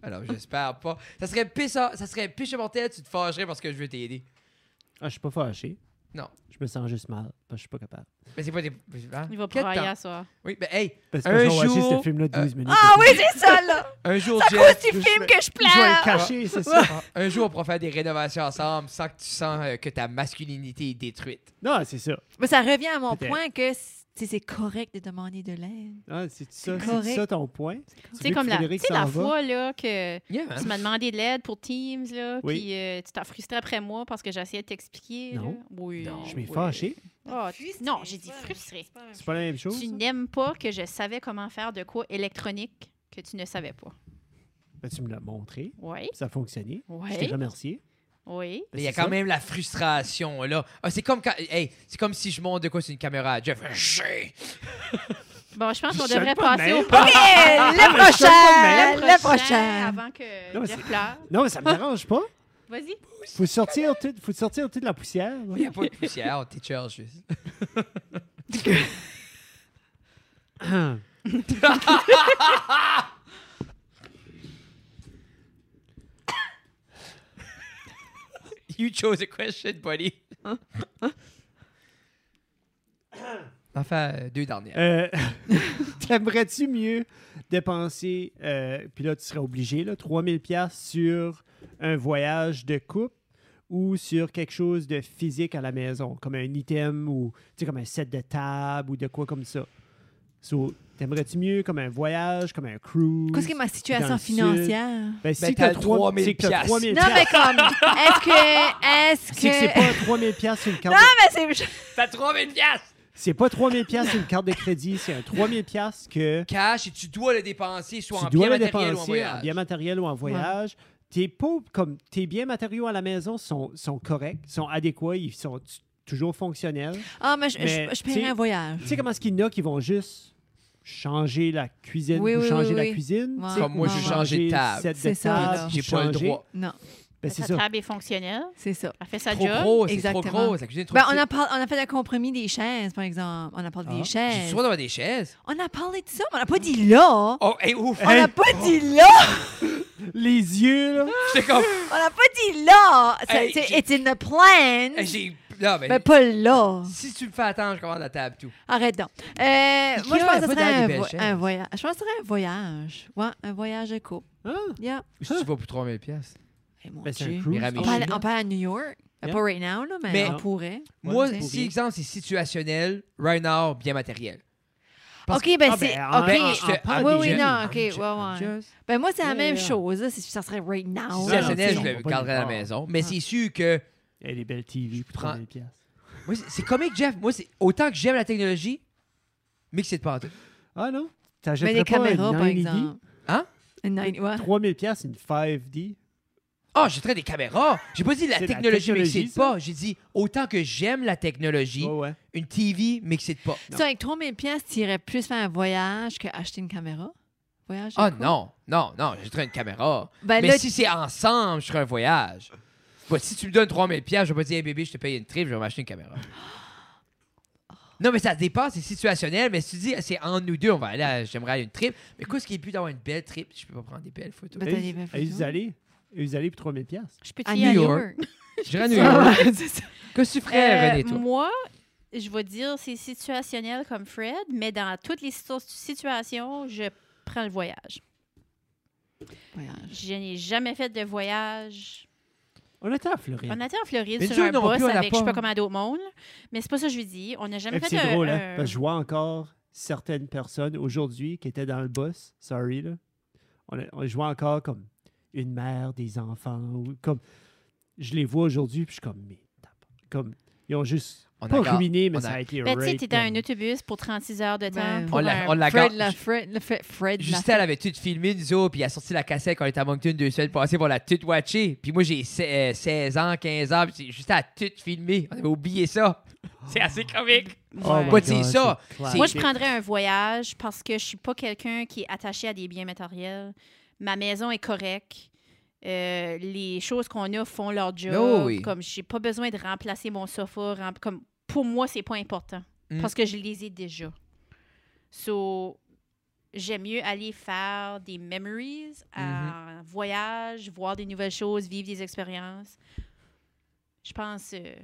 [SPEAKER 1] Alors, j'espère pas. Ça serait pissa, ça serait piche mortel, tu te fâcherais parce que je veux t'aider.
[SPEAKER 2] Ah, je suis pas fâché.
[SPEAKER 1] Non.
[SPEAKER 2] Je me sens juste mal. parce que je suis pas capable.
[SPEAKER 1] Mais c'est pas des. hein?
[SPEAKER 4] Il va
[SPEAKER 1] Quel
[SPEAKER 4] brailler
[SPEAKER 1] temps?
[SPEAKER 4] à soir.
[SPEAKER 1] Oui, ben, hey,
[SPEAKER 2] Parce que
[SPEAKER 1] Un
[SPEAKER 2] j'ai watché
[SPEAKER 1] jour, euh,
[SPEAKER 2] ce film-là 12 minutes.
[SPEAKER 3] Ah oui, c'est ça, là!
[SPEAKER 1] un jour,
[SPEAKER 3] C'est à
[SPEAKER 1] Jeff.
[SPEAKER 3] cause du film
[SPEAKER 2] Je
[SPEAKER 3] que je
[SPEAKER 2] vais être
[SPEAKER 3] pleure!
[SPEAKER 2] caché, c'est ça.
[SPEAKER 1] Ah, un jour, on pourra faire des rénovations ensemble sans que tu sens euh, que ta masculinité est détruite.
[SPEAKER 2] Non, c'est ça.
[SPEAKER 3] Mais ça revient à mon
[SPEAKER 2] Peut-être.
[SPEAKER 3] point que c- tu sais, c'est correct de demander de l'aide.
[SPEAKER 2] Ah, c'est ça,
[SPEAKER 3] C'est
[SPEAKER 2] c'est
[SPEAKER 3] correct.
[SPEAKER 2] ça ton point. Tu
[SPEAKER 4] C'est
[SPEAKER 2] veux
[SPEAKER 4] comme
[SPEAKER 2] que
[SPEAKER 4] la, tu
[SPEAKER 2] Frédéric
[SPEAKER 4] sais, la
[SPEAKER 2] s'en va?
[SPEAKER 4] fois là, que
[SPEAKER 1] Yeah, man.
[SPEAKER 4] tu m'as demandé de l'aide pour Teams, là,
[SPEAKER 2] Hein? Oui.
[SPEAKER 4] puis euh, tu t'as frustré après moi parce que j'essayais de t'expliquer. là.
[SPEAKER 2] Non.
[SPEAKER 4] Oui.
[SPEAKER 1] Non.
[SPEAKER 2] Je m'ai
[SPEAKER 1] Ouais.
[SPEAKER 2] fâché.
[SPEAKER 4] Ah,
[SPEAKER 3] Frustré,
[SPEAKER 4] non, j'ai
[SPEAKER 3] c'est
[SPEAKER 4] dit
[SPEAKER 3] pas la même
[SPEAKER 4] frustré.
[SPEAKER 2] C'est pas la même chose.
[SPEAKER 4] Tu n'aimes pas que je savais comment faire de quoi électronique que tu ne savais pas.
[SPEAKER 2] Ben, tu me l'as montré.
[SPEAKER 4] Oui,
[SPEAKER 2] Ça a fonctionné. Je
[SPEAKER 4] oui,
[SPEAKER 2] t'ai remercié. Ben,
[SPEAKER 4] oui.
[SPEAKER 1] Il y a
[SPEAKER 2] C'est
[SPEAKER 1] quand
[SPEAKER 2] ça.
[SPEAKER 1] même la frustration, là. Ah, c'est comme quand. Hey, c'est comme si je monte de quoi sur une caméra à Jeff. Chut!
[SPEAKER 4] Bon, je pense
[SPEAKER 2] Je
[SPEAKER 4] qu'on
[SPEAKER 2] savais
[SPEAKER 4] devrait
[SPEAKER 2] pas, mais-
[SPEAKER 4] passer au prochain.
[SPEAKER 2] Ah,
[SPEAKER 3] le prochain! Le prochain!
[SPEAKER 4] Avant que
[SPEAKER 2] Non, mais
[SPEAKER 4] Jeff
[SPEAKER 2] c'est-
[SPEAKER 4] pleure.
[SPEAKER 2] Non, mais ça me dérange pas.
[SPEAKER 4] Vas-y.
[SPEAKER 2] Faut sortir tout, faut sortir toute la poussière. là.
[SPEAKER 1] Il n'y a pas de poussière, t'es chill, juste. You chose a question, buddy. enfin, euh, deux dernières.
[SPEAKER 2] Euh, T'aimerais-tu mieux dépenser, euh, puis là, tu serais obligé, là, 3000 pièces sur un voyage de couple ou sur quelque chose de physique à la maison, comme un item ou, tu sais, comme un set de table ou de quoi comme ça? So, T'aimerais-tu mieux comme un voyage, comme un cruise?
[SPEAKER 3] Qu'est-ce que ma
[SPEAKER 2] Dans
[SPEAKER 3] situation
[SPEAKER 2] le sud.
[SPEAKER 3] financière?
[SPEAKER 2] Ben, si
[SPEAKER 1] Ben,
[SPEAKER 2] t'as
[SPEAKER 1] t'as
[SPEAKER 2] 3000
[SPEAKER 1] 3000
[SPEAKER 2] c'est que t'as
[SPEAKER 1] piastres.
[SPEAKER 2] 3000
[SPEAKER 3] Non, mais
[SPEAKER 2] piastres.
[SPEAKER 3] comme, est-ce que. Est-ce
[SPEAKER 2] C'est que c'est
[SPEAKER 3] que.
[SPEAKER 2] pas 3000 piastres sur une carte
[SPEAKER 3] Non,
[SPEAKER 2] de-
[SPEAKER 3] mais c'est.
[SPEAKER 1] T'as 3000 piastres!
[SPEAKER 2] C'est pas 3000 piastres sur une carte de crédit, c'est un 3000 piastres que
[SPEAKER 1] Cash et tu dois le dépenser soit en
[SPEAKER 2] tu
[SPEAKER 1] bien
[SPEAKER 2] dois le
[SPEAKER 1] matériel ou en
[SPEAKER 2] dépenser
[SPEAKER 1] voyage.
[SPEAKER 2] en bien matériel ou en voyage. Tes pots, comme tes biens matériaux à la maison sont, sont corrects, sont adéquats, ils sont t- toujours fonctionnels.
[SPEAKER 3] Ah, mais je,
[SPEAKER 2] Mais,
[SPEAKER 3] je,
[SPEAKER 2] tu
[SPEAKER 3] je paierais
[SPEAKER 2] sais-
[SPEAKER 3] un voyage.
[SPEAKER 2] Tu sais comment est-ce qu'il y en a qui vont juste changer la cuisine
[SPEAKER 3] Oui,
[SPEAKER 2] ou
[SPEAKER 3] oui,
[SPEAKER 2] changer
[SPEAKER 3] oui,
[SPEAKER 2] la
[SPEAKER 3] oui.
[SPEAKER 2] cuisine?
[SPEAKER 3] Ouais.
[SPEAKER 2] tu sais,
[SPEAKER 1] Comme moi,
[SPEAKER 2] ou
[SPEAKER 3] j'ai
[SPEAKER 2] changer
[SPEAKER 1] changé de
[SPEAKER 2] le
[SPEAKER 1] table.
[SPEAKER 2] set
[SPEAKER 3] C'est ça,
[SPEAKER 2] table,
[SPEAKER 3] là.
[SPEAKER 1] J'ai pas le
[SPEAKER 2] changer.
[SPEAKER 1] droit.
[SPEAKER 3] Non,
[SPEAKER 2] Ben,
[SPEAKER 4] Sa
[SPEAKER 2] c'est ça.
[SPEAKER 4] table est fonctionnelle.
[SPEAKER 3] c'est ça.
[SPEAKER 4] Elle fait sa
[SPEAKER 1] Trop
[SPEAKER 4] job.
[SPEAKER 1] gros, c'est trop
[SPEAKER 3] Exactement.
[SPEAKER 1] gros. Ça cuisine trop
[SPEAKER 3] Ben, on,
[SPEAKER 1] petite.
[SPEAKER 3] a parlé- on a fait un compromis des chaises, par exemple. On a parlé
[SPEAKER 2] Ah.
[SPEAKER 3] des
[SPEAKER 1] J'ai
[SPEAKER 3] chaises.
[SPEAKER 1] souvent d'avoir des chaises.
[SPEAKER 3] On a parlé de ça, mais on n'a pas dit là.
[SPEAKER 1] Oh, hey, ouf!
[SPEAKER 3] On n'a pas dit là.
[SPEAKER 2] Les yeux, là.
[SPEAKER 1] J'étais comme.
[SPEAKER 3] On n'a pas dit là. Ça-
[SPEAKER 1] Hey,
[SPEAKER 3] c'est-
[SPEAKER 1] j'ai-
[SPEAKER 3] It's in the plan.
[SPEAKER 1] Hey, J'ai. Non, mais.
[SPEAKER 3] Mais pas là.
[SPEAKER 1] Si tu me fais attendre, je commande la table, tout.
[SPEAKER 3] Arrête donc. Euh, moi, je pense
[SPEAKER 1] y a
[SPEAKER 3] que
[SPEAKER 1] pas
[SPEAKER 3] ce serait
[SPEAKER 1] d'air
[SPEAKER 3] un,
[SPEAKER 1] des belles
[SPEAKER 3] vo-
[SPEAKER 1] chaises.
[SPEAKER 3] un voyage. Je pense que ce serait un voyage. Ouais, un voyage de couple.
[SPEAKER 2] Ah,
[SPEAKER 3] Yeah.
[SPEAKER 1] Si tu vas pour 3000 piastres.
[SPEAKER 3] Eh, mon
[SPEAKER 2] ben, c'est un
[SPEAKER 3] Dieu.
[SPEAKER 2] cruise.
[SPEAKER 1] Miramichi.
[SPEAKER 3] On peut, aller, on peut aller à New York. Ben,
[SPEAKER 2] Yeah.
[SPEAKER 3] Pas right now, là, mais,
[SPEAKER 1] Mais-
[SPEAKER 3] on pourrait.
[SPEAKER 2] Ouais,
[SPEAKER 1] Moi,
[SPEAKER 3] c'est
[SPEAKER 1] si
[SPEAKER 2] pourri.
[SPEAKER 1] exemple, c'est situationnel, right now, bien matériel. Parce
[SPEAKER 3] OK, ben
[SPEAKER 2] Ah,
[SPEAKER 3] c'est...
[SPEAKER 2] ben, en-
[SPEAKER 3] OK.
[SPEAKER 1] Ben,
[SPEAKER 2] en-
[SPEAKER 1] je te-
[SPEAKER 2] en-
[SPEAKER 3] oui,
[SPEAKER 1] en-
[SPEAKER 3] oui,
[SPEAKER 1] déjà-
[SPEAKER 3] non, OK,
[SPEAKER 2] déjà-
[SPEAKER 3] ouais, ouais.
[SPEAKER 1] Just-
[SPEAKER 3] Ben moi, c'est la
[SPEAKER 2] Yeah,
[SPEAKER 3] même
[SPEAKER 2] yeah.
[SPEAKER 3] chose. là. C'est- Ça serait right now. là,
[SPEAKER 2] non,
[SPEAKER 1] Situationnel,
[SPEAKER 3] tu
[SPEAKER 1] je
[SPEAKER 3] sais.
[SPEAKER 1] le
[SPEAKER 2] on va pas
[SPEAKER 1] garderai à la
[SPEAKER 2] nulle part.
[SPEAKER 1] maison. Mais c'est sûr que.
[SPEAKER 2] Et Eh, les belles TV pour
[SPEAKER 1] prends-
[SPEAKER 2] 3000 piastres.
[SPEAKER 1] Moi, c'est- c'est comique, Jeff. Moi, c'est autant que j'aime la technologie, mais que c'est de pas en tout.
[SPEAKER 2] Ah non?
[SPEAKER 3] Mais
[SPEAKER 2] T'achèterais
[SPEAKER 3] des
[SPEAKER 2] pas
[SPEAKER 3] caméras,
[SPEAKER 2] une
[SPEAKER 3] par
[SPEAKER 2] 9D?
[SPEAKER 3] exemple.
[SPEAKER 1] Hein?
[SPEAKER 3] Une 90, ouais.
[SPEAKER 2] 3000 piastres, une 5D.
[SPEAKER 1] Ah, j'ai des caméras. J'ai pas dit la
[SPEAKER 2] C'est la
[SPEAKER 1] technologie, mais que c'est
[SPEAKER 2] technologie, Oh.
[SPEAKER 1] de pas. J'ai dit autant que j'aime la technologie,
[SPEAKER 2] Ouais, ouais.
[SPEAKER 1] une TV, mais que c'est de pas.
[SPEAKER 3] Tu sais, avec 3000 pièces, tu irais plus faire un voyage qu'acheter une caméra? Voyage? de
[SPEAKER 1] Ah
[SPEAKER 3] couple?
[SPEAKER 1] non, non, non, j'achèterais une caméra.
[SPEAKER 3] Ben
[SPEAKER 1] mais
[SPEAKER 3] là,
[SPEAKER 1] si c'est ensemble, je ferais un voyage. Bah, si tu me donnes 3000 pièces, je vais pas dire hey, bébé, je te paye une trip, je vais m'acheter une caméra. Non, mais ça dépend, c'est situationnel. Mais si tu dis, ah, c'est entre nous deux, on va aller, à- j'aimerais aller à une trip. Mais quoi, ce qui est plus d'avoir une belle trip, je peux pas prendre des belles photos.
[SPEAKER 4] Bah,
[SPEAKER 3] Ben, t'as des belles
[SPEAKER 2] Et
[SPEAKER 3] photos.
[SPEAKER 2] vous allez? Et vous allez pour 3000 piastres?
[SPEAKER 4] Je peux
[SPEAKER 3] à
[SPEAKER 4] t'y
[SPEAKER 1] New
[SPEAKER 4] aller.
[SPEAKER 1] York. J'irais à New York.
[SPEAKER 3] Ouais, c'est ça.
[SPEAKER 1] Qu'est-ce que tu ferais,
[SPEAKER 4] Euh,
[SPEAKER 1] René, toi?
[SPEAKER 4] Moi, je vais dire c'est situationnel comme Fred, mais dans toutes les situ- situations, je prends le voyage.
[SPEAKER 3] Voyage.
[SPEAKER 4] Je n'ai jamais fait de voyage.
[SPEAKER 2] On était à Floride.
[SPEAKER 4] On était en Floride
[SPEAKER 1] Mais
[SPEAKER 4] sur
[SPEAKER 1] Dieu
[SPEAKER 4] un
[SPEAKER 1] non
[SPEAKER 4] bus
[SPEAKER 1] plus, on n'a
[SPEAKER 4] avec je sais
[SPEAKER 1] pas-
[SPEAKER 4] pas comment d'autres mondes, mais c'est pas ça que je lui dis. On n'a jamais
[SPEAKER 2] Et puis
[SPEAKER 4] fait euh,
[SPEAKER 2] c'est
[SPEAKER 4] un-
[SPEAKER 2] drôle, hein?
[SPEAKER 4] un-
[SPEAKER 2] Parce que je vois encore certaines personnes aujourd'hui qui étaient dans le bus, sorry, là. On, a- on- je vois encore comme une mère, des enfants, ou comme. Je les vois aujourd'hui, puis je suis comme, mais. tabarnak. Comme, ils ont juste.
[SPEAKER 1] on
[SPEAKER 2] Pas
[SPEAKER 1] d'accord.
[SPEAKER 2] ruiné, mais
[SPEAKER 1] On
[SPEAKER 2] ça a été
[SPEAKER 4] Ben, tu sais,
[SPEAKER 2] raide
[SPEAKER 4] t'es dans un
[SPEAKER 2] comme-
[SPEAKER 4] autobus pour 36 heures de temps.
[SPEAKER 3] Ben,
[SPEAKER 4] pour
[SPEAKER 1] On l'a-
[SPEAKER 4] un-
[SPEAKER 1] on l'a-
[SPEAKER 3] Fred,
[SPEAKER 1] gar-
[SPEAKER 3] la Fred, le Fred, Fred la
[SPEAKER 1] Justin avait tout filmé, nous autres, puis il a sorti la cassette quand on était à Moncton deux semaines passées pour la tout watcher. Puis moi, j'ai se- euh, 16 ans, 15 ans, puis juste à tout filmer. On avait oublié ça. C'est assez comique.
[SPEAKER 2] Oh
[SPEAKER 4] Ouais.
[SPEAKER 2] my
[SPEAKER 1] Moi, tu sais,
[SPEAKER 2] God,
[SPEAKER 1] ça,
[SPEAKER 2] c'est clair.
[SPEAKER 1] c'est-
[SPEAKER 4] Moi, je prendrais un voyage parce que je suis pas quelqu'un qui est attaché à des biens matériels. Ma maison est correcte. Euh, les choses qu'on a font leur job.
[SPEAKER 1] Oh oui.
[SPEAKER 4] Comme j'ai pas besoin de remplacer mon sofa. rem- Comme pour moi, c'est pas important
[SPEAKER 1] Mm.
[SPEAKER 4] parce que je les ai déjà. So, j'aime mieux aller faire des memories,
[SPEAKER 1] Mm-hmm.
[SPEAKER 4] un voyage, voir des nouvelles choses, vivre des expériences. Je pense euh,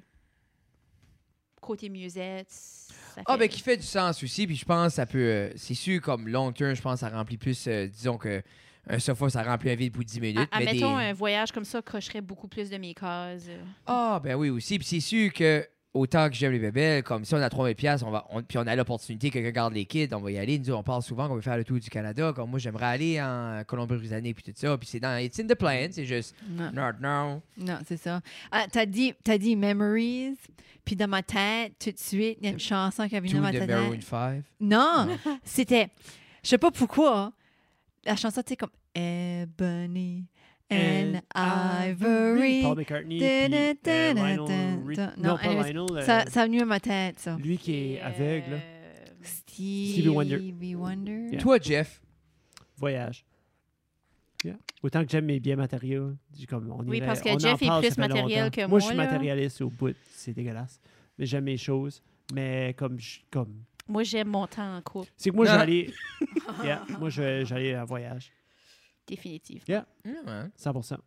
[SPEAKER 4] côté musette. ça
[SPEAKER 1] Ah,
[SPEAKER 4] fait-
[SPEAKER 1] ben, qui fait du sens aussi, puis je pense que ça peut. euh, c'est sûr, comme long term, je pense que ça remplit plus, euh, disons que. Un sofa, ça remplit un vide pour 10 minutes.
[SPEAKER 4] Ah,
[SPEAKER 1] mais des-
[SPEAKER 4] admettons,
[SPEAKER 3] euh,
[SPEAKER 4] un voyage comme ça cocherait beaucoup plus de mes cases. euh,
[SPEAKER 1] Ah, ben oui, aussi. Puis c'est sûr que, autant que j'aime les bébés, comme si on a 3000 pièces on va, on- puis on a l'opportunité que quelqu'un garde les kids, on va y aller. Nous, on parle souvent qu'on veut faire le tour du Canada. Comme moi, j'aimerais aller en Colombie-Britannique, puis tout ça. Puis c'est dans It's in the plan, c'est juste
[SPEAKER 3] Non,
[SPEAKER 1] Nerd, non.
[SPEAKER 3] non c'est ça. Ah, t'as dit, t'as dit Memories, puis dans ma tête, tout de suite, il y a une chanson qui est venue
[SPEAKER 1] Tout
[SPEAKER 3] dans
[SPEAKER 1] de
[SPEAKER 3] ma tête.
[SPEAKER 1] Maroon 5.
[SPEAKER 3] Non, c'était, je sais pas pourquoi, la chanson, tu sais, comme Ebony and
[SPEAKER 2] And
[SPEAKER 3] Ivory.
[SPEAKER 2] Paul McCartney. puis,
[SPEAKER 3] Da, da,
[SPEAKER 2] euh,
[SPEAKER 3] da, da,
[SPEAKER 2] Lionel
[SPEAKER 3] da,
[SPEAKER 2] Rich-
[SPEAKER 3] da.
[SPEAKER 2] Non,
[SPEAKER 3] Non,
[SPEAKER 2] pas
[SPEAKER 3] elle-
[SPEAKER 2] Lionel. euh,
[SPEAKER 3] Ça, ça a venu à ma tête, ça.
[SPEAKER 2] Lui qui est
[SPEAKER 4] Et,
[SPEAKER 2] aveugle, là.
[SPEAKER 4] euh,
[SPEAKER 3] Stevie,
[SPEAKER 2] Wonder.
[SPEAKER 3] Wonder.
[SPEAKER 2] Yeah.
[SPEAKER 1] Toi, Jeff.
[SPEAKER 2] voyage. Yeah. Autant que j'aime mes biens matériels, j'ai comme on
[SPEAKER 4] Oui,
[SPEAKER 2] irait-
[SPEAKER 4] parce que
[SPEAKER 2] on en
[SPEAKER 4] Jeff est
[SPEAKER 2] parle, ça
[SPEAKER 4] plus
[SPEAKER 2] fait
[SPEAKER 4] matériel
[SPEAKER 2] longtemps.
[SPEAKER 4] que
[SPEAKER 2] moi. je suis
[SPEAKER 4] moi, là.
[SPEAKER 2] matérialiste au bout, c'est dégueulasse. Mais j'aime mes choses, mais comme je- comme
[SPEAKER 4] Moi, j'aime mon temps en couple,
[SPEAKER 2] c'est que moi
[SPEAKER 1] Non.
[SPEAKER 2] j'allais yeah, moi je- j'allais en voyage,
[SPEAKER 4] définitivement.
[SPEAKER 1] hein,
[SPEAKER 2] 100%.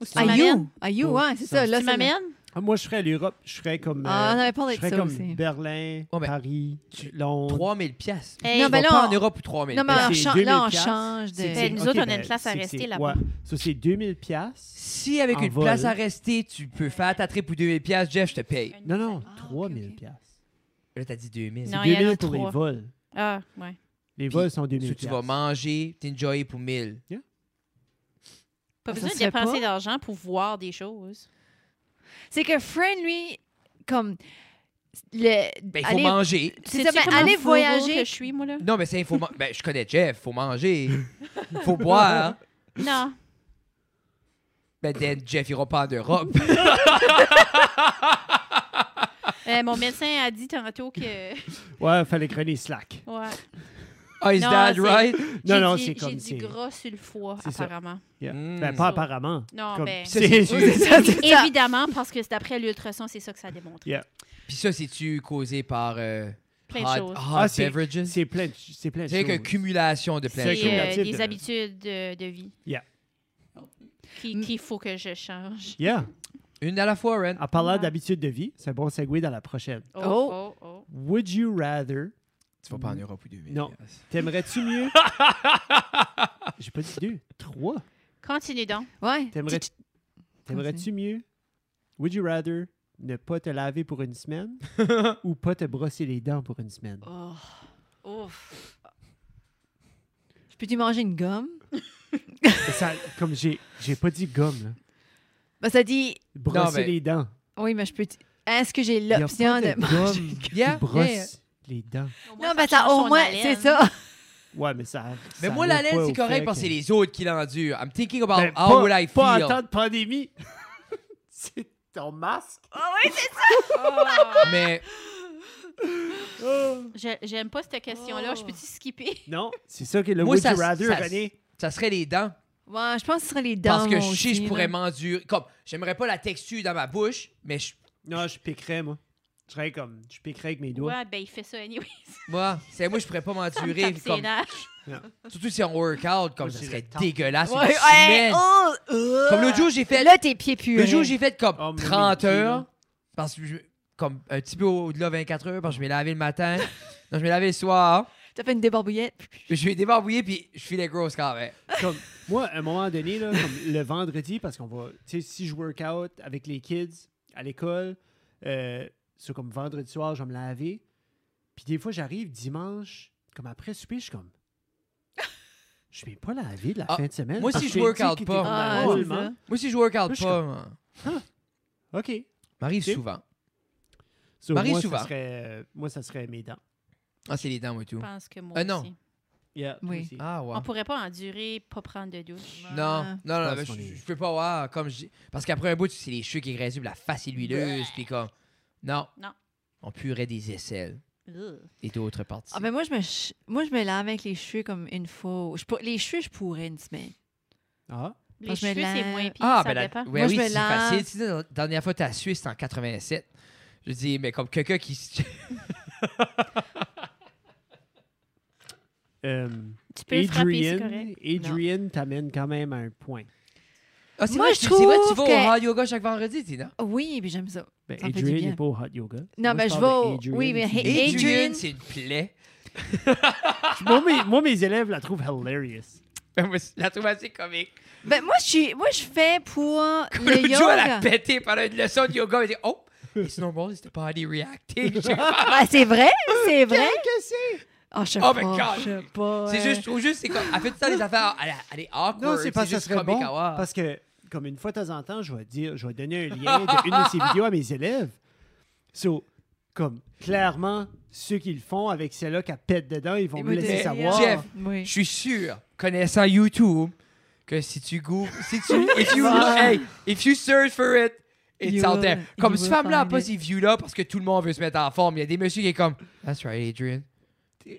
[SPEAKER 4] Ah,
[SPEAKER 3] Are you?
[SPEAKER 4] m'amènes?
[SPEAKER 3] Are you?
[SPEAKER 2] Ouais,
[SPEAKER 3] Ouais, c'est ça.
[SPEAKER 2] tu
[SPEAKER 3] Là,
[SPEAKER 4] tu
[SPEAKER 3] c'est le-
[SPEAKER 4] m'amènes?
[SPEAKER 2] Ah, Moi je ferais l'Europe, je ferais comme
[SPEAKER 3] Ah, on
[SPEAKER 2] euh,
[SPEAKER 3] avait
[SPEAKER 2] je
[SPEAKER 3] parlé de
[SPEAKER 2] ferais
[SPEAKER 3] ça
[SPEAKER 2] comme
[SPEAKER 3] aussi.
[SPEAKER 2] Berlin,
[SPEAKER 1] Ouais, mais
[SPEAKER 2] Paris,
[SPEAKER 1] tu-
[SPEAKER 2] Londres.
[SPEAKER 1] 3000 pièces.
[SPEAKER 4] Hey,
[SPEAKER 3] Non,
[SPEAKER 1] Tu
[SPEAKER 3] ben
[SPEAKER 1] vas
[SPEAKER 3] là,
[SPEAKER 1] pas
[SPEAKER 3] on-
[SPEAKER 1] en Europe pour 3000
[SPEAKER 3] Non, mais
[SPEAKER 1] pièces.
[SPEAKER 3] on
[SPEAKER 2] C'est
[SPEAKER 3] change- là,
[SPEAKER 2] 2000
[SPEAKER 3] on
[SPEAKER 2] piastres.
[SPEAKER 3] change de.
[SPEAKER 2] C'est que
[SPEAKER 4] Ben,
[SPEAKER 2] c'est-
[SPEAKER 4] nous autres,
[SPEAKER 2] ok,
[SPEAKER 4] on a une
[SPEAKER 2] ben,
[SPEAKER 4] place à
[SPEAKER 2] c'est que
[SPEAKER 4] rester
[SPEAKER 2] c'est-
[SPEAKER 4] là-bas.
[SPEAKER 2] ouais. Ça, c'est 2000 pièces.
[SPEAKER 1] Si avec
[SPEAKER 2] En
[SPEAKER 1] une
[SPEAKER 2] vol.
[SPEAKER 1] place à rester, tu peux faire ta trip pour 2000 pièces, Jeff, je te paye.
[SPEAKER 2] Non non,
[SPEAKER 3] Ah, ok,
[SPEAKER 2] 3000
[SPEAKER 3] ok.
[SPEAKER 2] pièces.
[SPEAKER 1] Là, t'as dit 2000.
[SPEAKER 4] Non,
[SPEAKER 2] C'est
[SPEAKER 4] il y en a
[SPEAKER 2] 2000 pour
[SPEAKER 4] trois.
[SPEAKER 2] les vols.
[SPEAKER 4] Ah, ouais.
[SPEAKER 2] Les
[SPEAKER 1] Puis,
[SPEAKER 2] vols sont 2000
[SPEAKER 1] Si tu vas
[SPEAKER 2] piastres.
[SPEAKER 1] manger, t'enjoyer pour 1000.
[SPEAKER 4] Pas
[SPEAKER 3] Ça
[SPEAKER 4] besoin
[SPEAKER 3] se
[SPEAKER 4] de
[SPEAKER 3] fait pas?
[SPEAKER 4] dépenser d'argent pour voir des choses.
[SPEAKER 3] C'est que Fred, lui, comme. Le...
[SPEAKER 1] Ben, il faut
[SPEAKER 3] aller...
[SPEAKER 1] manger.
[SPEAKER 3] C'est
[SPEAKER 4] Sais-tu
[SPEAKER 3] ça, mais
[SPEAKER 4] comment
[SPEAKER 3] aller
[SPEAKER 4] fourreau
[SPEAKER 3] voyager.
[SPEAKER 4] que je suis, moi, là?
[SPEAKER 1] Non, mais c'est faut man- ben, je connais Jeff, faut manger, faut boire.
[SPEAKER 4] Non.
[SPEAKER 1] Ben then, Jeff ira pas en Europe.
[SPEAKER 4] Euh, mon médecin a dit tantôt que...
[SPEAKER 2] Ouais, fallait que René slack.
[SPEAKER 4] Ouais.
[SPEAKER 1] oh, is
[SPEAKER 4] Non,
[SPEAKER 1] that
[SPEAKER 4] c'est-
[SPEAKER 1] right?
[SPEAKER 2] Non
[SPEAKER 4] J'ai
[SPEAKER 2] non,
[SPEAKER 4] dit-
[SPEAKER 2] c'est comme
[SPEAKER 4] J'ai
[SPEAKER 2] c'est
[SPEAKER 4] du gras sur le foie,
[SPEAKER 2] C'est ça.
[SPEAKER 4] apparemment.
[SPEAKER 2] Yeah.
[SPEAKER 1] Mm.
[SPEAKER 2] Ben, pas apparemment.
[SPEAKER 4] Non,
[SPEAKER 2] Comme-
[SPEAKER 4] ben-
[SPEAKER 2] C'est
[SPEAKER 3] C'est ça, c'est ça.
[SPEAKER 4] Évidemment, parce que c'est d'après l'ultrason, c'est ça que ça démontre.
[SPEAKER 2] Yeah.
[SPEAKER 1] Puis ça, c'est-tu causé par euh,
[SPEAKER 4] Plein de
[SPEAKER 1] hot,
[SPEAKER 4] choses.
[SPEAKER 1] hot
[SPEAKER 2] Ah, c'est-
[SPEAKER 1] beverages?
[SPEAKER 2] c'est plein de c'est plein de
[SPEAKER 1] C'est
[SPEAKER 2] choses.
[SPEAKER 1] une cumulation de plein de
[SPEAKER 2] C'est,
[SPEAKER 1] choses.
[SPEAKER 4] C'est euh,
[SPEAKER 2] Cumulatif
[SPEAKER 4] des
[SPEAKER 2] de-
[SPEAKER 4] habitudes de, de vie.
[SPEAKER 2] Yeah.
[SPEAKER 4] Qui-
[SPEAKER 1] Mm.
[SPEAKER 4] Qu'il faut que je change.
[SPEAKER 2] Yeah.
[SPEAKER 1] Une à la fois, Ren.
[SPEAKER 2] En parlant
[SPEAKER 4] Ouais.
[SPEAKER 2] d'habitude de vie, c'est un bon segue dans la prochaine.
[SPEAKER 4] Oh, oh, oh.
[SPEAKER 2] Would you rather
[SPEAKER 1] Tu vas pas en Europe ou 2000.
[SPEAKER 2] Non.
[SPEAKER 1] yes.
[SPEAKER 2] T'aimerais-tu mieux J'ai pas dit deux, trois.
[SPEAKER 4] Continue donc.
[SPEAKER 3] Ouais.
[SPEAKER 2] T'aimerais- T'aimerais-tu mieux Would you rather ne pas te laver pour une semaine ou pas te brosser les dents pour une semaine
[SPEAKER 3] Oh. Ouf. Peux-tu manger une gomme?
[SPEAKER 2] Ça, Comme j'ai j'ai pas dit gomme là.
[SPEAKER 3] Ben, ça dit.
[SPEAKER 2] Brosser
[SPEAKER 1] mais-
[SPEAKER 2] les dents.
[SPEAKER 3] Oui, mais je peux. Est-ce que j'ai
[SPEAKER 2] Y a pas
[SPEAKER 3] l'option de.
[SPEAKER 2] gomme
[SPEAKER 1] Yeah,
[SPEAKER 2] qui brosse
[SPEAKER 1] yeah.
[SPEAKER 2] les dents.
[SPEAKER 3] Non, ben, ça, au moins, c'est ça.
[SPEAKER 2] Ouais, mais ça
[SPEAKER 1] Mais
[SPEAKER 2] ça
[SPEAKER 1] moi,
[SPEAKER 2] enlève
[SPEAKER 1] la
[SPEAKER 2] pas
[SPEAKER 1] laine,
[SPEAKER 2] au
[SPEAKER 1] c'est correct
[SPEAKER 2] fait
[SPEAKER 1] parce que
[SPEAKER 2] que-
[SPEAKER 1] c'est les autres qui l'endurent. I'm thinking about
[SPEAKER 2] Ben,
[SPEAKER 1] how
[SPEAKER 2] pas,
[SPEAKER 1] would I
[SPEAKER 2] pas en
[SPEAKER 1] feel.
[SPEAKER 2] temps de pandémie. c'est ton masque.
[SPEAKER 1] Mais
[SPEAKER 4] J'aime pas cette question-là. Je peux-tu skipper?
[SPEAKER 2] Non, c'est ça qui est le
[SPEAKER 1] Moi,
[SPEAKER 2] would
[SPEAKER 1] ça-
[SPEAKER 2] you rather,
[SPEAKER 1] ça-
[SPEAKER 2] René.
[SPEAKER 1] ça serait les dents.
[SPEAKER 3] Ouais, je pense que ce serait les dents.
[SPEAKER 1] Parce que
[SPEAKER 3] moi
[SPEAKER 1] je sais,
[SPEAKER 3] aussi,
[SPEAKER 1] je pourrais
[SPEAKER 3] là.
[SPEAKER 1] m'endurer. Comme, j'aimerais pas la texture dans ma bouche, mais je-
[SPEAKER 2] Non, je piquerais, moi. Je serais comme, je piquerais avec mes doigts.
[SPEAKER 4] Ouais, ben il fait ça anyway.
[SPEAKER 1] moi, c'est moi, je pourrais pas
[SPEAKER 4] Ça me
[SPEAKER 1] m'endurer.
[SPEAKER 4] tape ses
[SPEAKER 1] comme-
[SPEAKER 4] nerfs.
[SPEAKER 1] Surtout si on workout, comme
[SPEAKER 2] Moi,
[SPEAKER 1] ça
[SPEAKER 2] j'ai
[SPEAKER 1] serait
[SPEAKER 2] le temps.
[SPEAKER 1] dégueulasse. une
[SPEAKER 3] Ouais, ouais,
[SPEAKER 1] semaine.
[SPEAKER 3] oh, euh.
[SPEAKER 1] Comme le jour, j'ai fait.
[SPEAKER 3] Là, tes pieds puent.
[SPEAKER 1] Le jour, j'ai fait comme
[SPEAKER 2] Oh, mais
[SPEAKER 1] 30
[SPEAKER 2] oui,
[SPEAKER 1] heures.
[SPEAKER 2] là.
[SPEAKER 1] Parce que je- comme un petit peu au-delà de 24 heures, parce que je me lavais le matin. non, je me lavais le soir.
[SPEAKER 3] T'as fait une débarbouillette.
[SPEAKER 1] Puis je suis débarbouillé, puis je filais grosse quand même.
[SPEAKER 2] Comme, moi, à un moment donné, là, comme le vendredi, parce qu'on va, tu sais, si je work out avec les kids à l'école, euh, c'est comme vendredi soir, je vais me laver. Puis des fois, j'arrive dimanche, comme après souper, je suis comme, je vais pas laver de la
[SPEAKER 1] Ah,
[SPEAKER 2] fin de semaine.
[SPEAKER 1] moi, si
[SPEAKER 2] parce
[SPEAKER 1] je
[SPEAKER 2] que tu sais
[SPEAKER 1] work out
[SPEAKER 2] que t'es
[SPEAKER 1] pas.
[SPEAKER 2] comme dans
[SPEAKER 3] Ah,
[SPEAKER 2] le
[SPEAKER 3] c'est
[SPEAKER 2] roulement.
[SPEAKER 3] ça.
[SPEAKER 1] Moi, si je workout
[SPEAKER 2] Moi, je suis
[SPEAKER 1] pas, hein,
[SPEAKER 2] hein? Ok.
[SPEAKER 1] m'arrive
[SPEAKER 2] Ok.
[SPEAKER 1] souvent.
[SPEAKER 2] So,
[SPEAKER 1] Marie
[SPEAKER 2] moi,
[SPEAKER 1] Souvard.
[SPEAKER 2] Ça serait, euh, moi, ça serait mes dents.
[SPEAKER 1] Ah, c'est les dents, moi, et tout.
[SPEAKER 4] Je pense que moi
[SPEAKER 1] Ah, non.
[SPEAKER 4] aussi.
[SPEAKER 2] Yeah,
[SPEAKER 3] Oui.
[SPEAKER 2] aussi.
[SPEAKER 1] Ah, ouais.
[SPEAKER 4] On pourrait pas endurer, pas prendre de douche.
[SPEAKER 1] Non,
[SPEAKER 3] Ah.
[SPEAKER 1] non, non,
[SPEAKER 2] Je
[SPEAKER 1] ben,
[SPEAKER 2] pense
[SPEAKER 1] je,
[SPEAKER 2] qu'on est-
[SPEAKER 1] je peux pas voir comme je- Parce qu'après un bout, c'est les cheveux qui graissent, la face est huileuse, puis comme. Non.
[SPEAKER 4] Non.
[SPEAKER 1] On purait des aisselles et d'autres parties.
[SPEAKER 3] Ah ben moi je me ch- moi je me lave avec les cheveux comme une fois. Je pour- les cheveux je pourrais une semaine.
[SPEAKER 2] Ah,
[SPEAKER 4] Les
[SPEAKER 3] Parce que je me
[SPEAKER 4] cheveux, c'est
[SPEAKER 3] lave.
[SPEAKER 4] moins pire,
[SPEAKER 1] Ah,
[SPEAKER 4] ça
[SPEAKER 1] ben, la-
[SPEAKER 4] dépend.
[SPEAKER 1] ouais,
[SPEAKER 3] Moi,
[SPEAKER 1] oui,
[SPEAKER 3] je me
[SPEAKER 1] c'est
[SPEAKER 3] lave.
[SPEAKER 1] facile. Tu sais, la dernière fois, t'as sué, c'était en 87. Je dis, mais comme quelqu'un qui. se-
[SPEAKER 2] euh,
[SPEAKER 4] Tu peux le frapper, c'est
[SPEAKER 2] Adrian,
[SPEAKER 4] correct.
[SPEAKER 2] Adrian t'amène quand même à un point.
[SPEAKER 1] Ah, c'est
[SPEAKER 3] Moi,
[SPEAKER 1] vrai,
[SPEAKER 3] je
[SPEAKER 1] tu- c'est vrai, tu
[SPEAKER 3] trouve
[SPEAKER 1] vas
[SPEAKER 3] que-
[SPEAKER 1] au hard yoga chaque vendredi, dis non?
[SPEAKER 3] Oui, puis j'aime ça.
[SPEAKER 2] Ben,
[SPEAKER 3] Ça me fait du
[SPEAKER 2] Adrian
[SPEAKER 3] bien.
[SPEAKER 2] n'est pas au hot yoga.
[SPEAKER 3] Non,
[SPEAKER 2] Moi,
[SPEAKER 3] ben, je
[SPEAKER 2] parle de
[SPEAKER 3] vais au-
[SPEAKER 2] Adrian,
[SPEAKER 3] oui, mais
[SPEAKER 2] qui-
[SPEAKER 3] hey, Adrian-
[SPEAKER 1] c'est une plaie.
[SPEAKER 2] moi, mes, moi, mes élèves la trouvent hilarious.
[SPEAKER 1] Ben, moi, je la trouve assez comique.
[SPEAKER 3] Ben moi je suis moi je fais pour le
[SPEAKER 1] L'autre jour, elle
[SPEAKER 3] yoga.
[SPEAKER 1] a pété pendant une leçon de yoga. Elle dit, oh, it's normal, it's the body reacting. Je sais pas.
[SPEAKER 3] Ah, c'est vrai, c'est vrai.
[SPEAKER 2] Qu'est-ce que c'est?
[SPEAKER 3] Oh, je sais
[SPEAKER 1] Oh
[SPEAKER 3] pas,
[SPEAKER 1] my God.
[SPEAKER 3] je sais pas. euh,
[SPEAKER 1] C'est
[SPEAKER 3] ouais.
[SPEAKER 1] juste, je trouve juste, c'est comme. Elle fait tout ça, les affaires. Elle, elle est awkward.
[SPEAKER 2] Non, c'est pas ça
[SPEAKER 1] juste
[SPEAKER 2] serait
[SPEAKER 1] comique
[SPEAKER 2] bon.
[SPEAKER 1] à voir.
[SPEAKER 2] Parce que, comme une fois de temps en temps, je vais dire, je vais donner un lien d'une de ces vidéos à mes élèves. So, comme, clairement, ceux qui le font avec celle-là qui pète dedans, ils vont me
[SPEAKER 3] Écoutez,
[SPEAKER 2] laisser
[SPEAKER 1] Mais
[SPEAKER 2] savoir.
[SPEAKER 1] Jeff,
[SPEAKER 3] Oui.
[SPEAKER 1] Je suis sûr, connaissant YouTube, que si tu googles, si tu, if you, hey, if you search for it, it's
[SPEAKER 3] You
[SPEAKER 1] out
[SPEAKER 3] will-
[SPEAKER 1] there. Comme
[SPEAKER 3] you
[SPEAKER 1] cette
[SPEAKER 3] will
[SPEAKER 1] femme-là a
[SPEAKER 3] find
[SPEAKER 1] pas
[SPEAKER 3] it.
[SPEAKER 1] ces views-là parce que tout le monde veut se mettre en forme. Il y a des messieurs qui est comme, that's right, Adrian.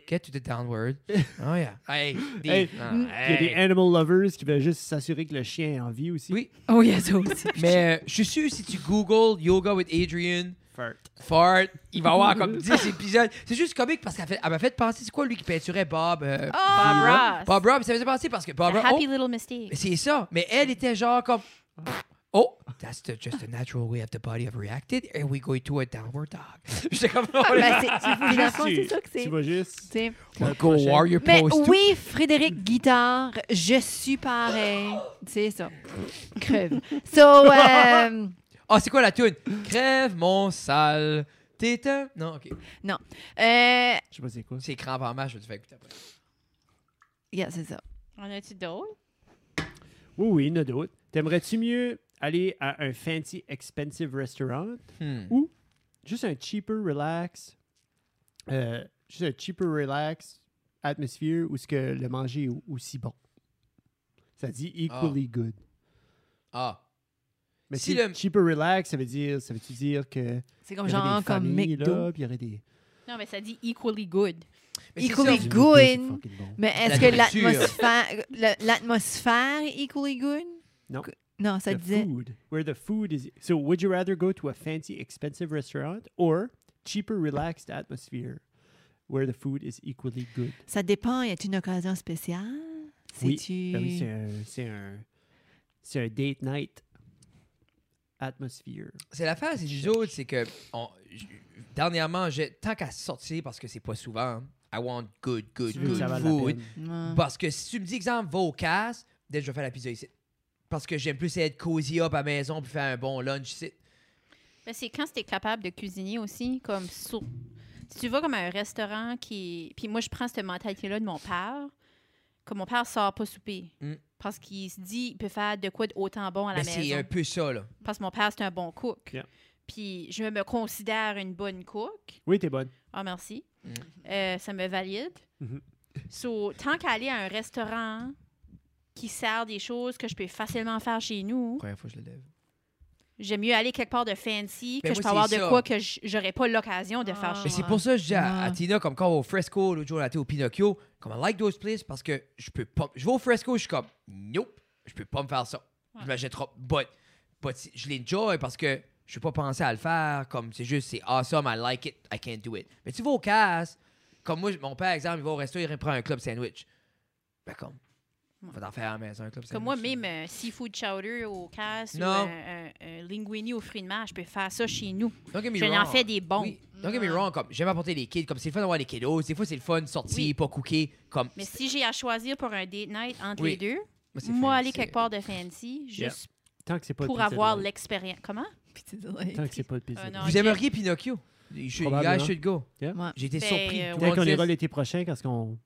[SPEAKER 1] Get to the downward. Oh yeah. Hey, des-
[SPEAKER 2] Hey,
[SPEAKER 1] ah,
[SPEAKER 2] Il y a des
[SPEAKER 1] hey.
[SPEAKER 2] animal lovers qui veulent juste s'assurer que le chien est en vie aussi.
[SPEAKER 1] Oui.
[SPEAKER 3] Oh, il y a ça aussi.
[SPEAKER 1] Mais euh, je suis sûr, si tu googles yoga with Adrian,
[SPEAKER 2] Fart.
[SPEAKER 1] fart, il va y avoir comme 10 épisodes. C'est juste comique parce qu'elle fait- elle m'a fait penser, c'est quoi lui qui peinturait Bob? euh,
[SPEAKER 4] Bob
[SPEAKER 1] Dylan?
[SPEAKER 4] Ross.
[SPEAKER 1] Bob Ross, ça me faisait penser parce que Bob
[SPEAKER 4] A
[SPEAKER 1] Ross. oh,
[SPEAKER 4] happy little
[SPEAKER 1] Ah, ben, Mais
[SPEAKER 4] mistake.
[SPEAKER 1] C'est ça. Mais elle était genre comme. Oh, that's the- just a natural way of the body of reacted, and we go to a downward dog. J'étais comme. oh, on est-
[SPEAKER 3] Ben, c'est c'est- dans le fond, c'est
[SPEAKER 2] tu,
[SPEAKER 3] ça que c'est.
[SPEAKER 2] tu vas juste.
[SPEAKER 3] tu sais.
[SPEAKER 1] On go warrior
[SPEAKER 3] Mais
[SPEAKER 1] pose. tout.
[SPEAKER 3] oui, Frédéric Guitard, je suis pareil. C'est ça. Crève. So, euh,
[SPEAKER 1] Ah, c'est quoi la tune? Crève mon sale. T'es un. Non, ok.
[SPEAKER 3] euh,
[SPEAKER 2] Je sais pas c'est quoi.
[SPEAKER 1] C'est crampe en marche, je vais te faire écouter après.
[SPEAKER 3] yeah, c'est ça.
[SPEAKER 4] On a-tu d'autres?
[SPEAKER 2] Oui, oui, il y en a d'autres. T'aimerais-tu mieux aller à un fancy, expensive restaurant
[SPEAKER 1] Hmm.
[SPEAKER 2] juste un cheaper relax, euh, juste un cheaper relax atmosphere où ce que le manger est au- aussi bon. Ça dit equally good.
[SPEAKER 1] Ah.
[SPEAKER 2] Mais
[SPEAKER 1] Si
[SPEAKER 2] si
[SPEAKER 1] le-
[SPEAKER 2] cheaper relax, ça veut dire, ça veut-tu dire que
[SPEAKER 3] C'est
[SPEAKER 2] il
[SPEAKER 3] comme
[SPEAKER 2] y aurait
[SPEAKER 3] Oh, genre
[SPEAKER 2] des
[SPEAKER 3] comme
[SPEAKER 2] familles,
[SPEAKER 3] McDo.
[SPEAKER 2] là, puis il y aurait des
[SPEAKER 4] Non, mais ça dit equally good.
[SPEAKER 1] Mais c'est
[SPEAKER 3] Equally
[SPEAKER 1] ça.
[SPEAKER 2] Du McDo,
[SPEAKER 3] Good.
[SPEAKER 2] c'est fucking bon.
[SPEAKER 3] Mais est-ce
[SPEAKER 1] La
[SPEAKER 3] que
[SPEAKER 1] nourriture.
[SPEAKER 3] l'atmosphère, le- l'atmosphère est equally good?
[SPEAKER 2] Non.
[SPEAKER 3] Que- Non, ça
[SPEAKER 2] The
[SPEAKER 3] disait.
[SPEAKER 2] food, where the food is. So, would you rather go to a fancy, expensive restaurant or cheaper, relaxed atmosphere where the food is equally good?
[SPEAKER 3] Ça dépend. Y a une occasion spéciale?
[SPEAKER 2] Oui.
[SPEAKER 3] C'est-tu-
[SPEAKER 2] Ben oui, c'est un, c'est un, c'est un date night atmosphere.
[SPEAKER 1] C'est l'affaire, c'est les autres, c'est que. on- j- dernièrement, j'ai- tant qu'à sortir, parce que c'est pas souvent, hein, I want good, good,
[SPEAKER 2] Tu veux que
[SPEAKER 1] good
[SPEAKER 2] ça vaille la
[SPEAKER 1] food.
[SPEAKER 2] peine. hein?
[SPEAKER 3] Ouais.
[SPEAKER 1] Parce que si tu me dis, exemple, va au casse, dès je vais faire la pizza ici. Parce que j'aime plus être cozy up à la maison puis faire un bon lunch ici.
[SPEAKER 4] Mais c'est quand tu es capable de cuisiner aussi, comme sur- Si tu vas comme à un restaurant qui. Puis moi, je prends cette mentalité-là de mon père. Comme mon père sort pas souper.
[SPEAKER 1] Mm.
[SPEAKER 4] Parce qu'il se dit, il peut faire de quoi d'autant bon à la
[SPEAKER 1] Mais
[SPEAKER 4] maison.
[SPEAKER 1] c'est un peu ça, là.
[SPEAKER 4] Parce que mon père, c'est un bon cook.
[SPEAKER 2] Yeah.
[SPEAKER 4] Puis je me considère une bonne cook.
[SPEAKER 2] Oui, t'es bonne.
[SPEAKER 4] Ah, merci.
[SPEAKER 1] Mm. Mm-hmm.
[SPEAKER 4] Euh, ça me valide.
[SPEAKER 2] Mhm.
[SPEAKER 4] So, tant qu'à aller à un restaurant qui sert des choses que je peux facilement faire chez nous,
[SPEAKER 1] Première fois que je le lève.
[SPEAKER 4] j'aime mieux aller quelque part de fancy,
[SPEAKER 1] Ben moi,
[SPEAKER 4] que je
[SPEAKER 1] c'est
[SPEAKER 4] peux avoir de
[SPEAKER 1] ça.
[SPEAKER 4] quoi que j- j'aurais pas l'occasion de
[SPEAKER 3] Ah.
[SPEAKER 4] faire chez
[SPEAKER 1] Mais
[SPEAKER 4] moi.
[SPEAKER 1] c'est pour ça que je dis à, à
[SPEAKER 3] Ouais.
[SPEAKER 1] Tina, comme quand on va au Fresco, l'autre jour on était au Pinocchio, comme I like those places parce que je peux pas. Je vais au Fresco, je suis comme, nope, je peux pas me faire ça.
[SPEAKER 4] Ouais.
[SPEAKER 1] Je m'achète trop. But, but si- je l'enjoy parce que je suis pas pensé à le faire. Comme c'est juste, c'est awesome, I like it, I can't do it. Mais tu vas au casse, comme moi, mon père, exemple, il va au resto, il prend un club sandwich. Ben comme,
[SPEAKER 4] Ouais.
[SPEAKER 1] faut en faire à la maison, un club sandwich.
[SPEAKER 4] Comme moi, même un seafood chowder au casse ou
[SPEAKER 1] Non.
[SPEAKER 4] un, un- un linguini au fruit de mer, je peux faire ça chez nous.
[SPEAKER 1] Don't get me
[SPEAKER 4] Je n'en
[SPEAKER 1] wrong.
[SPEAKER 4] fais des bons. Ah.
[SPEAKER 1] Oui. Don't get me wrong, comme j'aime apporter les kids, comme c'est le fun d'avoir les kiddos, des fois c'est le fun de sortir,
[SPEAKER 4] Oui.
[SPEAKER 1] pas cooker, comme
[SPEAKER 4] Mais si j'ai à choisir pour un date night entre
[SPEAKER 1] Oui.
[SPEAKER 4] les deux,
[SPEAKER 1] Moi, c'est
[SPEAKER 4] moi,
[SPEAKER 1] fin,
[SPEAKER 4] aller
[SPEAKER 1] c'est-
[SPEAKER 4] quelque part de fancy,
[SPEAKER 2] Yeah.
[SPEAKER 4] juste
[SPEAKER 2] Tant que c'est pas
[SPEAKER 4] pour
[SPEAKER 2] de pizza de
[SPEAKER 4] avoir
[SPEAKER 2] l'ail.
[SPEAKER 4] l'expérience. Comment?
[SPEAKER 3] Puis tu dis-
[SPEAKER 2] Tant que c'est pas de pizza.
[SPEAKER 4] Euh,
[SPEAKER 2] de
[SPEAKER 4] non,
[SPEAKER 2] l'ail.
[SPEAKER 1] Vous
[SPEAKER 4] Ok.
[SPEAKER 1] aimeriez Pinocchio? You should- you guys
[SPEAKER 2] Probablement.
[SPEAKER 1] should go.
[SPEAKER 3] Ouais.
[SPEAKER 1] J'ai été
[SPEAKER 4] Ben,
[SPEAKER 1] surpris.
[SPEAKER 4] euh,
[SPEAKER 1] Tout le
[SPEAKER 2] Peut-être
[SPEAKER 1] monde
[SPEAKER 2] qu'on
[SPEAKER 1] disait-
[SPEAKER 2] ira l'été prochain quand on.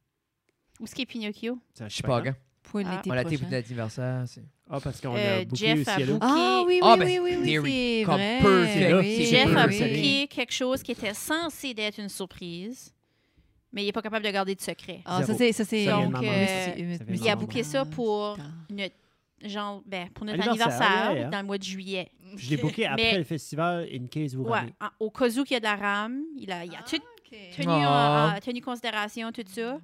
[SPEAKER 4] Où est-ce qu'est Pinocchio?
[SPEAKER 2] ça,
[SPEAKER 1] Je sais pas,
[SPEAKER 2] grave.
[SPEAKER 1] gars.
[SPEAKER 3] Pour
[SPEAKER 4] Ah.
[SPEAKER 3] l'été
[SPEAKER 1] On l'a été pour
[SPEAKER 3] prochain.
[SPEAKER 1] l'anniversaire. c'est-
[SPEAKER 2] Ah, parce qu'on a
[SPEAKER 4] Euh,
[SPEAKER 2] booké
[SPEAKER 4] Jeff a
[SPEAKER 2] aussi Hello.
[SPEAKER 4] booké-
[SPEAKER 3] Ah oui, oui,
[SPEAKER 1] Ah, ben,
[SPEAKER 3] oui, oui, oui,
[SPEAKER 1] Theory.
[SPEAKER 3] c'est
[SPEAKER 1] Comme
[SPEAKER 3] vrai.
[SPEAKER 1] Pearl, c'est là,
[SPEAKER 3] oui,
[SPEAKER 1] c'est
[SPEAKER 4] Jeff
[SPEAKER 1] Pearl,
[SPEAKER 4] a
[SPEAKER 1] c'est
[SPEAKER 4] booké quelque chose qui était censé d'être une surprise, mais il n'est pas capable de garder de secret.
[SPEAKER 3] Ah, ça
[SPEAKER 2] Zéro.
[SPEAKER 3] c'est... Ça, c'est
[SPEAKER 2] Ça vient de
[SPEAKER 3] donc,
[SPEAKER 2] ma maman.
[SPEAKER 3] euh,
[SPEAKER 4] Ça
[SPEAKER 2] vient de ma
[SPEAKER 3] Miss
[SPEAKER 4] Il a
[SPEAKER 2] maman.
[SPEAKER 4] booké ça
[SPEAKER 3] Blanche,
[SPEAKER 4] pour
[SPEAKER 3] putain.
[SPEAKER 4] notre, genre, ben, pour notre
[SPEAKER 2] Anniversaire,
[SPEAKER 4] anniversaire,
[SPEAKER 2] yeah, yeah.
[SPEAKER 4] dans le mois de juillet.
[SPEAKER 2] Je l'ai booké après
[SPEAKER 4] Mais-
[SPEAKER 2] le festival, in case vous
[SPEAKER 4] Ouais,
[SPEAKER 2] ramez.
[SPEAKER 4] en- au cas où il y a de la rame, il a, il a tout tenu, en-
[SPEAKER 1] Ah.
[SPEAKER 4] en, tenu considération, tout ça,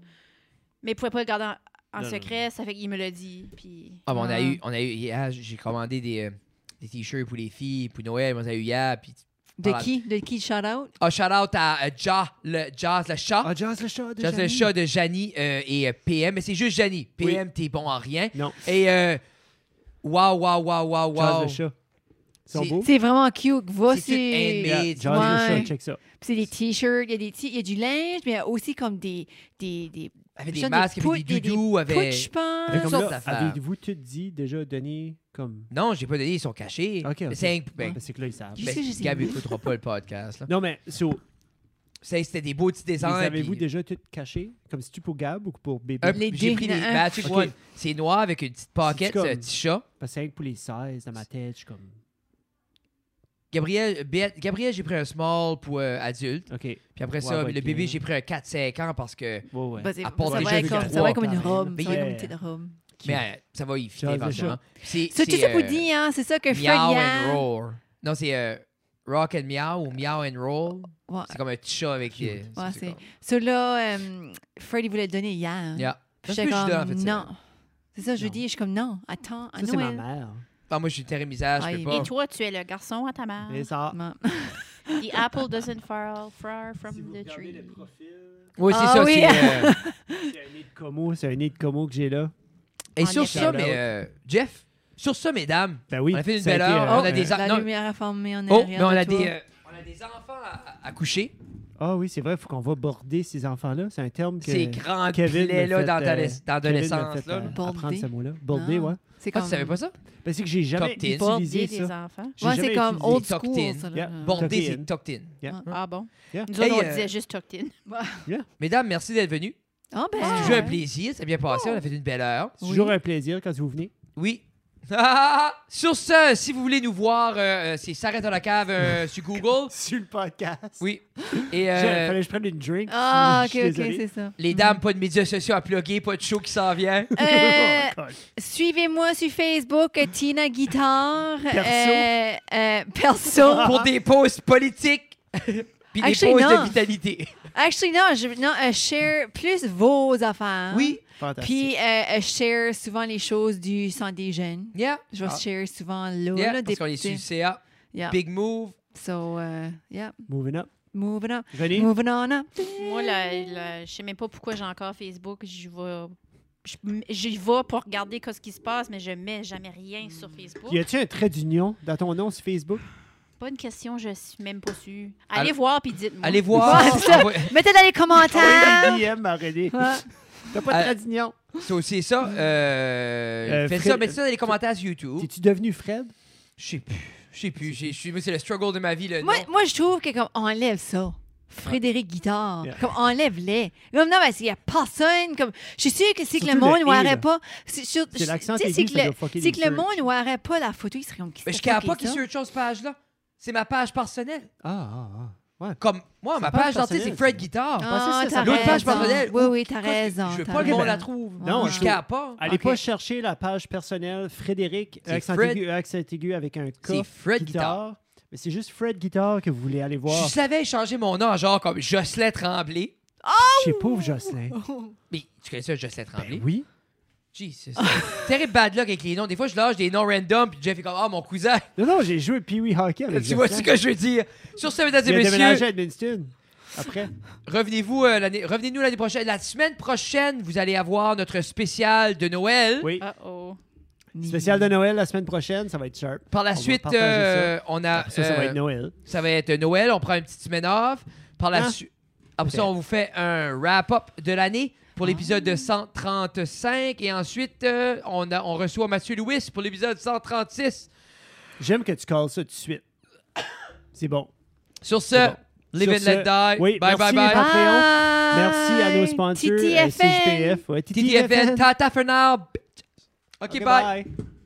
[SPEAKER 4] mais il ne pouvait pas le garder en, en
[SPEAKER 2] Non, non,
[SPEAKER 4] secret, ça fait qu'il me l'a dit. Puis...
[SPEAKER 1] Ah, ben, on a
[SPEAKER 3] Ah.
[SPEAKER 1] eu, on a eu hier, j'ai commandé des, euh, des t-shirts pour les filles, pour Noël, on a eu hier. Puis...
[SPEAKER 3] De
[SPEAKER 1] Ah,
[SPEAKER 3] qui? De qui? Shout-out?
[SPEAKER 1] Oh, shout out à euh, Ja, le, Jazz le chat.
[SPEAKER 2] Ah, Jazz le chat. de
[SPEAKER 1] Jazz le
[SPEAKER 2] Jamy.
[SPEAKER 1] chat de Janie euh, et euh, PM. Mais c'est juste Janie. PM, t'es bon en rien.
[SPEAKER 2] Non,
[SPEAKER 1] Et euh, waouh, waouh, waouh, waouh,
[SPEAKER 2] Jazz le
[SPEAKER 1] waouh.
[SPEAKER 2] chat. Ils sont
[SPEAKER 1] C'est-
[SPEAKER 2] beaux?
[SPEAKER 3] C'est vraiment cute. Va,
[SPEAKER 1] C'est tout handmade.
[SPEAKER 3] c'est...
[SPEAKER 2] Yeah,
[SPEAKER 1] Et-
[SPEAKER 2] Jazz le
[SPEAKER 3] Ouais.
[SPEAKER 2] chat, check ça.
[SPEAKER 3] Puis c'est des t-shirts, il y a des t- il y a du linge, mais il y a aussi comme des des des
[SPEAKER 1] Avec
[SPEAKER 3] des
[SPEAKER 1] des
[SPEAKER 3] sortes de
[SPEAKER 1] masques, avec
[SPEAKER 3] poutres,
[SPEAKER 1] des
[SPEAKER 3] il y a des
[SPEAKER 1] doudous,
[SPEAKER 3] poutres,
[SPEAKER 1] avec.
[SPEAKER 3] je pense.
[SPEAKER 2] Mais comme
[SPEAKER 1] sortes
[SPEAKER 2] là,
[SPEAKER 1] d'affaires.
[SPEAKER 2] avez-vous tout dit, déjà donné comme.
[SPEAKER 1] Non, j'ai pas donné, ils sont cachés.
[SPEAKER 2] Ok, ok.
[SPEAKER 1] Mais C'est ben,
[SPEAKER 2] Ben, c'est que là, ils savent.
[SPEAKER 3] Qu'est-ce
[SPEAKER 1] ben,
[SPEAKER 3] que je sais?
[SPEAKER 1] Gab écoutera pas le podcast. là.
[SPEAKER 2] Non, mais, so,
[SPEAKER 1] C'est- C'était des beaux petits
[SPEAKER 2] les
[SPEAKER 1] dessins.
[SPEAKER 2] avez-vous
[SPEAKER 1] puis-
[SPEAKER 2] déjà tout caché? Comme si tu pour Gab ou pour bébé?
[SPEAKER 1] Un-
[SPEAKER 3] Les
[SPEAKER 1] J'ai
[SPEAKER 3] deux,
[SPEAKER 1] pris
[SPEAKER 3] il y
[SPEAKER 1] des
[SPEAKER 3] en a un.
[SPEAKER 1] Magic
[SPEAKER 2] Ok.
[SPEAKER 1] One. C'est noir avec une petite pocket, euh,
[SPEAKER 2] C'est-tu
[SPEAKER 1] c'est un
[SPEAKER 2] comme-
[SPEAKER 1] petit chat.
[SPEAKER 2] Parce que c'est rien que pour les 16, dans ma tête, je suis comme.
[SPEAKER 1] Gabriel, Béat- Gabriel j'ai pris un small pour euh, adulte.
[SPEAKER 2] OK. Ouais,
[SPEAKER 1] Puis après
[SPEAKER 2] Ouais,
[SPEAKER 1] ça,
[SPEAKER 2] ouais,
[SPEAKER 1] le
[SPEAKER 2] bien.
[SPEAKER 1] bébé, j'ai pris un 4-5 ans parce que.
[SPEAKER 2] ouais.
[SPEAKER 3] Bah, c'est-
[SPEAKER 1] À part
[SPEAKER 3] ça,
[SPEAKER 1] des
[SPEAKER 3] va
[SPEAKER 1] jeux
[SPEAKER 3] être
[SPEAKER 1] de
[SPEAKER 3] comme, ça
[SPEAKER 1] trois,
[SPEAKER 3] va être comme une
[SPEAKER 2] quand même.
[SPEAKER 3] robe.
[SPEAKER 1] Mais
[SPEAKER 3] Ça va
[SPEAKER 2] il y
[SPEAKER 3] être
[SPEAKER 2] a-
[SPEAKER 3] comme une petite robe.
[SPEAKER 2] Cute.
[SPEAKER 1] Mais euh, ça va y fitter
[SPEAKER 2] Jazz le
[SPEAKER 1] éventuellement.
[SPEAKER 2] chat.
[SPEAKER 1] C'est
[SPEAKER 3] Ça, tout ça pour
[SPEAKER 1] euh,
[SPEAKER 3] dire, hein, c'est ça que
[SPEAKER 1] Meow and
[SPEAKER 3] Feuillard...
[SPEAKER 1] Roar. Non, c'est euh, Rock and Meow ou Meow and Roll.
[SPEAKER 3] Ouais.
[SPEAKER 1] C'est comme un petit chat avec.
[SPEAKER 2] Cute.
[SPEAKER 1] euh,
[SPEAKER 3] Ouais,
[SPEAKER 1] c'est
[SPEAKER 3] c'est-
[SPEAKER 1] comme-
[SPEAKER 3] Celui-là, euh, Freddy voulait le donner hier.
[SPEAKER 1] Yeah.
[SPEAKER 3] Puis
[SPEAKER 1] Ça se
[SPEAKER 3] j'étais
[SPEAKER 1] peut que je
[SPEAKER 3] comme,
[SPEAKER 1] donne, en fait, ça.
[SPEAKER 3] non. C'est ça, je
[SPEAKER 2] Non.
[SPEAKER 3] dis, je suis comme, non, attends, à
[SPEAKER 2] Ça, c'est ma
[SPEAKER 3] Noël.
[SPEAKER 2] mère.
[SPEAKER 1] Ah, moi, je suis terrorisage, je
[SPEAKER 3] Ah,
[SPEAKER 1] peux
[SPEAKER 3] il-
[SPEAKER 1] pas.
[SPEAKER 4] Et toi, tu es le garçon à ta mère.
[SPEAKER 2] Et ça.
[SPEAKER 3] Non.
[SPEAKER 4] The apple doesn't fall far from the tree.
[SPEAKER 2] profil,
[SPEAKER 1] Oui, c'est
[SPEAKER 3] Ah
[SPEAKER 1] ça.
[SPEAKER 3] oui.
[SPEAKER 1] c'est, euh,
[SPEAKER 2] c'est un nez de Como, c'est un nez de Como que j'ai là.
[SPEAKER 1] Et
[SPEAKER 4] En
[SPEAKER 1] sur
[SPEAKER 4] effet.
[SPEAKER 1] ça, mais, euh, Jeff, sur ça, mesdames,
[SPEAKER 2] Ben oui.
[SPEAKER 1] On a fait une
[SPEAKER 2] ça
[SPEAKER 1] belle
[SPEAKER 2] été,
[SPEAKER 1] heure,
[SPEAKER 2] euh,
[SPEAKER 1] on a des-
[SPEAKER 2] euh,
[SPEAKER 1] non.
[SPEAKER 3] Oh, La lumière a formé en
[SPEAKER 1] oh, mais
[SPEAKER 3] arrière
[SPEAKER 1] on
[SPEAKER 3] de
[SPEAKER 1] a,
[SPEAKER 3] toi.
[SPEAKER 1] des, euh, on a des enfants à, à coucher.
[SPEAKER 2] Ah oui, c'est vrai, il faut qu'on va border ces enfants-là. C'est un terme que.
[SPEAKER 1] Ces grands
[SPEAKER 2] Kevin m'a
[SPEAKER 1] plaies-là
[SPEAKER 2] fait,
[SPEAKER 1] dans ta-
[SPEAKER 2] euh,
[SPEAKER 1] dans
[SPEAKER 2] Kevin m'a
[SPEAKER 1] l'adolescence.
[SPEAKER 2] fait,
[SPEAKER 1] là.
[SPEAKER 2] euh,
[SPEAKER 3] Border.
[SPEAKER 2] apprendre ce mot-là. Border,
[SPEAKER 3] Non.
[SPEAKER 2] ouais.
[SPEAKER 3] C'est
[SPEAKER 1] Ah,
[SPEAKER 3] comme...
[SPEAKER 1] tu savais pas ça?
[SPEAKER 2] Ben, c'est que j'ai jamais
[SPEAKER 1] Top ten.
[SPEAKER 2] utilisé
[SPEAKER 4] Border des
[SPEAKER 2] ça.
[SPEAKER 4] enfants.
[SPEAKER 2] J'ai
[SPEAKER 3] Ouais,
[SPEAKER 2] jamais
[SPEAKER 3] c'est comme
[SPEAKER 2] utilisé.
[SPEAKER 3] old
[SPEAKER 1] Tucked in.
[SPEAKER 3] school, ça, là. Ah,
[SPEAKER 2] Yeah.
[SPEAKER 3] Ouais.
[SPEAKER 1] Bordé,
[SPEAKER 2] Tuck in.
[SPEAKER 1] c'est tucked in.
[SPEAKER 4] Ah bon?
[SPEAKER 2] Hein? Yeah.
[SPEAKER 4] Nous autres,
[SPEAKER 1] Hey,
[SPEAKER 4] on
[SPEAKER 1] euh,
[SPEAKER 4] disait juste tucked in.
[SPEAKER 1] Mesdames, merci d'être venues.
[SPEAKER 3] Ah ben...
[SPEAKER 1] C'est toujours un plaisir. Ça a bien passé. On a fait une belle heure.
[SPEAKER 2] C'est toujours un plaisir quand vous venez.
[SPEAKER 1] Oui. Ah! Sur ce, si vous voulez nous voir, euh, euh, c'est S'arrête à la cave euh, sur Google.
[SPEAKER 2] Sur le podcast.
[SPEAKER 1] Oui. Et
[SPEAKER 2] Il
[SPEAKER 1] euh,
[SPEAKER 2] Fallait que je prenne une drink.
[SPEAKER 3] Ah,
[SPEAKER 2] Je
[SPEAKER 3] ok,
[SPEAKER 2] suis
[SPEAKER 3] ok,
[SPEAKER 2] désolé.
[SPEAKER 3] c'est ça.
[SPEAKER 1] les dames, pas de médias sociaux à plugger, pas de show qui s'en vient.
[SPEAKER 3] Euh,
[SPEAKER 2] Oh, God.
[SPEAKER 3] Suivez-moi sur Facebook, euh, Tina Guitare.
[SPEAKER 2] Perso.
[SPEAKER 3] euh, euh, perso.
[SPEAKER 1] Pour des pauses politiques. Puis des
[SPEAKER 3] Actually,
[SPEAKER 1] pauses
[SPEAKER 3] non.
[SPEAKER 1] de vitalité.
[SPEAKER 3] Actually, non, je non, euh, share plus vos affaires.
[SPEAKER 1] Oui.
[SPEAKER 2] Fantastique.
[SPEAKER 3] Puis, euh, euh, share souvent les choses du Centre des jeunes.
[SPEAKER 1] Yeah.
[SPEAKER 3] Je vais
[SPEAKER 1] Ah.
[SPEAKER 3] share souvent là.
[SPEAKER 1] Yeah,
[SPEAKER 3] là, des
[SPEAKER 1] parce qu'on est sur le
[SPEAKER 3] petits-
[SPEAKER 1] CA.
[SPEAKER 3] Yeah.
[SPEAKER 1] Big move.
[SPEAKER 3] So, euh, yeah.
[SPEAKER 2] Moving up.
[SPEAKER 3] Moving on.
[SPEAKER 2] Venez.
[SPEAKER 3] Moving on up.
[SPEAKER 4] Moi, là, là, je sais même pas pourquoi j'ai encore Facebook. J'y vais, je- j'y vais pour regarder ce qui se passe, mais je mets jamais rien sur Facebook.
[SPEAKER 2] Y a-tu un trait d'union dans ton nom sur Facebook?
[SPEAKER 4] Bonne question, je suis même pas sûre.
[SPEAKER 1] Allez-
[SPEAKER 4] Allez voir puis dites-moi.
[SPEAKER 1] Allez voir.
[SPEAKER 3] Ouais, Ah. c'est ça.
[SPEAKER 1] Envoie-
[SPEAKER 3] Mettez dans les commentaires.
[SPEAKER 2] Oui, DM à René.
[SPEAKER 3] Ah! Ouais.
[SPEAKER 2] T'as pas de
[SPEAKER 1] Euh,
[SPEAKER 2] trait d'union.
[SPEAKER 1] C'est aussi ça. Euh,
[SPEAKER 2] Euh,
[SPEAKER 1] faites
[SPEAKER 2] Fred-
[SPEAKER 1] ça, mettez ça dans les commentaires sur YouTube.
[SPEAKER 2] T'es-tu devenu Fred?
[SPEAKER 1] Je sais plus. Je sais plus. J'ai- je suis- moi, C'est le struggle de ma vie. Le
[SPEAKER 3] Moi,
[SPEAKER 1] nom.
[SPEAKER 3] moi, je trouve que comme enlève ça. Frédéric Guitard,
[SPEAKER 2] Yeah.
[SPEAKER 3] comme enlève-les. Comme non, parce qu'il n'y a personne. Comme, je suis sûre que si que le
[SPEAKER 2] Surtout le
[SPEAKER 3] monde
[SPEAKER 2] il.
[SPEAKER 3] n'aurait pas. C'est sûr-
[SPEAKER 2] C'est l'accent
[SPEAKER 3] tu sais,
[SPEAKER 2] aigu,
[SPEAKER 3] c'est que
[SPEAKER 2] ça
[SPEAKER 3] le-
[SPEAKER 2] doit fucker
[SPEAKER 3] c'est
[SPEAKER 2] les
[SPEAKER 3] que le
[SPEAKER 2] search.
[SPEAKER 3] monde n'aurait pas la photo, il serait comme. qui
[SPEAKER 1] Mais je
[SPEAKER 3] c'est
[SPEAKER 1] ne
[SPEAKER 3] qui
[SPEAKER 1] pas
[SPEAKER 3] est
[SPEAKER 1] qui
[SPEAKER 3] ça?
[SPEAKER 1] sur cette page-là. C'est ma page personnelle.
[SPEAKER 2] Ah, ah, ah.
[SPEAKER 1] Comme moi, ma
[SPEAKER 2] page
[SPEAKER 1] page d'artiste, c'est
[SPEAKER 2] personnelle,
[SPEAKER 1] Fred
[SPEAKER 2] ça.
[SPEAKER 1] Guitar.
[SPEAKER 3] Ah,
[SPEAKER 2] pensais que ça
[SPEAKER 3] t'as
[SPEAKER 1] s'appelait- L'autre page
[SPEAKER 3] raison.
[SPEAKER 1] personnelle,
[SPEAKER 3] Oui,
[SPEAKER 1] ou-
[SPEAKER 3] oui, t'as raison.
[SPEAKER 1] Je veux
[SPEAKER 3] t'as
[SPEAKER 1] pas que
[SPEAKER 3] raison.
[SPEAKER 1] on la trouve.
[SPEAKER 3] Non,
[SPEAKER 1] je
[SPEAKER 2] je-
[SPEAKER 1] ne pas.
[SPEAKER 2] Allez
[SPEAKER 3] Ok.
[SPEAKER 2] pas chercher la page personnelle Frédéric, euh,
[SPEAKER 1] C'est
[SPEAKER 2] accent,
[SPEAKER 1] Fred.
[SPEAKER 2] aigu, accent aigu avec un K.
[SPEAKER 1] C'est Fred Guitar.
[SPEAKER 2] Mais c'est juste Fred Guitar que vous voulez aller voir.
[SPEAKER 1] Je savais changer mon nom, genre comme Jocelyn Tremblay.
[SPEAKER 2] Chez pauvre Jocelyn.
[SPEAKER 1] Oh. Mais tu connais ça, Jocelyn Tremblay?
[SPEAKER 2] Ben oui.
[SPEAKER 1] Jesus. Terrible bad luck avec les noms. Des fois, je lâche des noms random, puis Jeff est comme Ah, mon cousin.
[SPEAKER 2] Non, non, j'ai joué Pee-Wee Hockey avec
[SPEAKER 1] tu vois
[SPEAKER 2] Jocelyn.
[SPEAKER 1] ce que je veux dire? Sur ce, mesdames
[SPEAKER 2] Il a
[SPEAKER 1] et
[SPEAKER 2] déménagé
[SPEAKER 1] messieurs,
[SPEAKER 2] à Edmundston. Après.
[SPEAKER 1] revenez-vous euh, l'année- revenez-nous l'année prochaine. La semaine prochaine, vous allez avoir notre spécial de Noël.
[SPEAKER 2] Oui.
[SPEAKER 4] Uh-oh.
[SPEAKER 2] Spécial de Noël la semaine prochaine, ça va être sharp.
[SPEAKER 1] Par la
[SPEAKER 2] On va
[SPEAKER 1] suite,
[SPEAKER 2] partager
[SPEAKER 1] euh, on a.
[SPEAKER 2] Ça, ça va
[SPEAKER 1] euh,
[SPEAKER 2] être Noël.
[SPEAKER 1] Ça va être Noël, on prend une petite semaine off. Par la
[SPEAKER 2] Hein?
[SPEAKER 1] suite, après ça,
[SPEAKER 2] Ok. Ah.
[SPEAKER 1] on vous fait un wrap-up de l'année pour l'épisode de 135. Et ensuite, euh, on, a- on reçoit Mathieu Louis pour l'épisode 136.
[SPEAKER 2] J'aime que tu calls ça tout de suite. C'est bon.
[SPEAKER 1] Sur ce,
[SPEAKER 2] C'est bon.
[SPEAKER 1] live
[SPEAKER 2] Sur
[SPEAKER 1] and let
[SPEAKER 2] ce,
[SPEAKER 1] die.
[SPEAKER 2] oui,
[SPEAKER 1] bye
[SPEAKER 2] merci,
[SPEAKER 1] bye bye.
[SPEAKER 2] Pat-
[SPEAKER 3] Bye.
[SPEAKER 1] Ah,
[SPEAKER 2] Merci à nos sponsors. euh,
[SPEAKER 3] TTFN.
[SPEAKER 2] CJPF. Ouais,
[SPEAKER 1] TTFN, Tata Fernand. bitch. OK,
[SPEAKER 2] Ok,
[SPEAKER 1] bye.
[SPEAKER 2] bye.